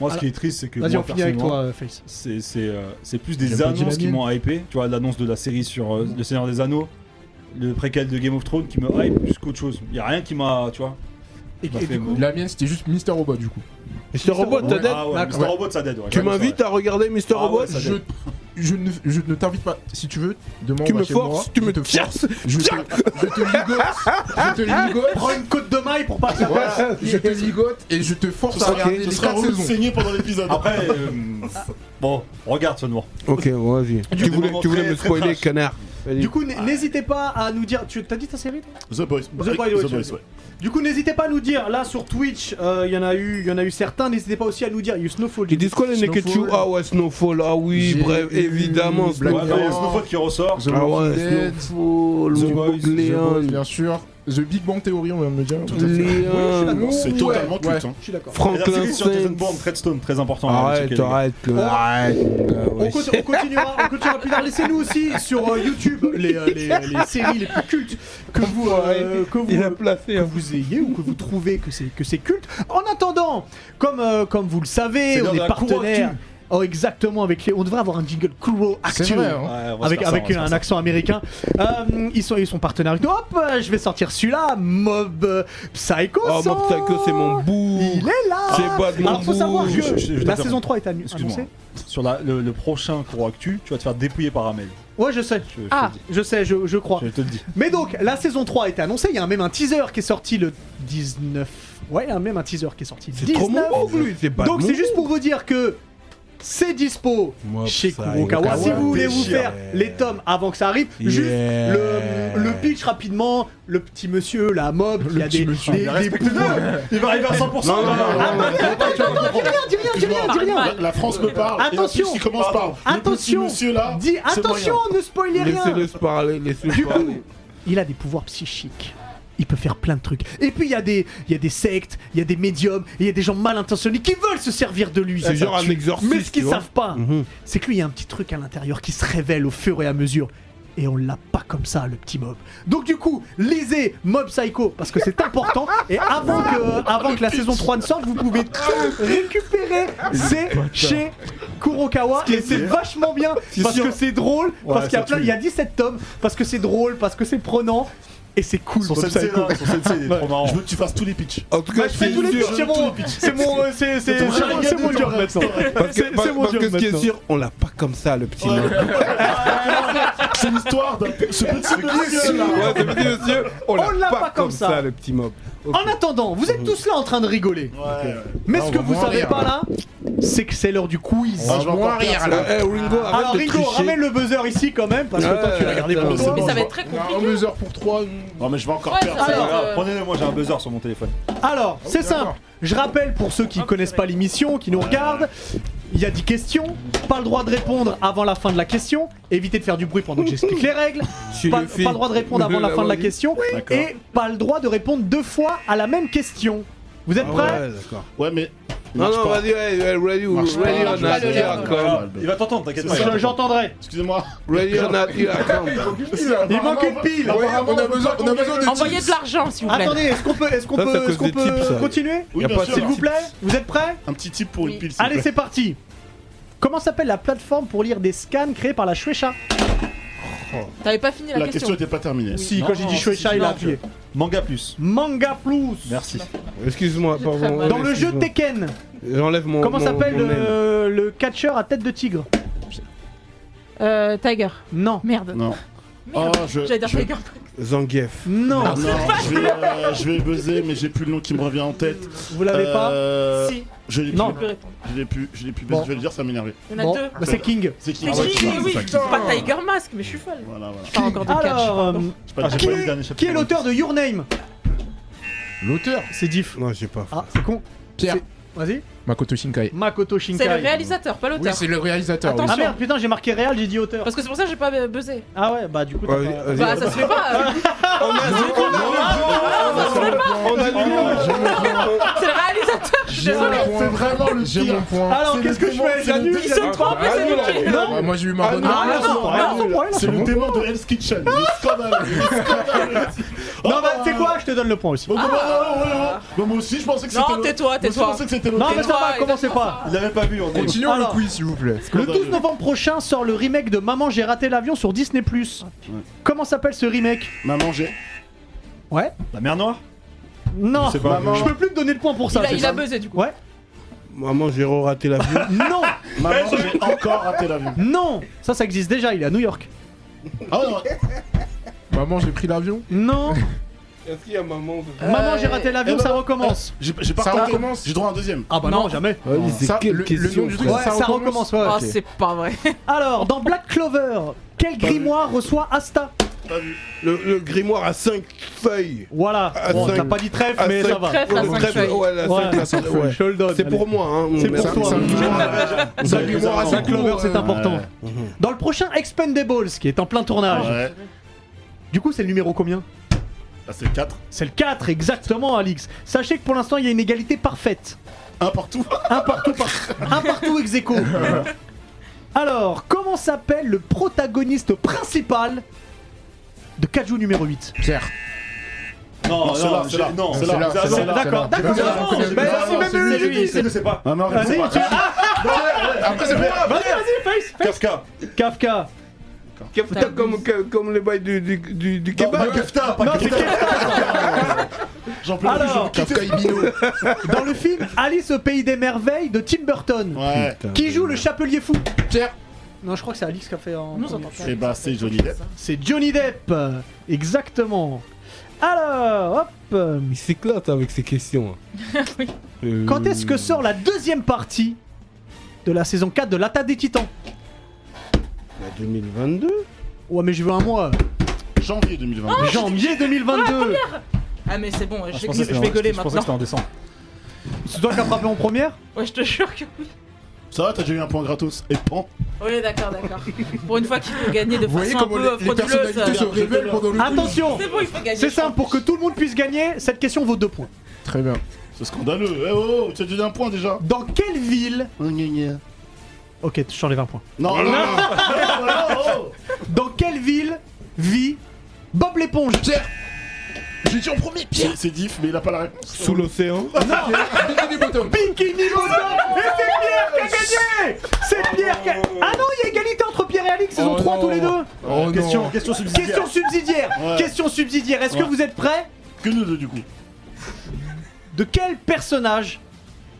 Speaker 3: Moi, ce qui est triste, c'est que.
Speaker 1: Vas-y,
Speaker 3: moi,
Speaker 1: on finit avec
Speaker 3: personnellement,
Speaker 1: toi, euh, Face.
Speaker 3: C'est c'est, euh, c'est plus
Speaker 7: J'ai
Speaker 3: des
Speaker 7: pas
Speaker 3: annonces
Speaker 7: dit la
Speaker 3: qui
Speaker 7: mienne.
Speaker 3: m'ont hypé. Tu vois, l'annonce de la série sur euh, Le Seigneur des Anneaux, le préquel de Game of Thrones qui me hype plus qu'autre chose. Il a rien qui m'a. Tu vois.
Speaker 1: Et,
Speaker 3: qui m'a
Speaker 1: et
Speaker 3: fait-
Speaker 1: du coup,
Speaker 7: La mienne, c'était juste Mister Robot, du coup.
Speaker 2: Mr. Robot, Oh, t'as dead
Speaker 3: Ah ouais,
Speaker 1: Ouais.
Speaker 3: Mr. Robot, ça dead. ouais,
Speaker 2: Tu
Speaker 3: j'avoue,
Speaker 2: m'invites à regarder Mr.
Speaker 3: Ah ouais,
Speaker 2: Robot
Speaker 3: ça
Speaker 7: Je,
Speaker 3: donne.
Speaker 7: je ne, je ne t'invite pas. Si tu veux, demain,
Speaker 2: Tu
Speaker 7: on va
Speaker 2: me
Speaker 7: chez
Speaker 2: forces,
Speaker 7: bah, moi,
Speaker 2: tu
Speaker 7: je
Speaker 2: me
Speaker 7: te
Speaker 2: tiens
Speaker 7: Je te, je te ligote, je te ligote,
Speaker 1: prends une côte de maille pour pas que ça passe.
Speaker 7: voilà, je te ligote et je te force à regarder
Speaker 4: Ce
Speaker 7: les
Speaker 4: sera
Speaker 7: 4
Speaker 4: relou de
Speaker 7: saisons.
Speaker 4: saigner pendant l'épisode.
Speaker 3: c'est- Après, euh, bon, regarde seulement.
Speaker 2: Ok, bon, vas-y. Tu voulais,
Speaker 3: moments
Speaker 2: tu voulais
Speaker 3: très-
Speaker 2: me spoiler, canard. Vas-y.
Speaker 1: Du coup, n- n'hésitez pas à nous dire. Tu t'as dit ta série toi
Speaker 4: The Boys.
Speaker 1: The Boys, ouais, tu- Du coup, n'hésitez pas à nous dire. Là, sur Twitch, euh, il y en a eu, il y en a eu certains. N'hésitez pas aussi à nous dire. Il y a eu Snowfall.
Speaker 2: Ils disent quoi les
Speaker 7: Snowfall.
Speaker 2: Naked You Ah ouais, Snowfall, ah oui,
Speaker 7: J'ai
Speaker 2: bref,
Speaker 7: eu
Speaker 2: évidemment,
Speaker 7: Black
Speaker 3: Ouais,
Speaker 2: Snowfall.
Speaker 3: bah, il y a
Speaker 7: Mirror.
Speaker 3: Snowfall qui ressort.
Speaker 7: The
Speaker 2: Ah
Speaker 7: Walking
Speaker 2: ouais,
Speaker 7: Dead,
Speaker 2: Snowfall,
Speaker 3: The
Speaker 2: New
Speaker 3: Boys, The
Speaker 7: The Boys,
Speaker 2: Leon,
Speaker 7: bien sûr. The Big Bang Theory, on vient de me dire.
Speaker 1: euh,
Speaker 2: Leon,
Speaker 4: C'est
Speaker 7: Ouais,
Speaker 4: totalement
Speaker 7: ouais.
Speaker 4: culte. hein.
Speaker 1: Je suis d'accord.
Speaker 3: Et la
Speaker 2: Franklin
Speaker 3: série sur Jason
Speaker 2: Saints.
Speaker 3: Bourne, Treadstone, très important. hein, à checker, les
Speaker 2: Arrête,
Speaker 3: gars.
Speaker 2: arrête, arrête. euh,
Speaker 1: On,
Speaker 2: ouais.
Speaker 1: conti- on continuera, on continuera plus tard. Laissez-nous aussi sur euh, YouTube les, euh, les- les séries les plus cultes que vous, euh, que vous,
Speaker 2: placé.
Speaker 1: que vous ayez ou que vous trouvez que c'est que c'est culte. En attendant, comme euh, comme vous le savez,
Speaker 3: C'est
Speaker 1: on
Speaker 3: l'heure
Speaker 1: est
Speaker 3: de la Kuro
Speaker 1: partenaire.
Speaker 3: Actu.
Speaker 1: Oh exactement avec les. On devrait avoir un jingle Kuro
Speaker 7: C'est
Speaker 1: Actu.
Speaker 7: vrai, hein.
Speaker 3: Ouais, on va se
Speaker 1: Avec,
Speaker 3: faire ça, on
Speaker 1: avec
Speaker 3: va se
Speaker 1: un
Speaker 3: faire ça.
Speaker 1: accent américain. Euh, ils, sont, ils sont partenaires avec nous. Hop, euh, je vais sortir celui-là. Mob euh, Psycho.
Speaker 2: Oh, Mob Psycho, c'est mon bout.
Speaker 1: Il est là.
Speaker 2: C'est pas de mon
Speaker 1: Alors, faut
Speaker 2: bout.
Speaker 1: savoir que
Speaker 3: Je- je- je
Speaker 1: la
Speaker 3: t'interromps.
Speaker 1: saison 3 est annu-
Speaker 3: Excuse-moi.
Speaker 1: annoncée.
Speaker 3: Sur la- le, le prochain cours actu, tu vas te faire dépouiller par Amel.
Speaker 1: Ouais, je sais.
Speaker 3: Je, je
Speaker 6: Ah.
Speaker 3: te le dis.
Speaker 1: Je sais, je, je crois.
Speaker 3: Je te le dis.
Speaker 1: Mais donc, la saison 3 a été annoncée. Il y a même un teaser qui est sorti le 19. Ouais, il y a même un teaser qui est sorti le
Speaker 2: C'est trop
Speaker 1: 19.
Speaker 2: mon bout, lui. C'est pas de
Speaker 1: Donc
Speaker 2: mon
Speaker 1: c'est juste
Speaker 2: bout.
Speaker 1: pour vous dire que c'est dispo
Speaker 2: Mob
Speaker 1: chez
Speaker 2: Psycho.
Speaker 1: Kurokawa. Si vous voulez vous
Speaker 2: Déchire.
Speaker 1: faire les tomes avant que ça arrive, juste
Speaker 2: Yeah.
Speaker 1: le, le pitch rapidement, le petit monsieur, la mob, il y a des, des, des pouvoirs.
Speaker 4: Il va arriver à 100%.
Speaker 2: Non, non,
Speaker 4: là.
Speaker 2: non, non,
Speaker 4: Ah,
Speaker 2: non.
Speaker 4: bah,
Speaker 1: Attends, attends, attends, dis rien, dis rien, dis rien, dis rien.
Speaker 4: La, la France me parle.
Speaker 1: Attention.
Speaker 4: Il commence par.
Speaker 1: Attention.
Speaker 4: Monsieur là.
Speaker 1: Dis attention, ne spoilez rien.
Speaker 2: Laissez-le se parler, laissez-le
Speaker 1: Du
Speaker 2: se
Speaker 1: coup,
Speaker 2: parler.
Speaker 1: il a des pouvoirs psychiques. Il peut faire plein de trucs. Et puis il y a des, il y a des sectes, il y a des médiums, il y a des gens mal intentionnés qui veulent se servir de lui.
Speaker 2: C'est genre un exorciste.
Speaker 1: Mais ce qu'ils
Speaker 2: tu vois.
Speaker 1: savent pas,
Speaker 2: Mhm.
Speaker 1: c'est que lui, il y a un petit truc à l'intérieur qui se révèle au fur et à mesure. Et on l'a pas comme ça, le petit mob. Donc du coup, lisez Mob Psycho parce que c'est important. Et avant que, avant que la saison 3 ne sorte, vous pouvez tout récupérer. C'est chez Kurokawa et c'est vachement bien parce que c'est drôle, parce qu'il y a plein, il y a 17 tomes, parce que c'est drôle, parce que c'est prenant et c'est cool.
Speaker 3: Son
Speaker 1: Mob
Speaker 3: sensei,
Speaker 1: Psycho.
Speaker 3: là, son sensei, il est trop marrant.
Speaker 4: Je veux que tu fasses tous les pitchs.
Speaker 2: En tout
Speaker 1: Bah,
Speaker 2: cas,
Speaker 1: je fais tous les
Speaker 2: sûr-
Speaker 1: pitchs, c'est mon, c'est mon, euh, c'est c'est-
Speaker 4: ton
Speaker 1: c'est mon- c'est mon
Speaker 4: Sharingan de
Speaker 1: job
Speaker 4: ton
Speaker 1: maintenant.
Speaker 2: Parce que,
Speaker 1: C'est-
Speaker 2: parce-
Speaker 1: c'est mon
Speaker 2: parce
Speaker 1: job
Speaker 2: que ce qui est
Speaker 1: maintenant.
Speaker 2: sûr, on l'a pas comme ça, le petit
Speaker 4: Ouais.
Speaker 2: mob.
Speaker 4: C'est l'histoire d'un ce petit monsieur là.
Speaker 2: Ouais, ce petit monsieur, on
Speaker 1: On l'a
Speaker 2: l'a pas comme ça,
Speaker 1: ça,
Speaker 2: le petit mob. Ok.
Speaker 1: En attendant, vous êtes tous là en train de rigoler.
Speaker 4: Ouais.
Speaker 1: Mais
Speaker 7: Ah,
Speaker 1: ce
Speaker 7: on
Speaker 1: que
Speaker 7: va Oh.
Speaker 1: vous
Speaker 7: moins
Speaker 1: savez
Speaker 7: rire,
Speaker 1: pas
Speaker 7: là.
Speaker 1: là, c'est que c'est l'heure du quiz.
Speaker 4: Ah, je vais encore
Speaker 7: rire,
Speaker 4: perdre,
Speaker 7: là.
Speaker 2: Eh, Ringo, arrête
Speaker 1: Alors
Speaker 2: de
Speaker 1: Ringo,
Speaker 2: tricher.
Speaker 1: ramène le buzzer ici quand même, parce que toi tu vas garder
Speaker 2: Ouais,
Speaker 1: pour
Speaker 4: c'est
Speaker 1: toi.
Speaker 6: Mais
Speaker 4: bon,
Speaker 6: ça
Speaker 4: je
Speaker 6: va
Speaker 4: vois.
Speaker 6: être très
Speaker 7: Non,
Speaker 6: compliqué.
Speaker 7: 2 heures pour 3.
Speaker 4: Non mais je vais encore
Speaker 6: Ouais,
Speaker 4: perdre.
Speaker 6: ça
Speaker 4: ça
Speaker 6: va.
Speaker 4: va.
Speaker 3: Regarde,
Speaker 6: euh,
Speaker 3: Prenez-le, moi j'ai un buzzer sur mon téléphone.
Speaker 1: Alors, c'est
Speaker 7: oui,
Speaker 1: simple.
Speaker 7: d'accord.
Speaker 1: Je rappelle pour ceux qui
Speaker 6: Ah,
Speaker 1: connaissent pas l'émission, qui nous regardent, il y a 10 questions, pas le droit de répondre avant la fin de la question, évitez de faire du bruit pendant que j'explique les règles,
Speaker 2: Chez
Speaker 1: pas,
Speaker 2: les
Speaker 1: pas
Speaker 2: filles.
Speaker 1: le droit de répondre avant la fin de la
Speaker 2: Oui.
Speaker 1: question,
Speaker 4: D'accord.
Speaker 1: et pas le droit de répondre deux fois à la même question. Vous êtes
Speaker 2: Ah
Speaker 1: prêts
Speaker 2: Ouais, d'accord.
Speaker 4: Ouais mais.
Speaker 2: Non,
Speaker 4: Marche
Speaker 2: non,
Speaker 4: pas.
Speaker 2: vas-y, ouais, ouais, ready,
Speaker 4: Marche pas,
Speaker 2: ready or
Speaker 4: marche
Speaker 2: not,
Speaker 6: pas, le
Speaker 2: here
Speaker 6: lien.
Speaker 2: I come.
Speaker 3: Il va t'entendre, t'inquiète pas.
Speaker 4: C'est
Speaker 1: Je- J'entendrai.
Speaker 4: Excusez-moi.
Speaker 2: Ready or not, here I come.
Speaker 1: Il manque une pile.
Speaker 7: Ouais, on a besoin, on a besoin de.
Speaker 6: Envoyez de l'argent, s'il vous plaît.
Speaker 1: Attendez, est-ce qu'on peut, est-ce qu'on
Speaker 2: Ça, c'est à
Speaker 1: peut,
Speaker 2: cause
Speaker 1: est-ce qu'on
Speaker 2: des
Speaker 1: peut
Speaker 2: types, ça.
Speaker 1: continuer
Speaker 4: Oui
Speaker 2: Y a
Speaker 4: bien
Speaker 2: pas de
Speaker 4: sûr.
Speaker 1: S'il vous plaît, vous êtes prêts
Speaker 4: Un petit type pour une pile. s'il
Speaker 1: Allez,
Speaker 4: vous plaît.
Speaker 1: c'est parti. Comment s'appelle la plateforme pour lire des scans créés par la Shueisha
Speaker 6: T'avais pas fini la,
Speaker 4: La question était pas terminée.
Speaker 1: Si,
Speaker 3: Non,
Speaker 1: quand j'ai dit
Speaker 3: non,
Speaker 1: Shueisha,
Speaker 3: si,
Speaker 1: il a
Speaker 3: non,
Speaker 1: appuyé.
Speaker 3: Manga plus.
Speaker 1: Manga Plus.
Speaker 3: Merci.
Speaker 2: Excuse-moi, pardon.
Speaker 1: Dans le jeu
Speaker 2: excuse-moi.
Speaker 1: Tekken,
Speaker 2: J'enlève mon.
Speaker 1: comment
Speaker 2: mon-
Speaker 1: s'appelle
Speaker 2: mon aile.
Speaker 1: euh, le catcheur à tête de tigre
Speaker 6: Euh, Tiger.
Speaker 1: Non.
Speaker 6: Merde.
Speaker 4: Non.
Speaker 6: Merde.
Speaker 4: Oh, je-
Speaker 6: J'allais dire
Speaker 4: je-
Speaker 6: Tiger.
Speaker 2: Zangief.
Speaker 1: Non,
Speaker 4: Ah, Non, je vais, euh, je vais buzzer, mais j'ai plus le nom qui me revient en tête.
Speaker 1: vous l'avez pas
Speaker 4: Euh,
Speaker 6: Si,
Speaker 4: Je l'ai plus.
Speaker 1: Non.
Speaker 6: je peux répondre.
Speaker 4: Je l'ai plus. Je l'ai plus.
Speaker 1: Bon.
Speaker 4: Je vais le dire, ça m'énerve.
Speaker 6: Il y en a
Speaker 1: Bon,
Speaker 6: deux.
Speaker 1: bah, c'est King.
Speaker 4: C'est qui
Speaker 6: Mais
Speaker 4: Ah ouais,
Speaker 6: qui-
Speaker 4: c'est
Speaker 6: mais
Speaker 4: ça,
Speaker 6: oui,
Speaker 4: c'est
Speaker 6: je
Speaker 4: ça.
Speaker 6: dis pas Tiger Mask, mais je suis folle.
Speaker 4: Voilà, voilà.
Speaker 6: Je parle encore de catch.
Speaker 1: Alors,
Speaker 6: pardon.
Speaker 1: euh,
Speaker 4: J'ai pas- j'ai
Speaker 1: qui
Speaker 4: pas lu le
Speaker 1: est-
Speaker 4: dernier chapitre.
Speaker 1: qui est l'auteur de Your Name
Speaker 7: L'auteur,
Speaker 1: C'est Diff.
Speaker 2: Non, j'ai pas.
Speaker 1: Ah, c'est con.
Speaker 7: Pierre.
Speaker 1: Vas-y.
Speaker 7: Makoto Shinkai.
Speaker 1: Makoto Shinkai.
Speaker 6: C'est le réalisateur, pas
Speaker 7: Oui,
Speaker 6: l'auteur.
Speaker 7: c'est le réalisateur. oui.
Speaker 1: Ah
Speaker 6: Attention.
Speaker 1: merde, putain, j'ai marqué réal, j'ai dit auteur.
Speaker 6: Parce que c'est pour ça que j'ai pas euh, buzzé.
Speaker 1: Ah ouais, bah du coup, t'as
Speaker 2: Ouais,
Speaker 1: pas-
Speaker 2: vas-y. Oh,
Speaker 6: Bah, ça se fait pas. euh.
Speaker 2: Oh,
Speaker 1: Oh,
Speaker 6: C'est le réalisateur. Je suis
Speaker 7: J'ai mon
Speaker 6: désolée.
Speaker 7: point.
Speaker 5: vraiment le
Speaker 7: J'ai mon
Speaker 5: pire.
Speaker 7: point.
Speaker 1: Alors,
Speaker 5: C'est
Speaker 1: qu'est-ce
Speaker 5: le
Speaker 1: que je fais
Speaker 5: démon, c'est
Speaker 1: J'annule,
Speaker 5: le
Speaker 6: Ils sont
Speaker 1: j'annule.
Speaker 6: trop en plus,
Speaker 2: non,
Speaker 6: c'est nul.
Speaker 7: Ah, moi j'ai eu Maradona.
Speaker 1: Ah
Speaker 6: non,
Speaker 1: non,
Speaker 6: non,
Speaker 1: ah,
Speaker 6: non,
Speaker 1: non,
Speaker 4: C'est
Speaker 1: non,
Speaker 4: le démon de Hell's Kitchen. Il est scandaleux. il est scandaleux.
Speaker 1: Non,
Speaker 4: Oh.
Speaker 1: bah, tu sais quoi Je te donne le point aussi.
Speaker 4: Bon, bon, bon, bon, bon, bon. Bon, moi aussi, je pensais que
Speaker 6: Non,
Speaker 4: c'était. le-
Speaker 6: tais-toi,
Speaker 4: moi aussi,
Speaker 6: tais-toi.
Speaker 4: Je pensais que c'était le.
Speaker 1: Non, mais
Speaker 6: mais
Speaker 1: ça va,
Speaker 6: toi,
Speaker 1: commencez pas.
Speaker 5: Il avait pas vu, on est.
Speaker 7: Continuons le
Speaker 1: Alors.
Speaker 7: quiz, s'il vous plaît.
Speaker 1: Le 12 novembre prochain sort le remake de Maman, j'ai raté l'avion sur Disney. Comment s'appelle ce remake
Speaker 4: Maman, j'ai.
Speaker 1: Ouais
Speaker 5: La mer noire
Speaker 1: Non,
Speaker 5: Je sais pas.
Speaker 1: je peux plus te donner le point pour
Speaker 6: Il
Speaker 1: ça.
Speaker 6: a-
Speaker 1: c'est
Speaker 6: Il a
Speaker 1: ça
Speaker 6: buzzé du coup.
Speaker 1: Ouais
Speaker 2: Maman, j'ai raté la vie.
Speaker 1: Non
Speaker 4: Maman, j'ai encore raté l'avion.
Speaker 1: Non Ça, ça existe déjà, il est à New York.
Speaker 4: Ah non,
Speaker 7: Maman, j'ai pris l'avion.
Speaker 1: Non
Speaker 2: Est-ce qu'il y a maman
Speaker 1: Maman, j'ai raté l'avion,
Speaker 4: eh
Speaker 1: ça
Speaker 4: ben,
Speaker 1: recommence.
Speaker 4: j'ai j'ai pas
Speaker 7: Ça
Speaker 4: raté.
Speaker 7: recommence.
Speaker 4: J'ai droit à un deuxième.
Speaker 1: Ah bah non, jamais.
Speaker 7: Ça, le, le nom du truc,
Speaker 1: Ouais,
Speaker 7: c'est
Speaker 1: ça recommence, ouais.
Speaker 6: Ah, c'est pas vrai.
Speaker 1: Alors, dans Black Clover, quel grimoire reçoit Asta
Speaker 2: le, le grimoire à 5 feuilles.
Speaker 1: Voilà.
Speaker 2: À
Speaker 1: Bon,
Speaker 2: cinq.
Speaker 1: t'as pas dit trèfle,
Speaker 2: À
Speaker 1: mais
Speaker 2: cinq.
Speaker 1: ça va.
Speaker 6: Trèfle.
Speaker 2: Ouais,
Speaker 6: la
Speaker 2: le
Speaker 6: cinq
Speaker 2: trèfle,
Speaker 6: feuilles.
Speaker 2: ouais, la
Speaker 1: Ouais.
Speaker 2: cinq, la cinq
Speaker 1: Ouais.
Speaker 2: feuilles.
Speaker 1: Je te le donne.
Speaker 2: C'est
Speaker 1: allez.
Speaker 2: pour moi. Hein.
Speaker 1: C'est pour
Speaker 2: Merci.
Speaker 1: toi.
Speaker 2: Ça me touche.
Speaker 1: Black Clover,
Speaker 4: Black Clover,
Speaker 1: c'est
Speaker 7: ouais.
Speaker 1: important. Dans le prochain Expendables, qui est en plein tournage,
Speaker 4: Ouais.
Speaker 1: du coup, c'est le numéro combien
Speaker 4: Ah, c'est 4.
Speaker 1: C'est le 4, exactement, Alix. Sachez que pour l'instant, il y a une égalité parfaite.
Speaker 4: Un partout.
Speaker 1: Un partout, par... un partout ex aequo. Alors, comment s'appelle le protagoniste principal de Kaju numéro 8
Speaker 7: Pierre.
Speaker 4: Non, c'est là, c'est là. Non, c'est là.
Speaker 7: c'est
Speaker 4: c'est
Speaker 7: là.
Speaker 1: D'accord,
Speaker 7: c'est là.
Speaker 1: d'accord.
Speaker 7: Non,
Speaker 1: Mais
Speaker 7: c'est
Speaker 1: bah,
Speaker 7: là,
Speaker 1: si, même
Speaker 7: c'est
Speaker 1: lui,
Speaker 7: lui,
Speaker 1: j'ai dit,
Speaker 5: Je
Speaker 1: c'est-
Speaker 5: ne sais pas.
Speaker 4: Ah, non,
Speaker 1: Vas-y,
Speaker 4: c'est
Speaker 1: tu-
Speaker 4: pas.
Speaker 1: ah,
Speaker 7: Après, c'est moi.
Speaker 1: vas-y, vas-y, face, face.
Speaker 5: Kafka.
Speaker 1: Kafka.
Speaker 2: Kefta comme, comme, comme les bails du, du, du, du
Speaker 4: Non, pas
Speaker 2: kebab.
Speaker 4: Kefta,
Speaker 1: Non,
Speaker 4: pas
Speaker 1: c'est
Speaker 4: Kefta.
Speaker 1: Kafka.
Speaker 4: J'en peux plus.
Speaker 1: Alors,
Speaker 7: Kafka Ibino.
Speaker 1: dans le film Alice au pays des merveilles de Tim Burton,
Speaker 2: hein.
Speaker 4: Ouais.
Speaker 1: qui joue le chapelier fou
Speaker 7: Pierre.
Speaker 1: Non, je crois que c'est Alix qui a fait en.
Speaker 6: Nous, on entend pas.
Speaker 4: Eh bah, c'est Johnny Depp.
Speaker 1: C'est Johnny Depp, euh, exactement. Alors, hop. euh,
Speaker 2: Il s'éclate avec ces questions.
Speaker 1: hein.
Speaker 6: Oui.
Speaker 2: Euh,
Speaker 1: Quand est-ce que sort la deuxième partie de la saison 4 de l'Attaque des Titans
Speaker 2: En 2022
Speaker 1: Ouais, mais je veux un mois.
Speaker 4: Janvier
Speaker 6: Oh,
Speaker 4: 2022.
Speaker 1: Janvier 2022.
Speaker 6: Ah, mais c'est bon, je
Speaker 3: pensais que
Speaker 6: vais-
Speaker 3: c'était
Speaker 6: je
Speaker 3: en-
Speaker 6: vais gueuler
Speaker 3: Je pensais que
Speaker 6: maintenant.
Speaker 3: c'était en décembre.
Speaker 1: C'est toi qui as frappé en première
Speaker 6: Ouais, je te jure que oui.
Speaker 4: Ça va, t'as déjà eu un point gratos. Et pan.
Speaker 6: Oui, d'accord, d'accord. Pour une fois qu'il faut gagner de
Speaker 7: Vous voyez
Speaker 6: façon un
Speaker 7: comment
Speaker 6: peu euh,
Speaker 7: les, les personnalités se
Speaker 6: frauduleuse.
Speaker 7: révèlent pendant le quiz
Speaker 1: Attention
Speaker 6: C'est bon, il faut gagner.
Speaker 1: C'est
Speaker 6: je pense.
Speaker 1: simple, pour que tout le monde puisse gagner, cette question vaut deux points.
Speaker 7: Très bien.
Speaker 4: C'est scandaleux. Eh oh, tu as déjà un point déjà.
Speaker 1: Dans quelle ville.
Speaker 4: Non,
Speaker 1: Ok, je change les 20 points.
Speaker 4: non, non. Oh, oh,
Speaker 1: Dans quelle ville vit Bob l'éponge
Speaker 7: Pierre. J'ai dit en premier,
Speaker 4: oh.
Speaker 7: Pierre.
Speaker 4: C'est diff, mais il a pas la réponse.
Speaker 2: Sous l'océan
Speaker 7: Bikini Bottom.
Speaker 1: Bikini Bottom Et c'est Pierre qui a gagné C'est Pierre qui a... Ah non, il y a égalité entre Pierre et Alix, ils ont
Speaker 7: Oh
Speaker 1: 3 tous les
Speaker 7: non.
Speaker 1: deux
Speaker 7: Oh
Speaker 5: Question,
Speaker 7: non.
Speaker 5: question subsidiaire.
Speaker 1: Question subsidiaire
Speaker 4: Ouais.
Speaker 1: Question subsidiaire, est-ce que
Speaker 4: Ouais.
Speaker 1: vous êtes prêts
Speaker 4: Que nous deux, du coup.
Speaker 1: De quel personnage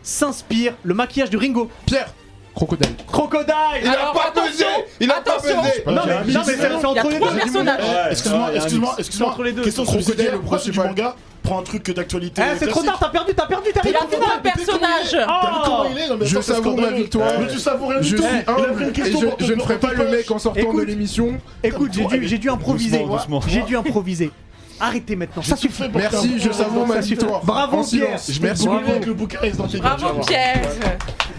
Speaker 1: s'inspire le maquillage de Ringo
Speaker 7: Pierre. Crocodile.
Speaker 1: Crocodile
Speaker 6: Alors, attention,
Speaker 2: Il a
Speaker 6: attention.
Speaker 2: pesé
Speaker 1: Non mais, non, mais c'est c'est
Speaker 6: Il y a
Speaker 1: entre les
Speaker 6: trois
Speaker 1: deux
Speaker 6: personnages.
Speaker 5: Ouais,
Speaker 4: Excuse-moi,
Speaker 5: ouais,
Speaker 4: excuse-moi,
Speaker 5: Yannick.
Speaker 4: excuse-moi.
Speaker 1: Entre les deux.
Speaker 4: Question
Speaker 7: Crocodile,
Speaker 4: subsidiaire,
Speaker 7: le
Speaker 4: pourquoi c'est du
Speaker 7: principal.
Speaker 4: manga Prends un truc d'actualité.
Speaker 1: Eh, c'est trop
Speaker 4: classique.
Speaker 1: tard, t'as perdu, t'as perdu, t'as
Speaker 6: Il y
Speaker 1: perdu
Speaker 6: a trois personnages.
Speaker 4: T'as vu comment
Speaker 1: Oh
Speaker 4: il est Non, mais
Speaker 7: Je
Speaker 4: attends, c'est
Speaker 7: savoure ma
Speaker 4: scandaleux.
Speaker 7: victoire.
Speaker 4: Mais tu savoures rien
Speaker 7: Je
Speaker 4: du
Speaker 7: suis
Speaker 4: tout. Il a
Speaker 7: humble
Speaker 4: pris une
Speaker 7: et
Speaker 4: question pour
Speaker 7: je,
Speaker 4: te-
Speaker 7: je ne ferai
Speaker 4: pour
Speaker 7: pas
Speaker 4: te
Speaker 7: le
Speaker 4: punch.
Speaker 7: mec en sortant de
Speaker 1: Écoute.
Speaker 7: l'émission.
Speaker 1: Écoute, j'ai dû, j'ai dû improviser.
Speaker 5: Doucement, doucement.
Speaker 1: J'ai dû improviser. Arrêtez maintenant, ça suffit.
Speaker 4: Fais pour
Speaker 7: Merci,
Speaker 4: faire-
Speaker 7: je savoure ma
Speaker 1: Ça suffit.
Speaker 7: victoire.
Speaker 1: Bravo,
Speaker 7: En
Speaker 1: Pierre.
Speaker 7: silence.
Speaker 4: Je vais
Speaker 7: Merci
Speaker 4: brûler
Speaker 7: beaucoup.
Speaker 4: avec le Bucarest dans tes mains, tu vas
Speaker 6: Bravo,
Speaker 4: voir.
Speaker 6: Pierre.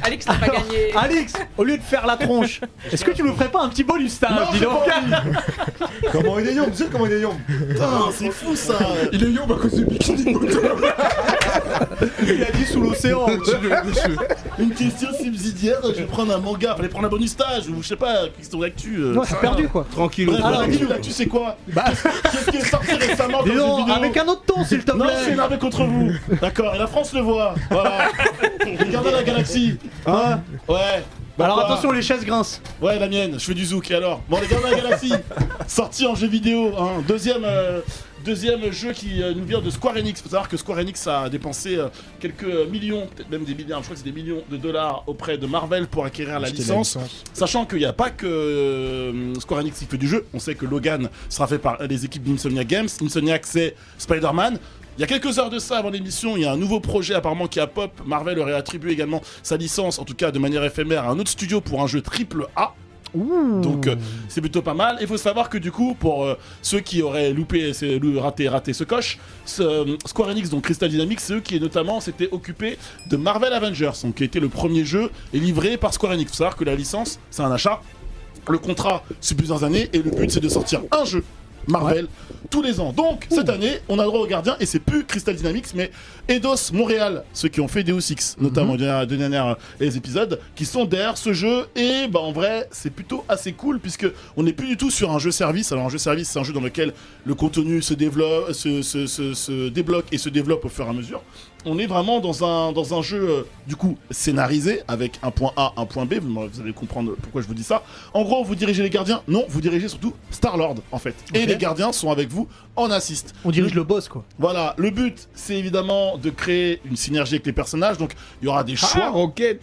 Speaker 6: Alex n'a pas gagné.
Speaker 1: Alex, au lieu de faire la tronche, est-ce que tu me ferais pas un petit bonus, ça
Speaker 4: Non,
Speaker 1: dis
Speaker 4: j'ai
Speaker 1: donc
Speaker 4: pas envie.
Speaker 5: Comment il est yom, monsieur, comment il est yom
Speaker 4: Putain, c'est fou ça.
Speaker 7: Il est yob à cause de Bikini Bottom.
Speaker 1: Il a dit sous l'océan.
Speaker 4: Une question subsidiaire, je vais prendre un manga, fallait prendre un bonus stage ou je sais pas, question d'actu. euh.
Speaker 1: Non, c'est perdu quoi.
Speaker 2: Tranquille.
Speaker 4: Bref,
Speaker 1: Alors,
Speaker 4: l'actu,
Speaker 1: dis-nous.
Speaker 4: l'actu, c'est quoi Qu'est-ce qui est sorti récemment comme
Speaker 1: Dis
Speaker 4: jeu
Speaker 1: donc,
Speaker 4: vidéo
Speaker 1: avec un autre ton, s'il te
Speaker 4: Non, je suis
Speaker 1: plaît.
Speaker 4: énervé contre vous. D'accord, et la France le voit. Voilà. Regardez la galaxie. Hein Ouais. Bah
Speaker 1: Alors
Speaker 4: quoi
Speaker 1: attention, les chaises grincent.
Speaker 4: Ouais, la mienne, je fais du zouk, et alors Bon, les Gardiens de la Galaxie, sorti en jeu vidéo, hein. deuxième, euh, deuxième jeu qui euh, nous vient de Square Enix. Faut savoir que Square Enix a dépensé euh, quelques millions, peut-être même des milliards, je crois que c'est des millions de dollars auprès de Marvel pour acquérir la
Speaker 7: Acheter
Speaker 4: licence. Sachant qu'il n'y a pas que euh, Square Enix qui fait du jeu, on sait que Logan sera fait par euh, les équipes d'Insomniac Games. Insomniac, c'est Spider-Man. Il y a quelques heures de ça, avant l'émission, il y a un nouveau projet apparemment qui a pop. Marvel aurait attribué également sa licence, en tout cas de manière éphémère, à un autre studio pour un jeu triple A. Donc euh, c'est plutôt pas mal. Il faut savoir que du coup, pour euh, ceux qui auraient loupé, ce- lou- raté, raté ce coche, ce, euh, Square Enix, donc Crystal Dynamics, c'est eux qui notamment s'étaient occupés de Marvel Avengers, donc qui a été le premier jeu et livré par Square Enix. Faut savoir que la licence, c'est un achat. Le contrat, c'est plusieurs années et le but, c'est de sortir un jeu. Marvel tous les ans. Donc cette année, on a droit aux gardiens et c'est plus Crystal Dynamics, mais Eidos Montréal, ceux qui ont fait Deus Ex, notamment les deux dernières les épisodes, qui sont derrière ce jeu. Et bah en vrai, c'est plutôt assez cool puisque on n'est plus du tout sur un jeu service. Alors un jeu service, c'est un jeu dans lequel le contenu se développe, se, se- se- se débloque et se développe au fur et à mesure. On est vraiment dans un, dans un jeu euh, du coup scénarisé avec un point A, un point B. Vous, vous allez comprendre pourquoi je vous dis ça. En gros, vous dirigez les gardiens. Non, vous dirigez surtout Star Lord en fait. Et
Speaker 1: Ok.
Speaker 4: les gardiens sont avec vous en assiste.
Speaker 1: On dirige le boss, quoi.
Speaker 4: Voilà, le but, c'est évidemment de créer une synergie avec les personnages. Donc, il y aura
Speaker 1: Ah.
Speaker 4: des choix.
Speaker 2: Rocket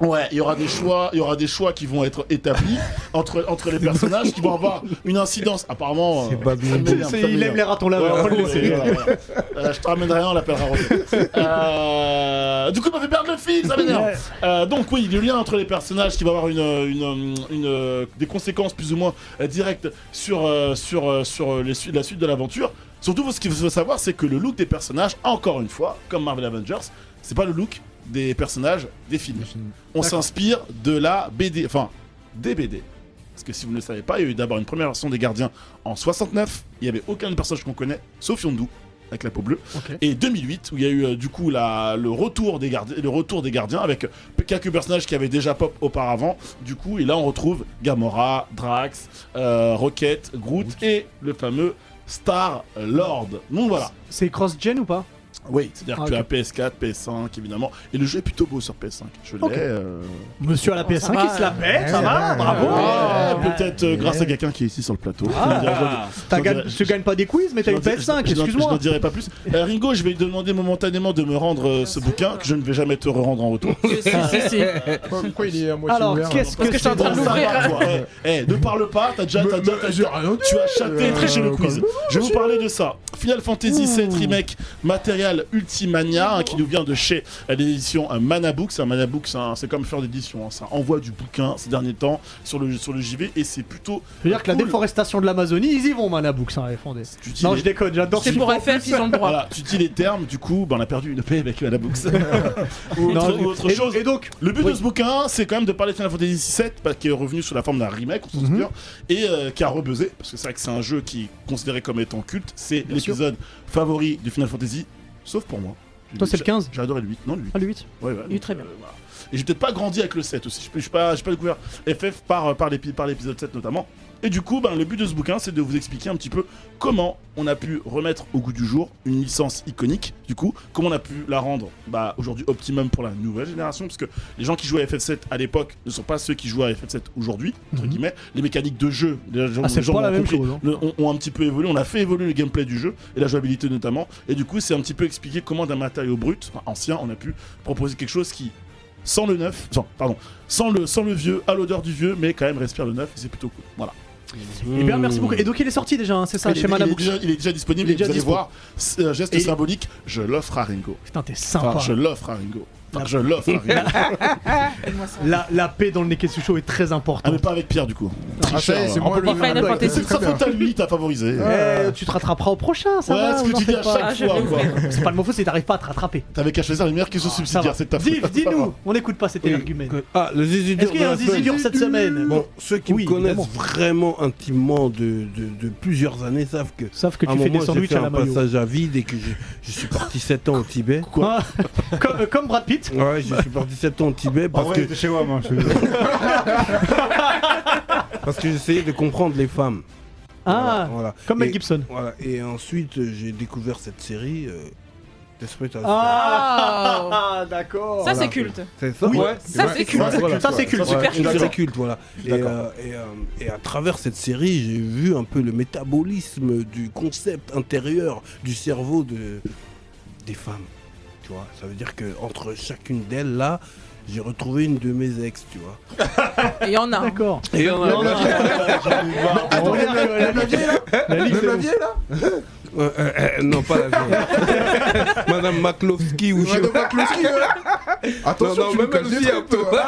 Speaker 4: Ouais, il y aura des choix, il y aura des choix qui vont être établis entre entre les personnages qui vont avoir une incidence. Apparemment, euh, ça m'énerve, ça
Speaker 1: Il aime
Speaker 4: m'énerve.
Speaker 1: les ratons là.
Speaker 4: Ouais,
Speaker 1: on
Speaker 4: ouais,
Speaker 1: peut le
Speaker 4: ouais,
Speaker 1: laisser.
Speaker 4: voilà, voilà. Euh, je te ramènerai un, on l'appellera Roger. Euh, Du coup, on m'a fait perdre le fil, ça m'énerve. Euh, donc oui, le lien entre les personnages qui va avoir une, une, une, euh, des conséquences plus ou moins euh, directes sur, euh, sur, euh, sur euh, les su- la suite de l'aventure. Surtout, ce qu'il faut savoir, c'est que le look des personnages, encore une fois, comme Marvel Avengers, c'est pas le look des personnages des films. On s'inspire de la BD, enfin des BD. Parce que si vous ne le savez pas, il y a eu d'abord une première version des Gardiens en 69. Il n'y avait aucun personnage qu'on connaît, sauf Yondu avec la peau bleue.
Speaker 1: Ok.
Speaker 4: Et 2008 où il y a eu euh, du coup la, le retour des gardiens, le retour des gardiens avec euh, quelques personnages qui avaient déjà pop auparavant. Du coup, et là on retrouve Gamora, Drax, euh, Rocket, Groot et le fameux Star Lord. Donc voilà.
Speaker 1: C'est cross-gen ou pas
Speaker 4: Oui, c'est-à-dire
Speaker 1: Ah,
Speaker 4: que tu
Speaker 1: ok.
Speaker 4: as PS4, PS5 évidemment et le jeu est plutôt beau sur PS5. Je l'ai.
Speaker 1: Ok.
Speaker 4: euh,
Speaker 1: Monsieur à la PS5,
Speaker 6: va,
Speaker 1: il se la met, ça
Speaker 7: ouais,
Speaker 1: Ah, va,
Speaker 7: ouais,
Speaker 1: bravo.
Speaker 7: ouais.
Speaker 4: ah,
Speaker 6: ouais.
Speaker 4: peut-être euh, grâce à quelqu'un qui est ici sur le plateau.
Speaker 1: T'as
Speaker 4: Je
Speaker 1: gagné-
Speaker 4: dirais-
Speaker 1: Tu gagnes pas des quiz, mais t'as une
Speaker 4: Je
Speaker 1: PS5,
Speaker 4: n'en- je n'en- Je n'en
Speaker 1: excuse-moi.
Speaker 4: dirai pas plus. Euh, Ringo, je vais te demander momentanément de me rendre euh, ce bouquin que je ne vais jamais te rendre en retour.
Speaker 6: Si, si, si.
Speaker 7: Pourquoi, pourquoi il est à moitié
Speaker 1: Alors,
Speaker 7: ouvert
Speaker 1: qu'est-ce hein, que
Speaker 6: Parce que je suis en train de
Speaker 4: Bon, ça
Speaker 6: l'ouvrir.
Speaker 4: va, toi. Eh, eh, ne parle pas, t'as déjà,
Speaker 7: Me-
Speaker 4: t'as déjà-
Speaker 7: me-
Speaker 4: t'as
Speaker 7: j'ai
Speaker 4: déjà-
Speaker 7: rien dit.
Speaker 4: tu as chaté
Speaker 7: bah, Euh,
Speaker 4: très chez le quiz.
Speaker 7: calme-toi,
Speaker 4: Je vais vous parler de ça. Final Fantasy VII Remake, matériel Ultimania, hein, qui nous vient de chez euh, l'édition euh, Manabook. C'est un Manabook, c'est un- c'est comme faire d'édition. hein. Ça envoie du bouquin ces derniers temps sur le, sur le JV et c'est plutôt.
Speaker 1: Je veux dire que la
Speaker 4: cool.
Speaker 1: déforestation de l'Amazonie, ils y vont, Manabook, ça avait fondé.
Speaker 4: Tu dis
Speaker 1: Non,
Speaker 4: les-
Speaker 1: je déconne, j'adore
Speaker 6: C'est
Speaker 1: ce
Speaker 6: pour
Speaker 1: qu'ils font.
Speaker 6: FF, ils ont le droit.
Speaker 4: Voilà, tu dis les termes, du coup, ben, on a perdu une paix avec Manabook. ou,
Speaker 1: Non,
Speaker 4: autre, ou autre
Speaker 1: et-
Speaker 4: chose.
Speaker 1: Et donc,
Speaker 4: Le but
Speaker 1: Oui.
Speaker 4: de ce bouquin, c'est quand même de parler de Final Fantasy VII, parce qui est revenu sous la forme d'un remake, on s'en souvient, et euh, qui a rebuzzé, parce que c'est vrai que c'est un jeu qui est considéré comme étant culte. C'est l'épisode favori de Final Fantasy, sauf pour moi.
Speaker 1: Toi, c'est le 15?
Speaker 4: J'ai adoré le 8. Non, le 8.
Speaker 1: Ah, le 8
Speaker 4: Ouais, ouais,
Speaker 6: Il est très bien.
Speaker 4: voilà. Et j'ai peut-être pas grandi avec le 7 aussi. Je peux- je suis pas, j'ai pas découvert FF par, euh, par, l'épi- par l'épisode 7 notamment. Et du coup, ben, le but de ce bouquin, c'est de vous expliquer un petit peu comment on a pu remettre au goût du jour une licence iconique, du coup, comment on a pu la rendre bah, aujourd'hui optimum pour la nouvelle génération, parce que les gens qui jouaient à FF7 à l'époque ne sont pas ceux qui jouent à FF7 aujourd'hui, entre guillemets. Les mécaniques de jeu, les gens,
Speaker 1: Mhm. Ah, c'est
Speaker 4: les gens
Speaker 1: pas
Speaker 4: l'ont
Speaker 1: la même
Speaker 4: compris,
Speaker 1: chose, hein.
Speaker 4: le- ont, ont un petit peu évolué. On a fait évoluer le gameplay du jeu et la jouabilité notamment. Et du coup, c'est un petit peu expliquer comment d'un matériau brut, enfin, ancien, on a pu proposer quelque chose qui sans le neuf, sans, pardon, sans le, sans le vieux, à l'odeur du vieux, mais quand même respire le neuf, et c'est plutôt cool. Voilà.
Speaker 1: Eh bien, merci beaucoup. Et donc, il est sorti déjà, hein, c'est ça,
Speaker 4: il, est,
Speaker 1: chez
Speaker 4: il est
Speaker 1: Manabook.
Speaker 4: déjà, il est déjà disponible,
Speaker 1: Il est
Speaker 4: et
Speaker 1: déjà
Speaker 4: vous allez
Speaker 1: dispo.
Speaker 4: voir, c'est un geste
Speaker 1: Et il-
Speaker 4: symbolique, je l'offre à Ringo.
Speaker 1: Putain, t'es sympa.
Speaker 4: Enfin, je l'offre à Ringo. Enfin, je l'offre à Ringo.
Speaker 6: Aide-moi ça.
Speaker 1: la, la paix dans le Neketsu Show est très
Speaker 4: ah, mais
Speaker 1: importante.
Speaker 4: pas avec Pierre, du coup.
Speaker 7: Ah, ça y est,
Speaker 4: Tricheur,
Speaker 7: c'est
Speaker 4: hein.
Speaker 7: moi
Speaker 6: peut pas
Speaker 7: le-
Speaker 6: faire une
Speaker 7: Ouais,
Speaker 6: fantaisie,
Speaker 7: c'est
Speaker 4: C'est
Speaker 7: très
Speaker 4: sa
Speaker 7: bien.
Speaker 4: faute à lui, t'as favorisé.
Speaker 1: Eh,
Speaker 4: Ouais,
Speaker 1: tu te rattraperas au prochain, ça va
Speaker 4: Euh. ce
Speaker 1: vous
Speaker 4: que
Speaker 1: en
Speaker 4: tu dis
Speaker 1: faites
Speaker 4: à
Speaker 1: pas.
Speaker 6: Ah,
Speaker 4: chaque
Speaker 6: je
Speaker 4: fois,
Speaker 6: vais
Speaker 4: quoi.
Speaker 1: C'est pas de mon faute si t'arrives pas à te rattraper.
Speaker 4: T'avais qu'à choisir les meilleurs qui sont
Speaker 1: Ah, Ça va.
Speaker 4: subsidiaires, c'est de ta faute.
Speaker 1: Dis- Dis-nous, on n'écoute pas cet énergumène.
Speaker 2: Ah, le zizi dur
Speaker 1: Est-ce qu'il y a
Speaker 2: de
Speaker 1: un
Speaker 2: la
Speaker 1: zizi
Speaker 2: fête.
Speaker 1: dur cette semaine
Speaker 2: Bon, ceux qui
Speaker 1: Oui,
Speaker 2: me connaissent
Speaker 1: évidemment.
Speaker 2: vraiment intimement de, de- de plusieurs années savent que
Speaker 1: Sauf que
Speaker 2: à un
Speaker 1: tu fais
Speaker 2: moment
Speaker 1: des
Speaker 2: j'ai
Speaker 1: sandwichs
Speaker 2: fait
Speaker 1: à la
Speaker 2: un
Speaker 1: mayo.
Speaker 2: passage à vide et que je, je suis parti 7 ans au Tibet.
Speaker 1: Ah, comme, euh, comme Brad Pitt.
Speaker 2: Ouais, je suis parti 7 ans au Tibet
Speaker 5: En
Speaker 2: parce
Speaker 5: vrai,
Speaker 2: que
Speaker 5: t'es chez moi, moi. je-
Speaker 2: parce que j'essayais de comprendre les femmes.
Speaker 1: Ah,
Speaker 2: Voilà, voilà.
Speaker 1: comme Mel
Speaker 2: Et-
Speaker 1: Gibson.
Speaker 2: Voilà. Et ensuite euh, j'ai découvert cette série euh, Desperate Housewives.
Speaker 1: Ah,
Speaker 6: Oh.
Speaker 1: ah, d'accord.
Speaker 6: Ça,
Speaker 2: Voilà.
Speaker 6: c'est culte.
Speaker 2: C'est ça
Speaker 1: Oui.
Speaker 2: ouais.
Speaker 6: Ça, c'est culte.
Speaker 2: Ouais, voilà.
Speaker 1: Ça, c'est culte.
Speaker 2: Ouais,
Speaker 6: Super
Speaker 2: une
Speaker 6: culte.
Speaker 2: série culte, voilà. Et, euh, et, euh, et à travers cette série, j'ai vu un peu le métabolisme du concept intérieur du cerveau de des femmes. Tu vois, ça veut dire que entre chacune d'elles là, j'ai retrouvé une de mes ex, tu vois.
Speaker 6: Et il y en a. hein.
Speaker 1: D'accord.
Speaker 2: Et on
Speaker 1: Non, non, non. On regarde euh, la la- la ligue, c'est bon.
Speaker 2: Euh, non, pas la vieille. Madame Maklovski ou je
Speaker 7: Ouais, donc, pas que le ski, hein.
Speaker 2: Non,
Speaker 7: Attention,
Speaker 2: non,
Speaker 7: tu
Speaker 2: même
Speaker 7: hein. nous caches
Speaker 2: elle
Speaker 7: des
Speaker 2: dit un
Speaker 7: trucs,
Speaker 2: peu.
Speaker 7: toi.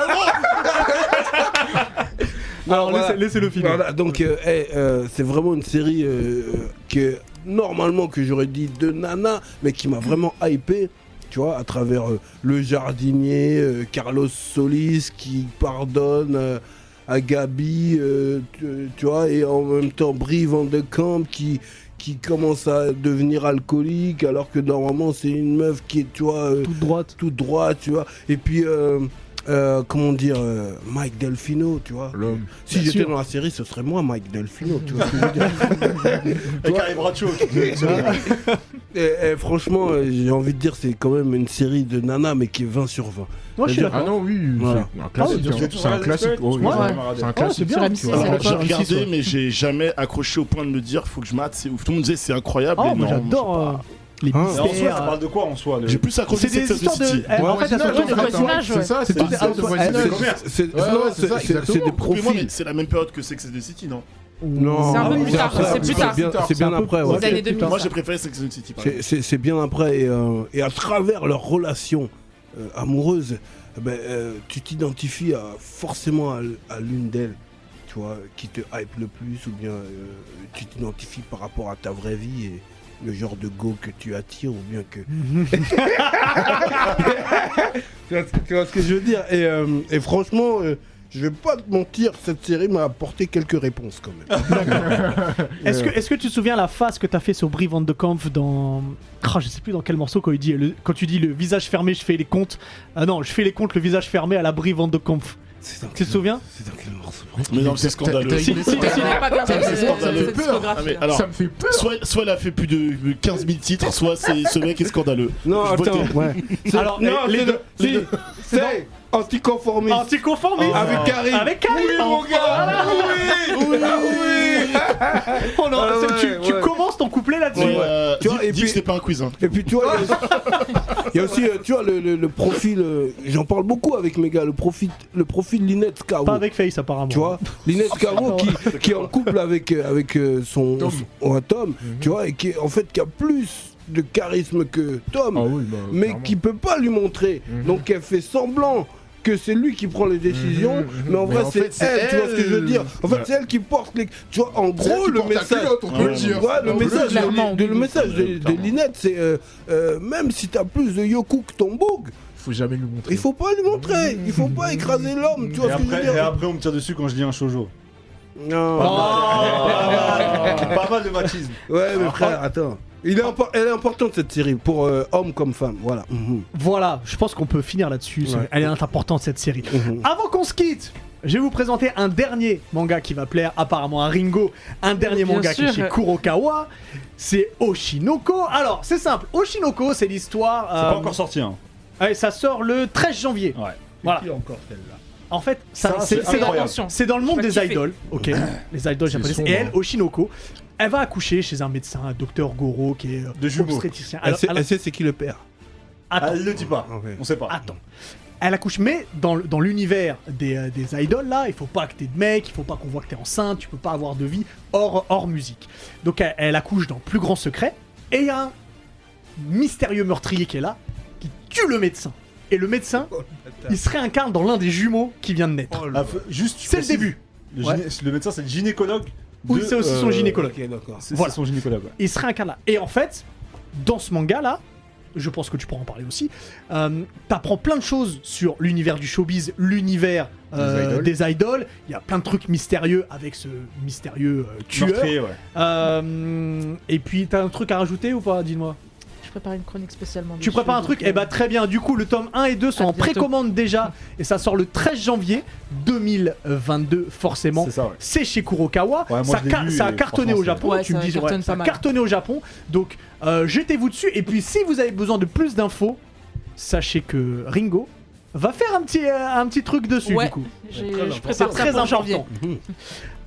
Speaker 2: Alors, voilà.
Speaker 5: Laissez-le finir.
Speaker 2: Voilà, donc euh, hey, euh, c'est vraiment une série euh, que normalement que j'aurais dit de nana, mais qui m'a vraiment hypé. Tu vois, à travers euh, le jardinier, euh, Carlos Solis qui pardonne euh, à Gabi, euh, tu, tu vois, et en même temps Brie Van de Camp qui, qui commence à devenir alcoolique alors que normalement c'est une meuf qui est, tu vois, euh,
Speaker 1: Toute droite.
Speaker 2: tout droit, tu vois. Et puis, euh, euh, comment dire, euh, Mike Delfino, tu vois.
Speaker 7: L'homme.
Speaker 2: Si
Speaker 1: Bien
Speaker 2: j'étais
Speaker 1: sûr.
Speaker 2: dans la série, ce serait moi, Mike Delfino, tu vois. ce que je veux dire.
Speaker 4: Avec Harry Bradshaw.
Speaker 2: Et- et franchement, euh, j'ai envie de dire, c'est quand même une série de nana, mais qui est 20 sur 20.
Speaker 1: Moi, je suis
Speaker 7: Ah
Speaker 1: d'accord.
Speaker 7: non, oui, oui,
Speaker 2: Voilà.
Speaker 7: c'est un classique.
Speaker 1: bien
Speaker 7: hein.
Speaker 1: sûr.
Speaker 7: C'est un classique. Oh, oui,
Speaker 1: Ouais,
Speaker 7: c'est un-
Speaker 1: ouais.
Speaker 7: C'est un
Speaker 1: ah, c'est
Speaker 7: classique.
Speaker 1: bien,
Speaker 7: tu
Speaker 6: M6,
Speaker 7: vois.
Speaker 6: à
Speaker 4: Alors,
Speaker 6: l'époque.
Speaker 4: J'ai
Speaker 1: l'époque. M6,
Speaker 4: regardé,
Speaker 1: ouais.
Speaker 4: mais j'ai jamais accroché au point de me dire faut que je mate. c'est ouf. Tout le monde disait c'est incroyable.
Speaker 1: Oh,
Speaker 4: mais
Speaker 1: moi
Speaker 4: non,
Speaker 1: j'adore euh, les
Speaker 3: Mais en soi, ça
Speaker 1: mystères.
Speaker 3: parle de quoi en soi le-
Speaker 4: J'ai plus accroché
Speaker 1: C'est
Speaker 4: Sex
Speaker 1: des
Speaker 4: and the
Speaker 1: histoires de. eh,
Speaker 4: City.
Speaker 7: Ouais,
Speaker 1: En fait, ça
Speaker 7: ouais, non,
Speaker 1: se
Speaker 7: non,
Speaker 1: trouve-
Speaker 7: attends,
Speaker 6: voisinage,
Speaker 7: C'est
Speaker 6: ouais.
Speaker 7: ça, c'est
Speaker 1: C'est
Speaker 7: tout
Speaker 1: des
Speaker 7: ça,
Speaker 1: hauts-
Speaker 7: de
Speaker 1: Ah,
Speaker 7: voisinage.
Speaker 1: c'est-
Speaker 2: C'est
Speaker 7: Ouais,
Speaker 2: non, c'est- c'est-
Speaker 7: ouais, c'est ça,
Speaker 2: c'est
Speaker 7: exactement.
Speaker 2: des
Speaker 4: Excusez-moi,
Speaker 2: profils.
Speaker 4: mais c'est la même période que Sex and the City, non
Speaker 2: Non,
Speaker 6: C'est un peu
Speaker 2: c'est
Speaker 6: plus tard,
Speaker 2: après,
Speaker 6: c'est plus tard.
Speaker 2: bien- C'est bien
Speaker 1: un peu-
Speaker 2: après, ouais.
Speaker 1: c'est
Speaker 6: années
Speaker 1: plus
Speaker 6: 2000.
Speaker 1: tard.
Speaker 4: Moi j'ai préféré Sex and the City. par
Speaker 2: C'est- C'est c'est bien après et, euh, et à travers leur relation euh, amoureuse, eh ben, euh, tu t'identifies à- forcément à, l- à l'une d'elles, tu vois, qui te hype le plus ou bien euh, tu t'identifies par rapport à ta vraie vie et le genre de go que tu attires ou bien que... tu, vois, ce- tu vois ce que je veux dire et, euh, et franchement... euh, je vais pas te mentir, cette série m'a apporté quelques réponses quand même.
Speaker 1: Est-ce que, est que tu te souviens la face que t'as fait sur Brie Van de Kampf dans. Ah, je sais plus dans quel morceau quand, il dit, le- quand tu dis le visage fermé, je fais les comptes. Ah non, je fais les comptes, le visage fermé à la Brie Van de Kampf.
Speaker 2: C'est dans
Speaker 1: Tu te souviens
Speaker 2: c'est dans quel morceau
Speaker 4: exemple. Mais non, c'est scandaleux.
Speaker 7: T'as- t'as-
Speaker 1: Si, si,
Speaker 6: Je
Speaker 1: si.
Speaker 6: n'ai pas bien
Speaker 7: Ça,
Speaker 6: cette
Speaker 7: c'est scandaleux.
Speaker 6: cette
Speaker 4: Ah,
Speaker 6: discographie.
Speaker 4: mais
Speaker 6: là.
Speaker 4: alors,
Speaker 7: Ça me fait peur.
Speaker 4: soit, soit elle a fait plus de 15 000 titres, soit c'est- ce mec est scandaleux.
Speaker 2: Non,
Speaker 4: Je votais.
Speaker 2: attends, ouais. C'est-
Speaker 1: Alors,
Speaker 2: non,
Speaker 1: les- les
Speaker 2: c'est de-
Speaker 1: deux-
Speaker 2: c'est de- C'est anticonformiste.
Speaker 1: ah, Anticonformiste
Speaker 2: Ah, Avec Karim.
Speaker 1: Avec Karim
Speaker 2: gars Ah Oui, oui,
Speaker 1: Oh non,
Speaker 2: Ah
Speaker 1: c'est- tu,
Speaker 2: ouais,
Speaker 1: tu
Speaker 2: ouais.
Speaker 1: commences ton couplet là-dessus.
Speaker 4: Mais, euh,
Speaker 2: Tu vois,
Speaker 4: dis-
Speaker 2: et
Speaker 4: dis
Speaker 2: puis-
Speaker 4: que c'est pas un quiz. hein.
Speaker 2: Et puis tu vois, il y a aussi- il y a aussi, euh, tu vois, le, le- le profil, euh, j'en parle beaucoup avec mes gars, le profil, le profil Linette Kao.
Speaker 1: Pas avec Face apparemment.
Speaker 2: Tu vois, Linette Kao qui, qui est en couple avec, euh, avec euh, son,
Speaker 7: Tom.
Speaker 2: son- un Tom, tu vois, et qui est- en fait qui a plus de charisme que Tom.
Speaker 7: Ah oui, bah,
Speaker 2: mais
Speaker 7: clairement.
Speaker 2: qui peut pas lui montrer.
Speaker 7: Mhm.
Speaker 2: Donc elle fait semblant que c'est lui qui prend les décisions,
Speaker 7: Mhm, mhm.
Speaker 2: mais en
Speaker 7: Mais
Speaker 2: vrai
Speaker 7: en
Speaker 2: c'est
Speaker 7: fait, c'est
Speaker 2: elle, tu vois ce que je veux
Speaker 7: elle.
Speaker 2: dire. En fait
Speaker 7: Ouais.
Speaker 2: c'est elle qui porte les. Tu vois, en
Speaker 7: C'est elle
Speaker 2: gros
Speaker 7: qui
Speaker 2: le
Speaker 7: porte la
Speaker 2: message.
Speaker 7: culotte, on peut le dire.
Speaker 2: Ouais, le
Speaker 7: On peut
Speaker 2: message,
Speaker 7: dire.
Speaker 6: clairement,
Speaker 2: de, de- le
Speaker 6: oui,
Speaker 2: message
Speaker 7: oui,
Speaker 2: de- des
Speaker 7: clairement.
Speaker 2: lunettes, c'est euh, euh, même si t'as plus de Yoko que ton bug,
Speaker 7: Faut jamais lui montrer.
Speaker 2: il faut pas lui montrer,
Speaker 7: Mmh.
Speaker 2: il faut pas écraser l'homme, tu vois
Speaker 3: Et
Speaker 2: ce que je
Speaker 3: après,
Speaker 2: veux
Speaker 3: et
Speaker 2: dire.
Speaker 3: après, on me tire dessus quand je dis un shoujo.
Speaker 2: Non.
Speaker 7: Ah.
Speaker 1: Ah.
Speaker 3: Pas mal de machisme.
Speaker 2: Ouais, mais
Speaker 7: Ah.
Speaker 2: frère, attends. Il est impor- elle est importante cette série pour euh, homme comme femme, voilà. Mhm.
Speaker 1: Voilà, je pense qu'on peut finir là-dessus.
Speaker 2: Ouais.
Speaker 1: Elle est importante cette série.
Speaker 2: Mhm.
Speaker 1: Avant qu'on se quitte, je vais vous présenter un dernier manga qui va plaire apparemment à Ringo. Un dernier
Speaker 6: bien
Speaker 1: manga qui est
Speaker 6: sûr.
Speaker 1: chez Kurokawa. C'est Oshinoko. Alors, c'est simple. Oshinoko, c'est l'histoire.
Speaker 3: C'est pas
Speaker 1: euh,
Speaker 3: encore sorti, hein.
Speaker 1: ouais, ça sort le 13 janvier.
Speaker 3: Ouais.
Speaker 1: Voilà.
Speaker 5: encore celle-là.
Speaker 1: En fait, ça,
Speaker 3: Ça,
Speaker 1: c'est
Speaker 3: c'est
Speaker 1: c'est dans,
Speaker 3: incroyable.
Speaker 1: c'est dans le monde
Speaker 6: Je vais
Speaker 1: des
Speaker 6: kiffer.
Speaker 1: idoles. Ok. Les idoles japonaises.
Speaker 7: sombre,
Speaker 1: Et elle,
Speaker 7: hein.
Speaker 1: Oshinoko, elle va accoucher chez un médecin, un docteur Goro, qui est euh,
Speaker 3: De jumeaux.
Speaker 1: obstétricien.
Speaker 2: Elle
Speaker 1: Alors-
Speaker 2: sait-
Speaker 1: alors-
Speaker 2: elle sait c'est qui le père.
Speaker 1: attends.
Speaker 3: Ah, Elle le dit pas.
Speaker 2: Ok.
Speaker 3: On sait pas.
Speaker 1: Attends. Elle accouche, mais dans, le- dans l'univers des, euh, des idoles, là, il faut pas que t'aies de mec, il faut pas qu'on voit que t'es enceinte, tu peux pas avoir de vie hors, hors musique. Donc elle, elle accouche dans le plus grand secret, et il y a un mystérieux meurtrier qui est là, qui tue le médecin. Et le médecin, il se réincarne dans l'un des jumeaux qui vient de naître.
Speaker 3: Ah, f- juste, je
Speaker 1: C'est le
Speaker 3: précise,
Speaker 1: début.
Speaker 3: Le,
Speaker 1: Ouais.
Speaker 3: gyné- le médecin, c'est le gynécologue.
Speaker 1: Oui,
Speaker 3: de, euh,
Speaker 1: c'est aussi son gynécologue.
Speaker 2: Ok, d'accord.
Speaker 3: C'est c'est
Speaker 1: Voilà.
Speaker 3: son gynécologue. ouais.
Speaker 1: il se réincarne là. Et en fait, dans ce manga là, je pense que tu pourras en parler aussi, euh, t'apprends plein de choses sur l'univers du showbiz, l'univers euh, des,
Speaker 7: Des
Speaker 1: idoles. Il y a plein de trucs mystérieux avec ce mystérieux euh, tueur.
Speaker 3: Meurtrier, ouais.
Speaker 1: Euh, et puis t'as un truc à rajouter ou pas Dis-moi.
Speaker 6: Je prépare une chronique spécialement.
Speaker 1: Tu prépares un truc Eh bah très bien. Du coup, le tome 1 et 2 sont
Speaker 6: À
Speaker 1: en
Speaker 6: bientôt.
Speaker 1: précommande déjà et ça sort le 13 janvier 2022 forcément
Speaker 3: C'est ça, ouais.
Speaker 1: c'est chez Kurokawa.
Speaker 3: Ouais, moi,
Speaker 1: ça,
Speaker 3: je l'ai
Speaker 1: car-
Speaker 3: lu
Speaker 1: ça a
Speaker 3: et
Speaker 1: cartonné au
Speaker 3: franchement,
Speaker 1: Japon.
Speaker 6: c'est-
Speaker 1: tu
Speaker 6: Ouais,
Speaker 1: me
Speaker 6: ça
Speaker 1: dis, ouais,
Speaker 6: cartonne
Speaker 1: ça
Speaker 6: pas
Speaker 1: a
Speaker 6: mal.
Speaker 1: cartonné au Japon. Donc, euh, jetez-vous dessus. Et puis, si vous avez besoin de plus d'infos, sachez que Ringo va faire un petit, euh, un petit truc dessus.
Speaker 6: Ouais,
Speaker 1: Du coup.
Speaker 5: Très
Speaker 6: j'ai- je
Speaker 5: important.
Speaker 6: prépare ça
Speaker 1: Très
Speaker 6: pour janvier.
Speaker 1: important.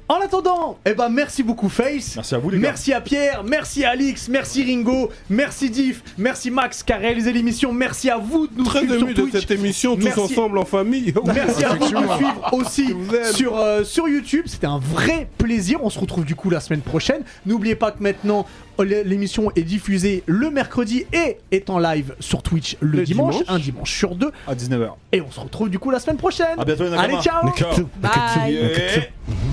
Speaker 1: En attendant, eh ben merci beaucoup Face.
Speaker 3: Merci à vous, les gars.
Speaker 1: Merci à Pierre, merci à Alix, merci Ringo, merci Diff, merci Max qui a réalisé l'émission, merci à vous de nous
Speaker 2: Très
Speaker 1: suivre
Speaker 2: ému
Speaker 1: sur
Speaker 2: de
Speaker 1: Twitch.
Speaker 2: cette émission, tous
Speaker 1: Merci.
Speaker 2: ensemble en famille.
Speaker 1: Merci à vous de nous
Speaker 7: Effectivement.
Speaker 1: suivre aussi
Speaker 2: vous aime.
Speaker 1: sur, euh, sur YouTube. C'était un vrai plaisir. On se retrouve du coup la semaine prochaine. N'oubliez pas que maintenant l- l'émission est diffusée le mercredi et est en live sur Twitch le,
Speaker 2: Le
Speaker 1: dimanche,
Speaker 2: dimanche.
Speaker 1: un dimanche sur deux.
Speaker 3: À 19h.
Speaker 1: Et on se retrouve du coup la semaine prochaine.
Speaker 3: À bientôt, les
Speaker 1: Allez,
Speaker 3: Nakamas.
Speaker 1: ciao.
Speaker 6: Bye.
Speaker 3: Yeah.